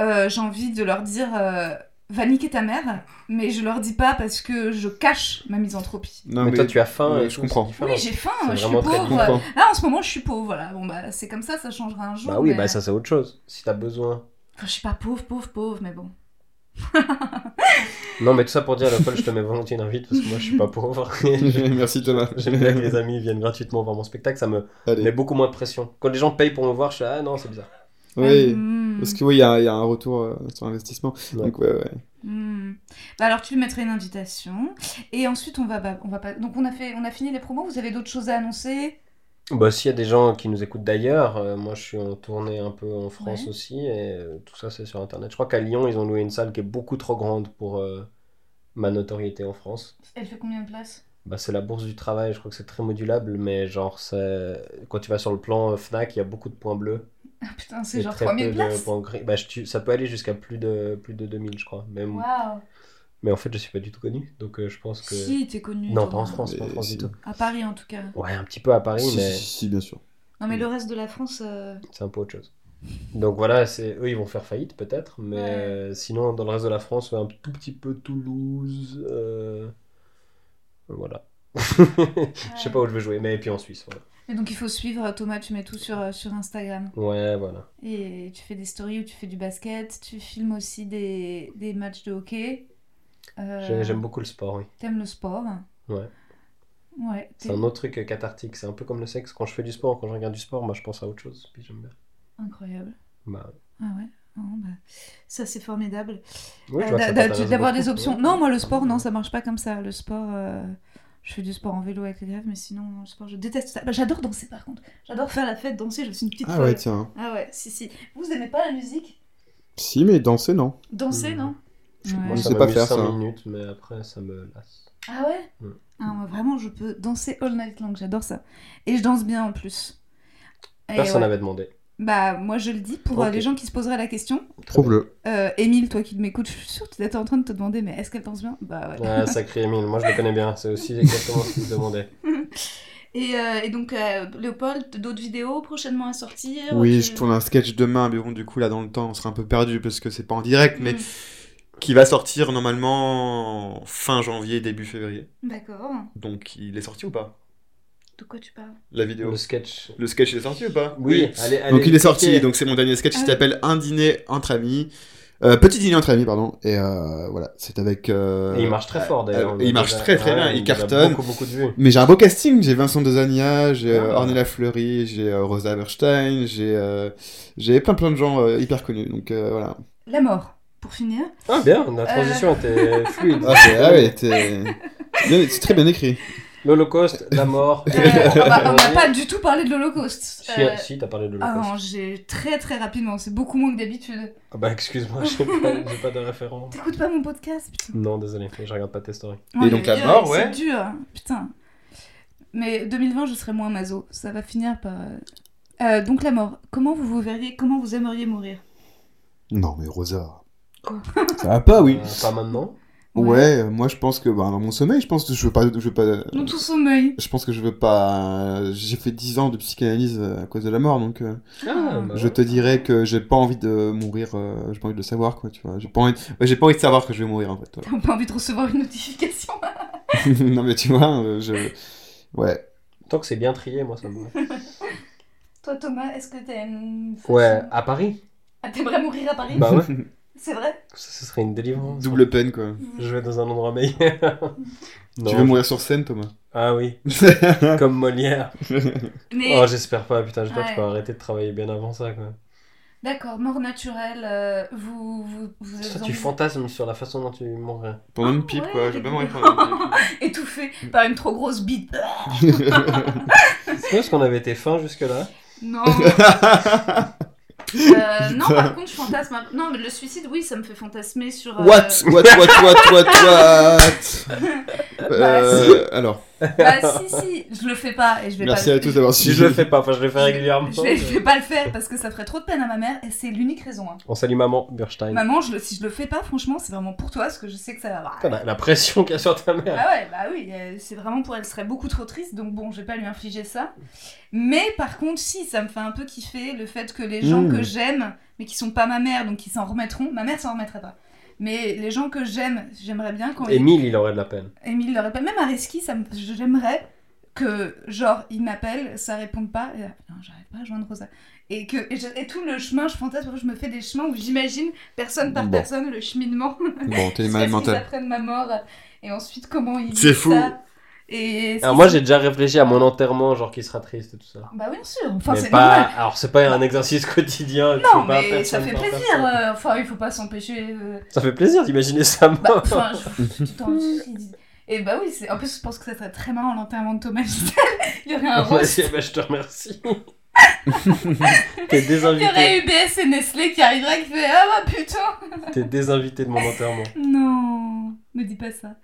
C: Euh, J'ai envie de leur dire. euh, va niquer ta mère, mais je leur dis pas parce que je cache ma misanthropie.
J: Non,
F: mais, toi, tu as faim.
J: mais
F: et
J: je
F: tout,
J: comprends.
F: c'est différent.
C: Oui, j'ai faim,
F: Ah, C'est
C: je suis
F: vraiment très
C: pauvre.
J: comprends.
C: Là, Ah, en ce moment, je suis pauvre, voilà. Bon, bah, c'est comme ça, ça changera un jour.
F: Bah oui,
C: mais-
F: bah ça, c'est autre chose. Si t'as besoin.
C: Enfin, je suis pas pauvre, pauvre, pauvre, mais bon.
F: Non, mais tout ça pour dire, Léopold, je te mets volontiers une invite parce que moi, je suis pas pauvre. euh,
D: Merci Thomas.
F: J'aime bien que les amis viennent gratuitement voir mon spectacle, ça me met
D: Allez.
F: beaucoup moins de pression. Quand les gens payent pour me voir, je suis là, ah non, c'est bizarre.
D: Oui.
C: Hmm,
D: Parce que oui, il y, a il y a un retour euh, sur investissement.
F: Euh, Ouais.
D: Donc, ouais, ouais.
C: hmm. Bah, alors, tu lui mettrais une invitation. Et ensuite, on va, bah, on va pas. Donc, on a, fait, on a fini les promos, vous avez d'autres choses à annoncer
F: Bah, s'il y a des gens qui nous écoutent d'ailleurs, euh, moi je suis en tournée un peu en France
C: Ouais.
F: aussi, et euh, tout ça c'est sur internet. Je crois qu'à Lyon, ils ont loué une salle qui est beaucoup trop grande pour euh, ma notoriété en France.
C: Elle fait combien de places
F: Bah, c'est la bourse du travail, je crois que c'est très modulable, mais genre, c'est... quand tu vas sur le plan euh, Fnac, il y a beaucoup de points bleus.
C: Ah, Putain, c'est
F: et
C: genre
F: très
C: 3000
F: peu de
C: places.
F: points gris. Bah, je- tu- ça peut aller jusqu'à plus de, plus de 2000, je crois. Mais,
C: Waouh
F: mais en fait, je suis pas du tout connu, donc euh, je pense que.
C: Si, t'es connu.
F: Non,
C: toi.
F: pas en France, pas en
D: Mais
F: France
D: si.
F: du tout.
C: À Paris, en tout cas.
F: Ouais, un petit peu à Paris,
D: si,
F: mais
D: si, si, bien sûr.
C: Non, mais le reste de la France. euh,
F: c'est un peu autre chose. Donc voilà, c'est eux, ils vont faire faillite peut-être, mais
C: Ouais.
F: euh, sinon, dans le reste de la France, un tout petit peu Toulouse. euh, Voilà. Je sais
C: ouais.
F: pas où je vais jouer, mais et puis en Suisse. Voilà.
C: Et donc il faut suivre Thomas, tu mets tout sur, euh, sur Instagram.
F: Ouais, voilà.
C: Et tu fais des stories où tu fais du basket, tu filmes aussi des, des matchs de hockey. Euh,
F: J'ai- J'aime beaucoup le sport, oui.
C: T'aimes le sport.
F: Ouais.
C: Ouais.
F: C'est
C: t'es-
F: un autre truc euh, cathartique, c'est un peu comme le sexe. Quand je fais du sport, quand je regarde du sport, moi je pense à autre chose, puis j'aime bien.
C: Incroyable.
F: Bah,
C: Ah ouais. Non, bah, ça c'est formidable.
F: ouais, je
C: Euh,
F: vois que ça
C: d'a- d'a-
F: t'intéresse
C: D'avoir
F: beaucoup.
C: des options.
F: Ouais.
C: Non, moi le sport, non, ça marche pas comme ça. Le sport, euh, je fais du sport en vélo avec les grèves, mais sinon, non, le sport, je déteste ça. Bah, J'adore danser par contre. J'adore faire la fête, danser, je suis une petite
D: Ah
C: folle.
D: ouais, tiens.
C: Ah ouais, si, si. Vous aimez pas la musique
D: Si, mais danser, non.
C: Danser,
F: Mm.
C: non
F: Moi,
C: Ouais.
D: je
F: ça
D: sais pas
F: m'amuse
D: faire
F: cinq
D: ça.
F: minutes, mais après ça me lasse.
C: Ah ouais
F: Mm.
C: Ah, moi, vraiment, je peux danser all night long, j'adore ça. Et je danse bien en plus. Et
F: Personne
C: ouais.
F: n'avait demandé.
C: Bah, moi, je le dis pour euh,
F: Ok.
C: les gens qui se poseraient la question.
D: Trouve-le.
C: Euh, Émile, toi qui m'écoutes, je suis sûre que tu étais en train de te demander, mais est-ce qu'elle danse bien Bah ouais.
F: Ah, sacré Emile, moi je le connais bien, c'est aussi exactement ce qu'il me demandait.
C: Et, euh, et donc, euh, Léopold, d'autres vidéos prochainement à sortir
D: Oui,
C: tu-
D: je tourne un sketch demain, mais bon, du coup, là, dans le temps, on sera un peu perdu parce que c'est pas en direct, mais
C: Mm.
D: qui va sortir normalement fin janvier, début février.
C: D'accord.
D: Donc, il est sorti ou pas
C: De quoi tu parles
D: La vidéo.
F: Le sketch.
D: Le sketch, il est sorti ou pas
F: Oui, allez, allez.
D: donc il est
F: cliquez.
D: sorti, donc c'est mon dernier sketch,
C: Ah
D: il
C: oui.
D: s'appelle Un dîner entre amis. Euh, petit dîner entre amis, pardon. Et euh, voilà, c'est avec... euh,
F: Et il marche très fort d'ailleurs.
D: euh,
F: on
D: il
F: a
D: marche
F: déjà-
D: très très
F: ouais,
D: bien, il
F: on a
D: cartonne.
F: Beaucoup, beaucoup de vues.
D: Mais j'ai un beau casting, j'ai Vincent Desagna, j'ai euh,
F: Ah.
D: Ornella Fleury, j'ai euh, Rosa Berstein, j'ai euh, j'ai plein plein de gens euh, hyper connus. Donc euh, voilà.
C: La mort, pour finir.
F: Ah bien,
C: Euh.
F: la transition était fluide.
D: Ah, c'est- ah ouais, t'es- bien- c'est très bien écrit.
F: L'Holocauste, la mort.
C: Euh, on va- on n'a pas du tout parlé de l'Holocauste.
F: Si,
C: Euh,
F: si t'as parlé de
C: Ah non,
F: l'Holocauste.
C: j'ai très très rapidement, c'est beaucoup moins que d'habitude.
F: Ah bah excuse-moi, j'ai pas, j'ai pas de référent.
C: T'écoutes pas mon podcast, putain.
F: Non, désolé, je regarde pas tes stories.
C: Ouais,
D: donc la
C: euh,
D: mort, ouais.
C: C'est dur, hein, putain. Mais 2020, je serai moins maso. Ça va finir par. euh, euh, donc la mort. Comment vous vous verriez Comment vous aimeriez mourir
D: Non mais Rosa.
C: Quoi
D: Ça va pas, Ah oui.
F: Euh, pas maintenant.
D: Ouais, euh, moi je pense que bah, dans mon sommeil, je pense que je veux pas, je veux pas,
C: Dans tout sommeil.
D: je pense que je veux pas. J'ai fait 10 ans de psychanalyse euh, à cause de la mort, donc euh,
F: Ah, bah,
D: je te dirais que j'ai pas envie de mourir. euh, j'ai pas envie de le savoir, quoi. Tu vois, j'ai pas envie, ouais, j'ai pas envie de savoir que je vais mourir en fait. voilà.
C: T'as pas envie de recevoir une notification
D: non mais tu vois, euh, je... Ouais.
F: Tant que c'est bien trié, moi ça me va.
C: Toi, Thomas, est-ce que t'as une. façon-
F: Ouais, à Paris
C: Ah, t'aimerais mourir à Paris
F: Bah ouais.
C: C'est vrai
F: Ça, ce serait une délivrance.
D: Double peine, quoi.
F: Je vais dans un endroit meilleur. Non,
D: tu veux mourir sur scène, Thomas
F: Ah oui, comme Molière.
C: Mais.
F: Oh, j'espère pas, putain, j'espère que
C: Ouais.
F: je peux arrêter de travailler bien avant ça, quoi.
C: D'accord, mort naturelle, euh, vous, vous, vous êtes
F: Toi,
C: en-
F: tu fantasmes sur la façon dont tu mourrais.
D: Pendant
C: Ah,
D: une pipe,
C: ouais,
D: quoi. Je vais pas mourir
C: d'accord.
D: pendant une
C: étouffé par une trop grosse bite.
D: pipe.
F: C'est parce qu'on avait été fin jusque-là.
C: Non. Euh, non, par contre, je fantasme. un- Non, mais le suicide, oui, ça me fait fantasmer sur. euh,
D: What What What What What What euh, Alors,
C: Bah, si, si, je le fais pas et je vais
D: merci
C: pas.
D: à tous d'avoir
F: Si
D: suivi.
F: je le fais pas, enfin, je le fais régulièrement.
C: Je vais, je vais pas le faire parce que ça ferait trop de peine à ma mère et c'est l'unique raison. hein.
F: On salue maman, Burstein.
C: Maman, je le- si je le fais pas, franchement, c'est vraiment pour toi parce que je sais que ça va.
F: Putain, la, la pression qu'il y a sur ta mère.
C: Ah ouais, bah oui, euh, c'est vraiment pour elle, ce serait beaucoup trop triste, donc bon, je vais pas lui infliger ça. Mais par contre, si, ça me fait un peu kiffer le fait que les gens
D: Mmh.
C: que j'aime, mais qui sont pas ma mère, donc qui s'en remettront, ma mère s'en remettrait pas. Mais les gens que j'aime, j'aimerais bien quand ils-
F: Émile, il aurait de la peine.
C: Émile leur appelle. Même Areski, ça me- j'aimerais que, genre, il m'appelle, ça répond pas. Et, là, putain, j'arrive pas à joindre Rosa. Et, que, et, je- et tout le chemin, je fantasme, je me fais des chemins où j'imagine, personne par
D: Bon.
C: personne, le cheminement.
D: Bon, t'es
C: Jusqu'à ce
D: malade
C: qu'ils
D: mentale.
C: apprennent ma mort. Et ensuite, comment ils.
I: C'est
C: vivent
I: fou.
C: ça. Et
F: Alors moi, j'ai déjà réfléchi à mon enterrement, genre qui sera triste et tout ça.
C: Bah, bien sûr. Enfin,
F: mais
C: c'est
F: pas...
C: normal.
F: Alors c'est pas un exercice quotidien. tu
C: Non,
F: fais pas
C: mais ça
F: personne
C: fait
F: par
C: plaisir.
F: personne.
C: euh, Enfin, il faut pas s'empêcher. euh,
F: Ça fait plaisir d'imaginer ça. moi.
C: Bah, enfin, je- tu t'en- Et bah oui, c'est- en plus, je pense que ça serait très marrant l'enterrement de Thomas Gistel. Il y aurait un
F: Ouais,
C: roast
F: bah, je te remercie. T'es
C: Il y aurait
F: désinvité.
C: UBS et Nestlé qui arriverait qui fait Ah bah putain
F: T'es désinvité de mon enterrement.
C: Non, me dis pas ça.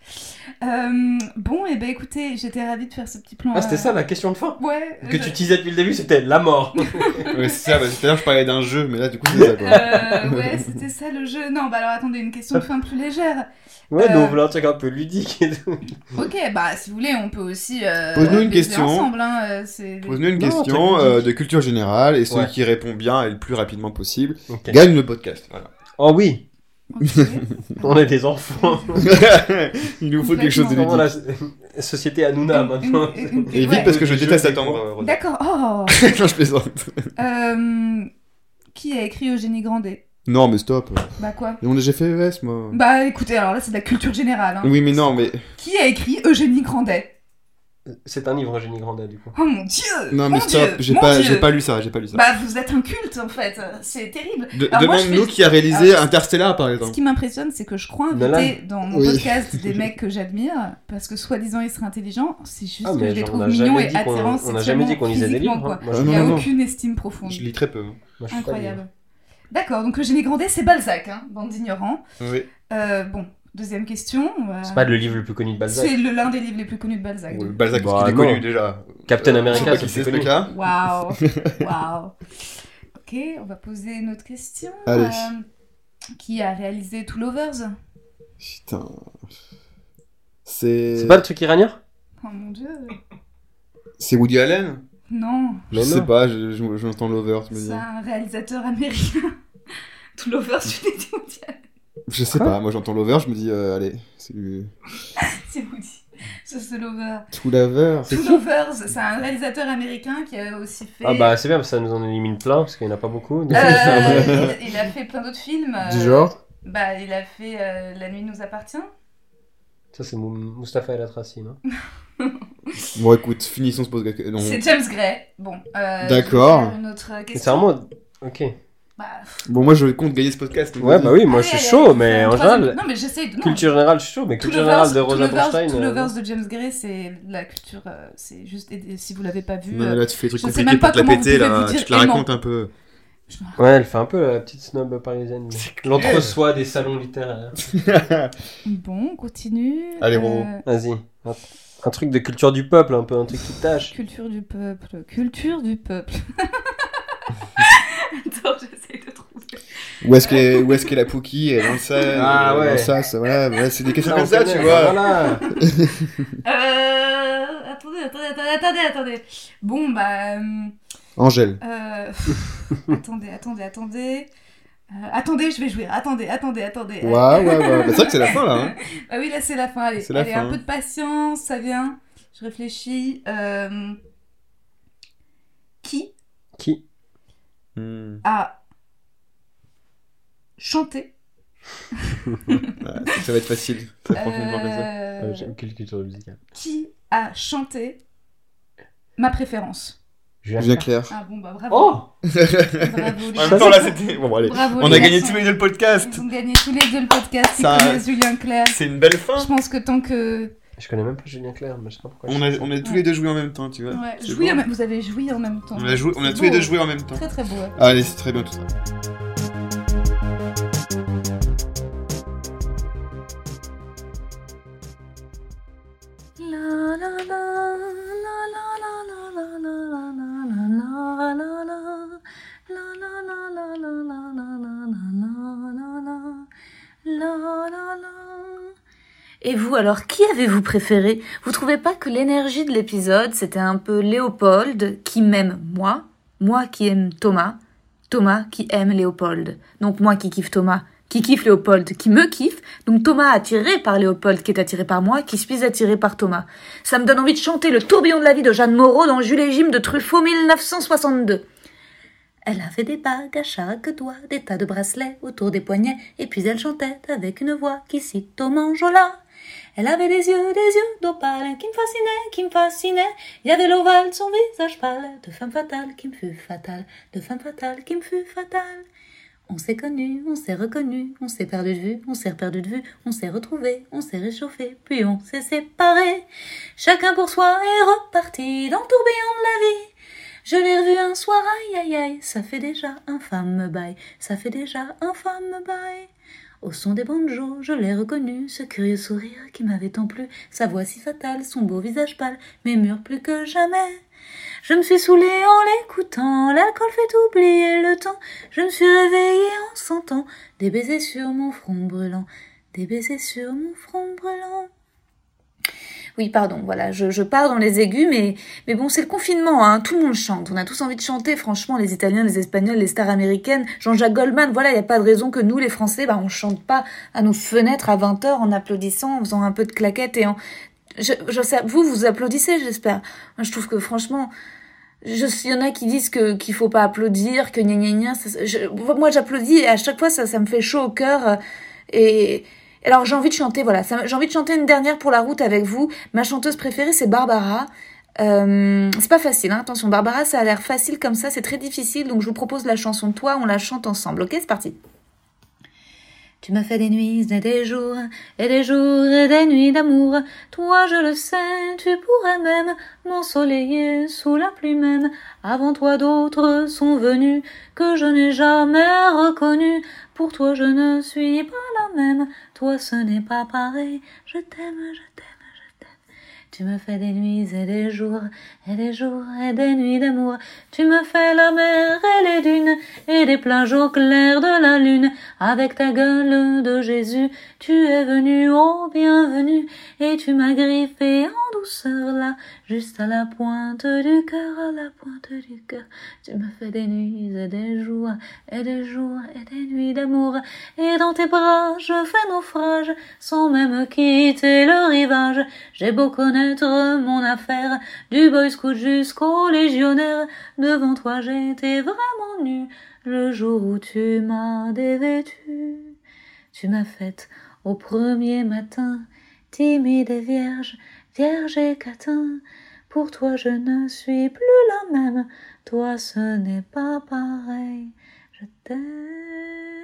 C: Euh, bon, et ben écoutez, j'étais ravie de faire ce petit plan.
F: Ah, c'était
C: euh,
F: ça la question de fin
C: Ouais.
F: que
C: je-
F: tu disais depuis le début, c'était la mort.
D: Ouais, c'est ça, bah, tout à l'heure je parlais d'un jeu, mais là du coup c'est ça quoi.
C: Euh, ouais, c'était ça le jeu. Non, bah alors attendez, une question de fin plus légère.
F: Ouais,
C: Euh.
F: nous on voulait un truc un peu ludique et tout.
C: Ok, bah si vous voulez, on peut aussi. euh,
D: Pose-nous une
C: baiser
D: question.
C: Ensemble, hein, euh, c'est...
D: Pose-nous une
F: Non,
D: question
F: t'as-
D: euh, de culture générale et celui
F: Ouais.
D: qui répond bien et le plus rapidement possible
F: Ok.
D: gagne le podcast. Voilà.
F: Oh oui,
C: Ok.
F: on est des enfants.
D: Il nous faut quelque chose de
C: Complètement.
F: Vraiment
D: ludique.
F: la société Hanouna maintenant.
C: Une- une- une-
D: Et vite
C: ouais.
D: parce que je
F: Des
D: déteste
F: jeux, des
D: attendre.
F: quoi.
D: euh, Rosa.
C: D'accord. Oh
D: Non, je plaisante.
C: Euh, Qui a écrit Eugénie Grandet
D: Non, mais stop.
C: Bah quoi
D: Mais on a déjà fait ES, moi.
F: Hum.
C: Bah écoutez, alors là, c'est de la culture générale. hein.
D: Oui, mais non, mais.
C: Qui a écrit Eugénie Grandet
F: C'est un livre Eugénie Grandet du coup.
C: Oh mon dieu
D: Non,
C: mon
D: mais stop.
C: Dieu,
D: J'ai
C: mon
D: pas,
C: Dieu.
D: j'ai pas lu ça. J'ai pas lu ça.
C: Bah vous êtes un culte en fait, c'est terrible.
D: De-
C: alors moi, je
D: Demande-nous
C: fais-
D: qui a réalisé
C: Ah, je-
D: Interstellar par
C: Ce
D: exemple.
C: qui m'impressionne, c'est que je crois inviter
F: Nolan.
C: dans mon
D: Oui.
C: podcast des mecs que j'admire, parce que soi-disant ils seraient intelligents, c'est juste que je les
F: Ah, genre,
C: trouve mignons et
F: dit qu'on-
C: attirants
F: on a jamais dit qu'on lisait des livres.
C: sexuellement,
F: hein.
C: quoi.
F: Moi, je-
D: Ah,
C: Il
D: non,
C: n'y a
D: non, non.
C: aucune estime profonde.
D: Je lis très peu. hein.
F: moi, je suis pas
C: Incroyable. D'accord, donc Eugénie Grandet, c'est Balzac, hein, bande d'ignorants.
D: Oui.
C: Euh, bon, deuxième question. on va-
F: livre. C'est pas le livre le plus connu de Balzac.
C: C'est le- l'un des livres les plus connus de Balzac.
D: Ou
C: donc.
D: Balzac,
F: Bah,
D: parce qu'il est
F: non.
D: connu déjà.
C: Euh,
F: Captain
D: Je sais
F: America,
D: pas
F: c'est
D: qui
F: le
D: c'est
F: plus
D: ce
F: connu.
D: mec-là.
C: Waouh Waouh Ok, on va poser une autre question. euh,
D: Allez.
C: qui a réalisé Two Lovers
D: Putain. C'est.
F: C'est pas le truc hein iranien
C: Oh mon dieu
D: C'est Woody Allen
C: Non,
D: Je sais pas, je- je- j'entends l'over, tu me dis.
C: c'est un réalisateur américain. Two Lovers, je l'ai dit, mon Dieu,
D: Je sais
F: Quoi
D: pas, moi j'entends l'over, je me dis, euh, allez, c'est du.
C: c'est Woody. C'est ce Lover.
D: Tout l'over
C: Two Lovers, c'est un réalisateur américain qui a aussi fait.
F: Ah bah c'est bien, ça nous en élimine plein parce qu'il n'y en a pas beaucoup. donc-
C: Euh, il, il a fait plein d'autres films. euh,
D: Du genre
C: Bah, il a fait euh, La nuit nous appartient.
F: Ça c'est Mou- Mustapha El Atrassi, hein. non
D: Bon, écoute, finissons ce podcast. Non.
C: C'est James Gray. Bon. euh,
D: D'accord.
C: je vais faire Une autre
F: Mais C'est
C: question.
F: vraiment. Ok.
C: Bah,
D: Bon, moi je compte gagner ce podcast.
F: Ouais, bah oui, moi je
C: Allez,
F: suis
C: allez,
F: chaud,
C: allez,
F: mais
C: fais un
F: en
C: troisième.
F: général.
C: Non, mais j'essaye de. non.
F: Culture générale, je suis chaud, mais
C: Two
F: culture
C: Lovers-
F: générale de
C: Two
F: Rosa
C: Lovers-
F: Bronstein.
C: Two
F: euh,
C: Lovers de James Gray, c'est la culture. euh, c'est juste. et- et si vous l'avez pas vu.
D: Non, mais
C: euh,
D: là tu fais des trucs
C: je sais
D: compliqués
C: même
D: pour
C: pas
D: te la
C: comment vous
D: péter,
C: pouvez
D: là.
C: vous
D: Tu
C: dire
D: te la
C: aimant.
D: racontes un peu.
F: Ouais, elle fait un peu la petite snob parisienne. L'entre-soi des salons littéraires.
C: Bon, on continue.
D: Allez,
C: Euh,
D: Roro.
F: Vas-y. Un, un truc de culture du peuple, un peu un truc qui tâche.
C: Culture du peuple. Culture du peuple. Attends, j'essaye de trouver.
D: Où est-ce qu'est où est-ce qu'est la Pookie Elle est dans le sel,
F: Ah,
D: elle est dans
F: ouais.
D: ça, ça, voilà. voilà, c'est des questions
F: Là, on
D: comme ça,
F: connaît,
D: tu vois.
F: Voilà.
C: Euh, attendez, attendez, attendez, attendez, attendez. Bon, bah. euh,
D: Angèle.
C: euh, attendez, attendez, attendez. Euh, attendez, je vais jouer. Attendez, attendez, attendez.
D: Ouais, ouais, ouais. Bah, c'est vrai que c'est la fin là. Hein.
C: Ah oui, là c'est la fin. Allez,
D: C'est la
C: allez,
D: fin.
C: un peu de patience, ça vient. Je réfléchis. Euh, Qui
F: Qui
D: Hmm.
C: a chanté
D: Ouais, ça va être facile. Faut prendre une banque comme ça.
C: euh,
F: Euh, J'aime quelle culture musicale
C: Qui a chanté ma préférence
F: Euh.
D: Julien Clerc.
C: Ah bon, bah bravo.
F: Oh
C: bravo, les
D: En
C: gars.
D: même temps, là c'était. Bon, allez.
C: Bravo,
D: On
C: les
D: a gagné
C: garçons.
D: tous les deux le podcast.
C: Ils ont gagné tous les deux le podcast. Ils
D: Ça-
C: connaissent Julien Clerc.
D: C'est une belle fin.
C: Je pense que tant que.
F: Je connais même pas Julien Clerc, mais je sais pas pourquoi.
D: On a, on a tous les deux joué en même temps, tu vois.
C: Ouais,
D: C'est
C: jouer
D: beau.
C: en même- Vous avez joué en même temps.
D: On a, joué, on a
C: C'est
D: tous les
C: beau.
D: deux joué en même temps.
C: Très très beau. ouais.
D: Allez, c'est très bien tout ça.
B: Et vous, alors, qui avez-vous préféré Vous trouvez pas que l'énergie de l'épisode, c'était un peu Léopold qui m'aime moi, moi qui aime Thomas, Thomas qui aime Léopold, donc moi qui kiffe Thomas, qui kiffe Léopold, qui me kiffe, donc Thomas attiré par Léopold, qui est attiré par moi, qui suis attiré par Thomas. Ça me donne envie de chanter le tourbillon de la vie de Jeanne Moreau dans Jules et Jim de Truffaut 1962. Elle avait des bagues à chaque doigt, des tas de bracelets autour des poignets, et puis elle chantait avec une voix qui cite au manjola. Elle avait des yeux, des yeux d'opale qui me fascinaient, qui me fascinaient. Il y avait l'ovale de son visage pâle, de femme fatale qui me fut fatale, de femme fatale qui me fut fatale. On s'est connus, on s'est reconnus, on s'est perdu de vue, on s'est perdu de vue, on s'est retrouvés, on s'est réchauffés, puis on s'est séparés. Chacun pour soi est reparti dans le tourbillon de la vie. Je l'ai revu un soir, aïe aïe aïe, ça fait déjà un fameux bail, ça fait déjà un fameux bail. Au son des banjos, je l'ai reconnu, ce curieux sourire qui m'avait tant plu, sa voix si fatale, son beau visage pâle, mais mûr plus que jamais. Je me suis saoulée en l'écoutant, l'alcool fait oublier le temps, je me suis réveillée en sentant des baisers sur mon front brûlant, des baisers sur mon front brûlant. Oui, pardon, voilà, je, je pars dans les aigus, mais, mais bon, c'est le confinement, hein, tout le monde chante, on a tous envie de chanter, franchement, les Italiens, les Espagnols, les stars américaines, Jean-Jacques Goldman, voilà, il n'y a pas de raison que nous, les Français, bah, on chante pas à nos fenêtres à 20h en applaudissant, en faisant un peu de claquettes et en... Je, je sais, vous, vous applaudissez, j'espère. Moi, Je trouve que, franchement... Je, il y en a qui disent que qu'il faut pas applaudir, que gna gna gna. ça- je- moi j'applaudis et à chaque fois ça, ça me fait chaud au cœur. euh, Et, alors j'ai envie de chanter, voilà. Ça- J'ai envie de chanter une dernière pour la route avec vous. Ma chanteuse préférée, c'est Barbara. Euh, c'est pas facile, hein, attention. Barbara, ça a l'air facile comme ça, c'est très difficile. Donc je vous propose la chanson Toi, on la chante ensemble, ok C'est parti. Tu m'as fait des nuits et des jours, et des jours et des nuits d'amour. Toi, je le sais, tu pourrais même m'ensoleiller sous la pluie même. Avant toi, d'autres sont venus que je n'ai jamais reconnus. Pour toi, je ne suis pas la même. Toi, ce n'est pas pareil. Je t'aime, je t'aime, je t'aime. Tu me fais des nuits et des jours, et des jours et des nuits d'amour. Tu me fais la mer et les dunes, et des plages au clair de la lune. Avec ta gueule de Jésus, tu es venu, oh bienvenu, et tu m'as griffé en douceur là, juste à la pointe du cœur, à la pointe du cœur. Tu me fais des nuits et des jours, et des jours et des nuits d'amour. Et dans tes bras, je fais naufrage, sans même quitter le rivage. J'ai beau connaître mon affaire, du boy scout jusqu'au légionnaire. Devant toi, j'étais vraiment nue, le jour où tu m'as dévêtue. Tu m'as faite au premier matin, timide et vierge, vierge et catin. Pour toi, je ne suis plus la même. Toi, ce n'est pas pareil. Je t'aime.